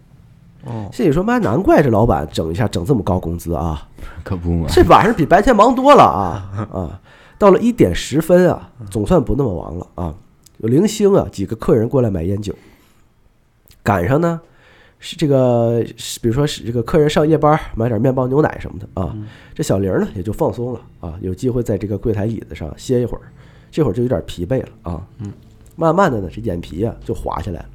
哦，
心里说：“妈，难怪这老板整一下整这么高工资啊，
可不嘛。
这晚上比白天忙多了啊啊！”到了一点十分啊，总算不那么忙了啊。有零星啊几个客人过来买烟酒，赶上呢是这个，是比如说是这个客人上夜班买点面包、牛奶什么的啊，这小玲呢也就放松了啊，有机会在这个柜台椅子上歇一会儿，这会儿就有点疲惫了啊。
嗯，
慢慢的呢，这眼皮啊就滑下来了，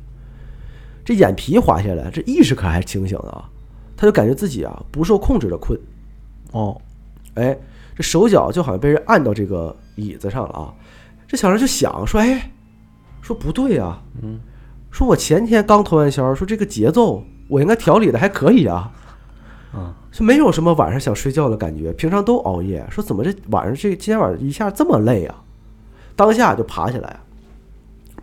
这眼皮滑下来，这意识可还清醒的啊，他就感觉自己啊不受控制的困，
哦，
哎，这手脚就好像被人按到这个椅子上了啊。这小人就想说，哎，说不对啊，
嗯，
说我前天刚通完宵，说这个节奏我应该调理的还可以啊，
啊，
就没有什么晚上想睡觉的感觉，平常都熬夜，说怎么这晚上这今天晚上一下这么累啊？当下就爬起来，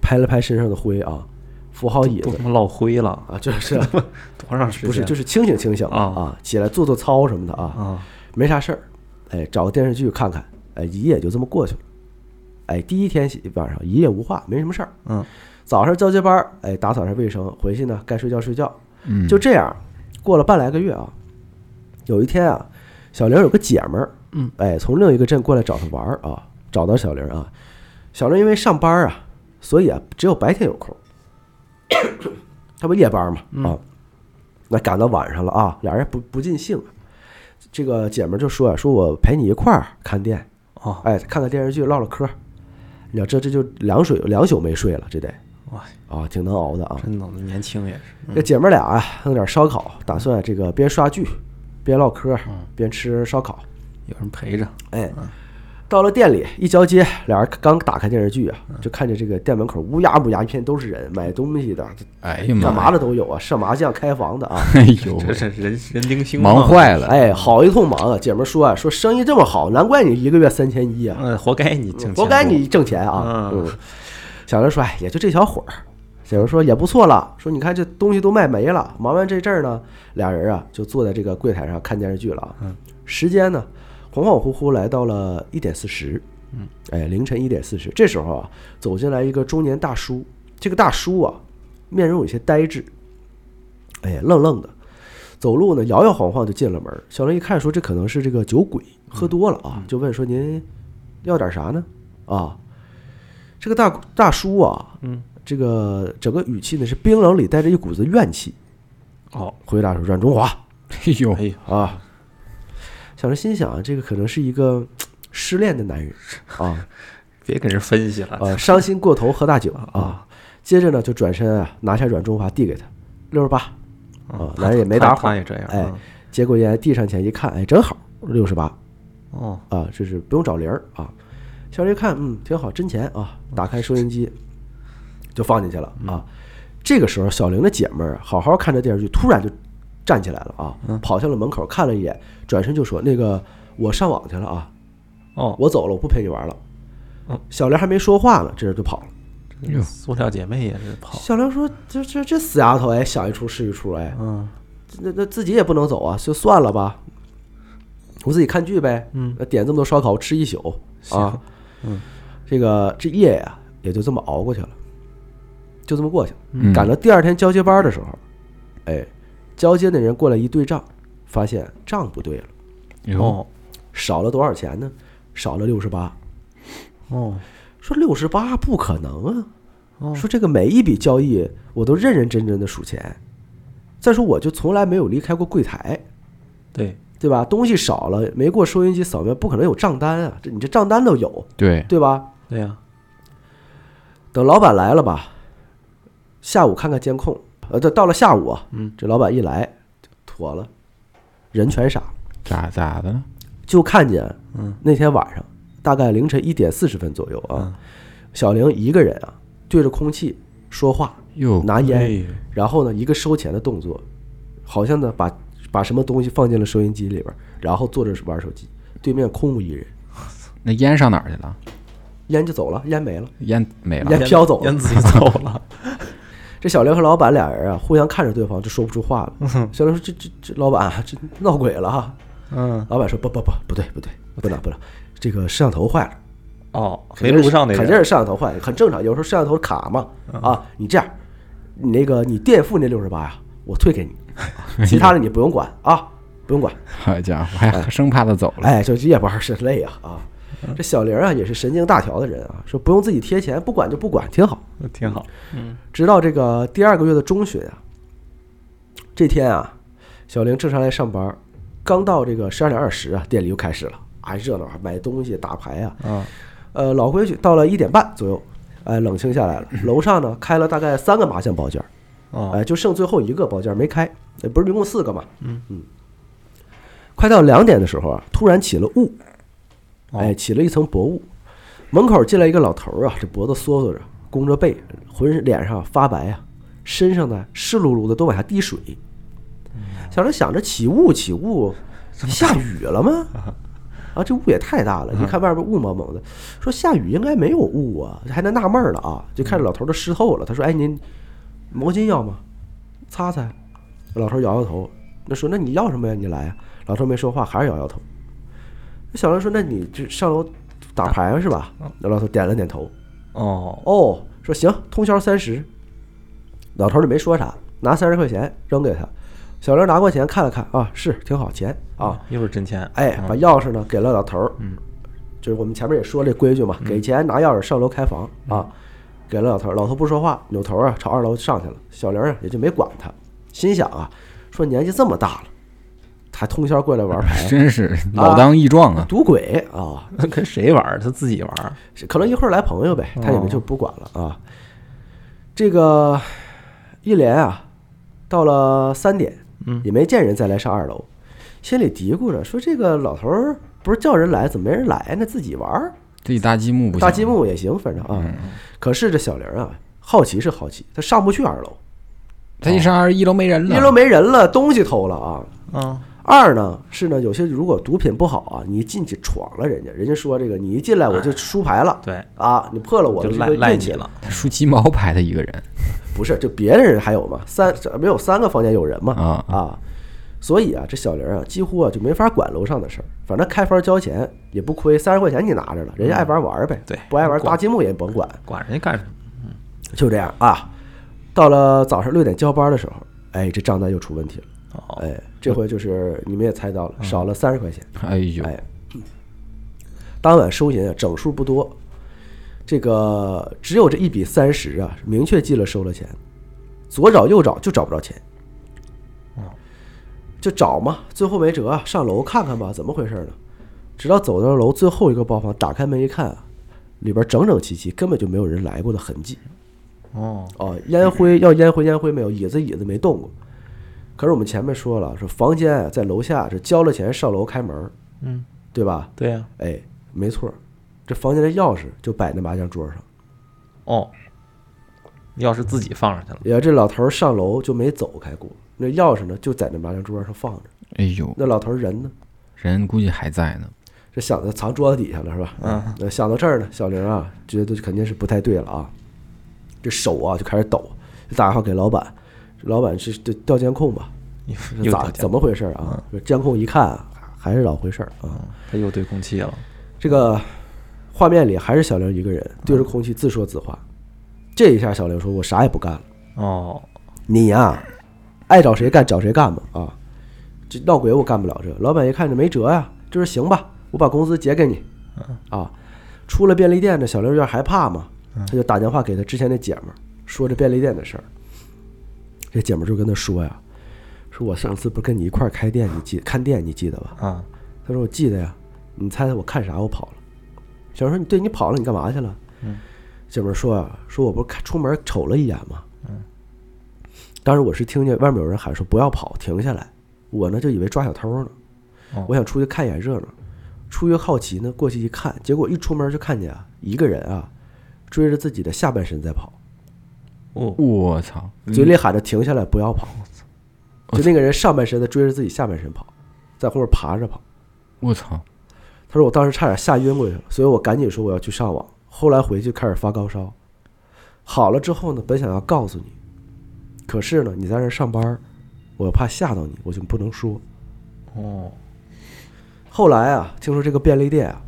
拍了拍身上的灰啊，扶好椅
都
子
他妈落灰了，
啊，就是
多长时间？
不是就是是清醒清醒
啊
啊，起来做做操什么的啊，
啊，
没啥事儿，哎，找个电视剧看看，哎，一夜就这么过去了。哎，第一天晚上一夜无话，没什么事儿。
嗯，
早上交接班儿，哎，打扫下卫生，回去呢该睡觉睡觉。
嗯，
就这样，过了半来个月啊，有一天啊，小玲有个姐们儿，
嗯，
哎，从另一个镇过来找她玩儿啊，找到小玲啊，小玲因为上班儿啊，所以啊只有白天有空，她不夜班嘛啊，那赶到晚上了啊，俩人不不尽兴啊，这个姐们儿就说啊，说我陪你一块儿看店，
哦，
哎，看看电视剧，唠唠嗑儿，你要这这就两水两宿没睡了，这得
哇，
啊，挺能熬的啊，
真的年轻也是，
这姐妹俩啊，弄点烧烤，打算这个边刷剧，边唠嗑
嗯，
边吃烧烤。
有人陪着，
哎，到了店里一交接，俩人刚打开电视剧啊，就看见这个店门口乌鸦乌鸦一片都是人，买东西的、
哎呀妈呀，
干嘛的都有啊，上麻将、开房的啊。
哎呦，
这是人人丁兴
忙
旺，
坏了。
哎，好一通忙啊！姐们说啊，说生意这么好，难怪你一个月三千一啊。
嗯，活该你挣钱多，
活该你挣钱啊！
嗯
嗯，小刘说，哎，也就这小会儿。小刘说也不错了，说你看这东西都卖没了。忙完这阵儿呢，俩人啊就坐在这个柜台上看电视剧了啊。时间呢，恍恍惚惚来到了一点四十。嗯，哎，凌晨一点四十，这时候啊，走进来一个中年大叔。这个大叔啊，面容有些呆滞，哎，愣愣的，走路呢摇摇晃晃就进了门儿。小刘一看说这可能是这个酒鬼喝多了啊，就问说您要点啥呢？啊，这个大大叔啊，
嗯，
这个整个语气呢是冰冷里带着一股子怨气，
哦，
回答说阮中华
哎呦
哎，呀，
啊。小人心想啊，这个可能是一个失恋的男人啊，
别跟人分析了，
呃，伤心过头喝大酒啊。接着呢，就转身啊，拿下阮中华递给他六十八，
嗯
啊男人也没搭话
他他也这样，
哎
嗯，
接过烟递上前一看，哎，正好六十八
哦，
啊，这是不用找零儿啊。小人一看，嗯，挺好，真钱啊。打开收音机，就放进去了啊。这个时候，小玲的姐们儿啊好好看着电视剧，突然就站起来了
嗯
啊，跑向了门口看了一眼，转身就说：“那个，我上网去了啊，
哦，
我走了，我不陪你玩了。
嗯”
小玲还没说话呢，这人就跑了。
呦
塑料姐妹也是跑，
小玲说：“这这这死丫头，哎，想一出是一出，哎，
嗯，
那那自己也不能走啊，就算了吧，我自己看剧呗。
嗯，
那点这么多烧烤，吃一宿啊
行。嗯
这个这夜呀、也就这么熬过去了，就这么过去了。
嗯
赶到第二天交接班的时候，哎，交接那人过来一对账，发现账不对了，
呦，
哦
少了多少钱呢？少了六十八。
哦
说六十八不可能啊！
哦，
说这个每一笔交易我都认认真真的数钱。再说我就从来没有离开过柜台，
对，
对吧？东西少了，没过收音机扫描，不可能有账单啊！这你这账单都有，
对，
对吧？
对呀，
等老板来了吧，下午看看监控。呃，到到了下午啊，
嗯，
这老板一来，妥了，人全傻了，
咋咋的了？
就看见，
嗯，
那天晚上大概凌晨一点四十分左右啊，小玲一个人啊，对着空气说话，
哟，
拿烟，
哎
然后呢，一个收钱的动作，好像呢把把什么东西放进了收音机里边儿，然后坐着玩手机，对面空无一人，
那烟上哪儿去了？
烟就走了，烟没了。
烟没了
烟。飘走了
烟自己走了。
这小玲和老板俩人啊，互相看着对方，就说不出话了。小玲说：“这这这老板啊，这闹鬼了哈
嗯！”，
老板说：“不不不，不对不对，不能不能，这个摄像头坏了，
哦，没路上那
肯定
人，嗯
是摄像头坏了，很正常。有时候摄像头卡嘛，啊，你这样，你那个你垫付那六十八呀，我 退给你，其他的你不用管啊，不用管。”
好家伙，还生怕他走了。，
哎，这夜班是累呀啊！
嗯
这小玲啊也是神经大条的人啊，说不用自己贴钱，不管就不管，挺好。
挺好。
直到这个第二个月的中旬啊，这天啊，小玲正常来上班，刚到这个十二点二十啊，店里又开始了，啊热闹啊，买东西打牌啊，
嗯，
呃老规矩，到了一点半左右，哎冷清下来了，楼上呢开了大概三个麻将包间儿，
哦，
哎，就剩最后一个包间没开，呃不是一共四个嘛？嗯快到两点的时候啊，突然起了雾，
哦
哎，起了一层薄雾。门口进来一个老头儿啊，这脖子缩缩着，弓着背，浑身脸上发白啊，身上呢湿漉漉的，都往下滴水。小玲想着起雾起雾，下雨了吗？啊，这雾也太大了！一看外边雾蒙蒙的，说下雨应该没有雾啊，还在纳闷儿呢啊，就看着老头儿都湿透了。他说：“哎，您毛巾要吗？擦擦。”老头儿摇摇头，那说：“那你要什么呀？你来啊。”老头儿没说话，还是摇摇头。那小亮说：“那你这上楼打牌是吧？”那老头儿点了点头。
哦，
哦，说行，通宵三十。老头儿就没说啥，拿三十块钱扔给他。小亮拿过钱看了看啊，是挺好钱啊。，
又是真钱。
哎，把
嗯
钥匙呢给了老头儿。嗯，就是我们前面也说这规矩嘛，给钱拿钥匙上楼开房啊，给了老头儿。老头不说话，扭头啊朝二楼上去了。小玲儿啊也就没管他，心想啊，说年纪这么大了，还通宵过来玩牌
真是老当益壮啊！
赌鬼啊！
那跟谁玩儿？他自己玩儿。
是可能一会儿来朋友呗，他也没
哦
就不管了啊。这个一连啊，到了三点，
嗯
也没见人再来上二楼，心里嘀咕着说：“这个老头儿不是叫人来，怎么没人来呢？自己玩儿，
自己搭积木不行？
搭积木也行，反正啊。
嗯
可是这小玲儿啊，好奇是好奇，她上不去二楼，
他一上二一楼没人了，
一楼没人了，东西偷了啊。
嗯，
二呢是呢，有些如果毒品不好啊，你一进去闯了人家，人家说这个你一进来我就输牌了
哎对，
啊，你破了我
就
的这
赖
个
赖
运
你
气
了。
他输鸡毛牌的一个人
不是，就别人还有嘛，三这没有三个房间有人嘛
啊
啊，所以啊，这小玲啊，几乎啊就没法管楼上的事儿，反正开房交钱也不亏，三十块钱你拿着了，人家爱玩玩呗，
对
不爱玩
管
搭积木也甭管，
管人家干什么？
就这样啊。到了早上六点交班的时候，哎，这账单又出问题了，
哦，
哎，这回就是你们也猜到了，少了三十块钱，
哎呦，
哎，当晚收银啊，整数不多，这个只有这一笔三十啊，明确记了收了钱，左找右找就找不着钱，就找嘛，最后没辙啊，上楼看看吧，怎么回事呢？直到走到楼最后一个包房，打开门一看啊，里边整整齐齐，根本就没有人来过的痕迹。
哦，
哦，烟灰要烟灰，烟灰没有，椅子椅子没动过。可是我们前面说了，说房间啊在楼下，这交了钱上楼开门，
嗯，
对吧？
对呀，
哎，没错儿，这房间的钥匙就摆那麻将桌上。
哦，钥匙自己放上去了。
哎也这老头儿上楼就没走开过，那钥匙呢就在那麻将桌上放着。
哎呦，
那老头儿人呢？
人估计还在呢。
这想着藏桌子底下了是吧？
嗯
那想到这儿呢，小玲啊觉得肯定是不太对了啊，这手啊就开始抖，就打电话给老板，老板是这调监控吧？
又
是
又
咋
掉价
怎么回事儿
嗯
啊？监控一看啊还是老回事儿啊。
他又对空气了。
这个画面里还是小玲一个人对着空气自说自话。这一下小玲说：“我啥也不干了。”
哦，
你呀、爱找谁干找谁干吧啊！这闹鬼我干不了这。老板一看这没辙呀、就说行吧，我把工资结给你啊。出了便利店，这小刘有点害怕嘛，他就打电话给他之前那姐们儿，说这便利店的事儿。这姐们儿就跟他说呀，说我上次不是跟你一块儿开店，你记看店你记得吧？
啊，
他说我记得呀，你猜猜我看啥？我跑了。小刘说你对你跑了，你干嘛去了？姐们儿说啊，说我不是看出门瞅了一眼吗？当时我是听见外面有人喊说不要跑，停下来。我呢就以为抓小偷呢
哦，
我想出去看一眼热闹。出于好奇呢，过去一看，结果一出门就看见啊，一个人啊，追着自己的下半身在跑，
哦，
我操，
嘴里喊着停下来，不要跑。就那个人上半身在追着自己下半身跑，在后面爬着跑。
我操，
他说我当时差点吓晕过去了，所以我赶紧说我要去上网。后来回去开始发高烧，好了之后呢，本想要告诉你，可是呢，你在这儿上班儿，我怕吓到你，我就不能说。
哦，
后来啊，听说这个便利店啊，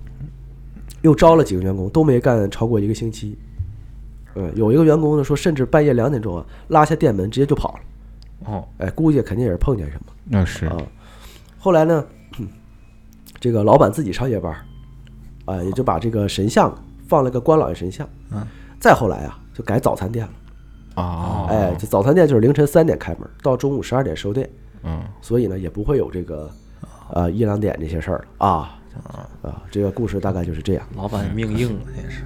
又招了几个员工，都没干超过一个星期。嗯，有一个员工呢说，甚至半夜两点钟啊，拉下店门直接就跑了。
哦，
哎，估计肯定也是碰见什么。
那是
啊。后来呢，这个老板自己上夜班儿，啊、也就把这个神像放了个关老爷神像。
嗯，
再后来啊，就改早餐店了。
啊，
哎，这早餐店就是凌晨三点开门，到中午十二点收店，
嗯，
所以呢，也不会有这个呃一两点这些事儿了啊。啊，这个故事大概就是这样。
老板命硬了也是。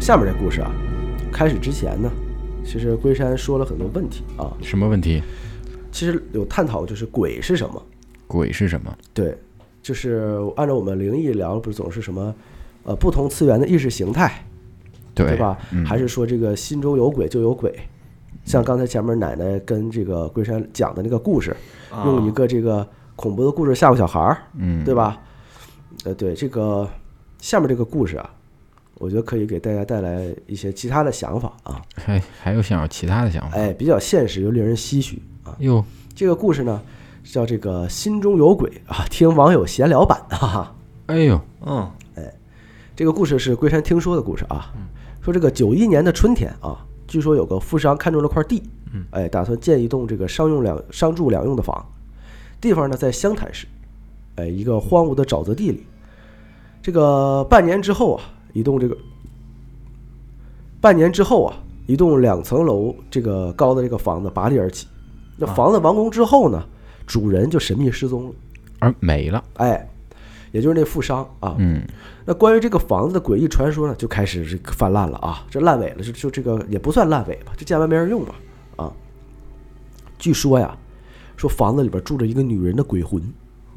下面这故事啊，开始之前呢，其实龟山说了很多问题啊，
什么问题？
其实有探讨就是鬼是什么，
鬼是什么？
对，就是按照我们灵异聊，不是总是什么，呃，不同次元的意识形态，
对
对吧？
嗯
还是说这个心中有鬼就有鬼？像刚才前面奶奶跟这个龟山讲的那个故事，用一个这个恐怖的故事吓唬小孩儿，
嗯，
对吧？呃，对，这个下面这个故事啊，我觉得可以给大家带来一些其他的想法啊，
还还有想有其他的想法？
哎，比较现实又令人唏嘘啊。
哟，
这个故事呢，叫这个心中有鬼啊，听网友闲聊版，啊哈哈。
哎呦，
嗯，
这个故事是龟山听说的故事啊，说这个九一年的春天啊，据说有个富商看中了块地，哎，打算建一栋这个商用两商住两用的房，地方呢在湘潭市，哎，一个荒芜的沼泽地里。这个半年之后啊，一栋这个半年之后啊，一栋两层楼这个高的这个房子拔地而起。那
啊
房子完工之后呢，主人就神秘失踪了，
而没了，
哎，也就是那富商啊，
嗯，
那关于这个房子的诡异传说呢，就开始这个泛滥了啊！这烂尾了，就就这个也不算烂尾吧，这建完没人用吧？啊，据说呀，说房子里边住着一个女人的鬼魂，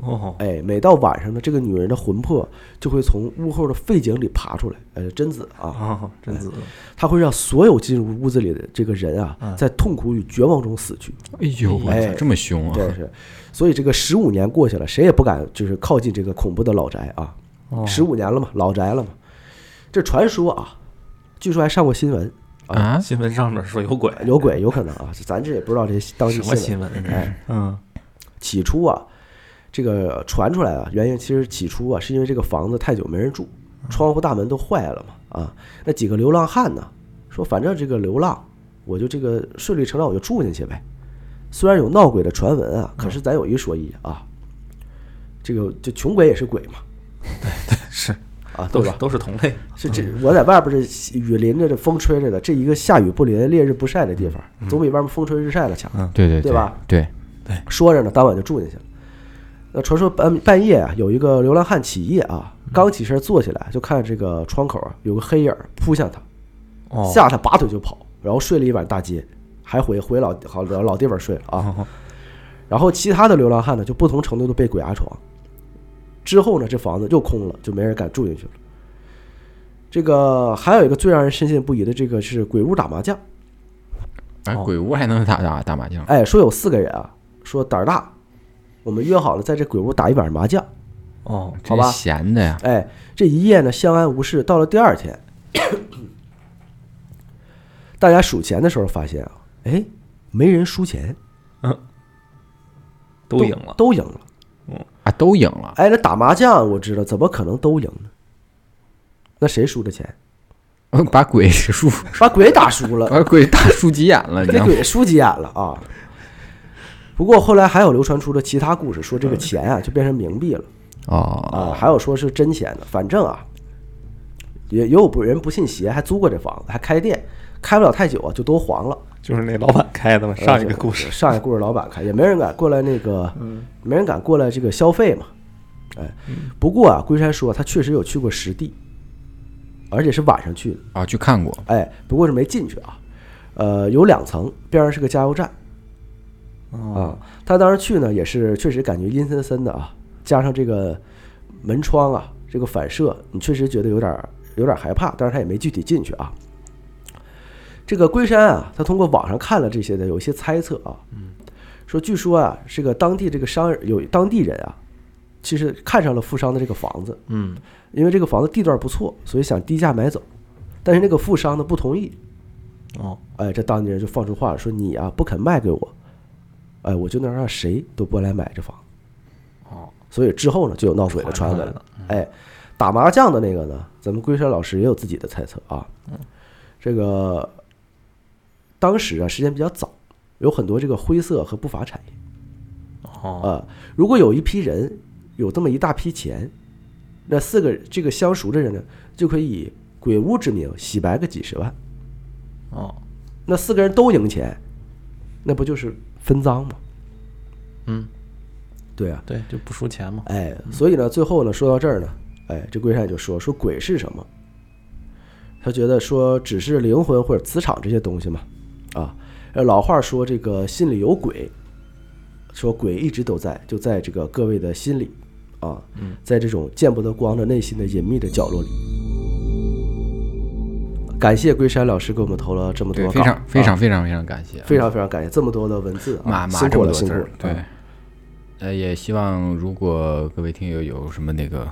哦，
哎，每到晚上呢，这个女人的魂魄就会从屋后的废井里爬出来，呃，贞子啊，
哦，贞子，
她会让所有进入屋子里的这个人啊，在痛苦与绝望中死去。
哎呦，我
哎
操，这么凶啊！
这是，所以这个十五年过去了，谁也不敢就是靠近这个恐怖的老宅啊。十五年了嘛，老宅了嘛。这传说啊，据说还上过新闻，
啊，
新闻上面说有鬼，
有鬼有可能啊，咱这也不知道这些当时
什么
新
新
闻。
闻？
哎，
嗯，
起初啊，这个传出来啊，原因其实起初啊，是因为这个房子太久没人住，窗户大门都坏了嘛啊。那几个流浪汉呢，说反正这个流浪，我就这个顺理成章我就住进去呗。虽然有闹鬼的传闻啊，可是咱有一说一啊，这个就穷鬼也是鬼嘛
是，
啊，对
都是
吧？
都是同类。
是这我在外边这雨淋着，这风吹着的，这一个下雨不淋、烈日不晒的地方，总比外面风吹日晒的强。
对对
对吧？哦
对，
说着呢，当晚就住进去了。那传说半半夜啊，有一个流浪汉起夜啊，
嗯
刚起身坐起来，就看这个窗口啊有个黑影儿扑向他，
哦，
吓他拔腿就跑，然后睡了一晚大街，还回回老好老老地方睡了啊。
哦，
然后其他的流浪汉呢，就不同程度的被鬼压床。之后呢，这房子又空了，就没人敢住进去了。这个还有一个最让人深信不疑的，这个是鬼屋打麻将。
哎，
哦
鬼屋还能打打打麻
嗯
将？
哎，说有四个人啊，说胆儿大，我们约好了在这鬼屋打一晚上麻将。
哦，
这
好吧
闲的呀，
哎，这一夜呢相安无事。到了第二天， 大家数钱的时候发现啊，哎，没人输钱，
都赢了。
都赢了。
啊，都赢了，
哎，那打麻将我知道，怎么可能都赢呢？那谁输的钱？
把鬼输，
把鬼打 输了，
把鬼打输急眼了，你知
给
道吗？
鬼输急眼了啊！不过后来还有流传出的其他故事，
嗯
说这个钱啊就变成冥币了
哦，
啊，还有说是真钱的，反正啊，也也有不人不信邪，还租过这房子，还开店，开不了太久啊就都黄了。
就是那老板开的嘛，上一个故事嗯
呃上一个故事老板开，也没人敢过来那个，没人敢过来这个消费嘛。哎，不过啊，龟山说他确实有去过实地，而且是晚上去的。
啊，去看过，
哎，不过是没进去啊。呃，有两层，边上是个加油站啊。他当时去呢，也是确实感觉阴森森的啊，加上这个门窗啊这个反射，你确实觉得有点儿有点儿害怕，但是他也没具体进去啊。这个龟山啊，他通过网上看了这些的，有一些猜测啊，说据说啊，这个当地这个商人有当地人啊，其实看上了富商的这个房子，
嗯，
因为这个房子地段不错，所以想低价买走，但是那个富商呢不同意，
哦，
哎，这当地人就放出话了说你啊不肯卖给我，哎，我就能让谁都不来买这房。
哦，
所以之后呢就有闹鬼的
传
传
出来
闻
了。
哎，打麻将的那个呢，咱们龟山老师也有自己的猜测啊。这个当时啊时间比较早，有很多这个灰色和不法产业。
哦，
啊，如果有一批人有这么一大批钱，那四个这个相熟的人呢，就可以以鬼屋之名洗白个几十万。
哦，
那四个人都赢钱，那不就是分赃吗？
嗯，
对啊，
对，就不输钱嘛。
哎，所以呢，最后呢，说到这儿呢，哎，这龟山也就说说鬼是什么？他觉得说只是灵魂或者磁场这些东西嘛，啊，呃老话说这个心里有鬼，说鬼一直都在，就在这个各位的心里，啊，
嗯
在这种见不得光的内心的隐秘的角落里。感谢龟山老师给我们投了这么多
对，
稿，
非常非
啊
常非常非常感谢啊，
非常非常感谢这么多的文字啊，
码
辛
码这
苦
么
了
多
辛
字
苦了嗯啊
儿，，对。呃，也希望如果各位听友有什么那个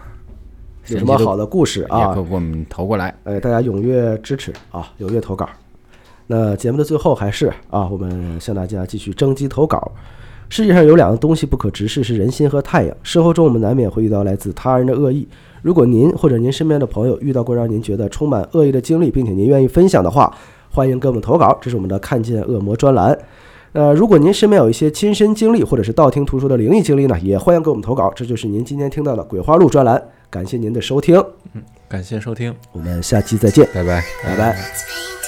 有什么好的故事
神奇的
啊
也可，给我们投过来。
哎，大家踊跃支持啊，踊跃投稿。那节目的最后还是啊，我们向大家继续征集投稿。世界上有两个东西不可直视，是人心和太阳。生活中我们难免会遇到来自他人的恶意。如果您或者您身边的朋友遇到过让您觉得充满恶意的经历，并且您愿意分享的话，欢迎给我们投稿。这是我们的“看见恶魔”专栏。呃，如果您身边有一些亲身经历或者是道听途说的灵异经历呢，也欢迎给我们投稿。这就是您今天听到的《鬼话录》专栏。感谢您的收听，
感谢收听。
我们下期再见，
拜拜。
拜拜。
It's painful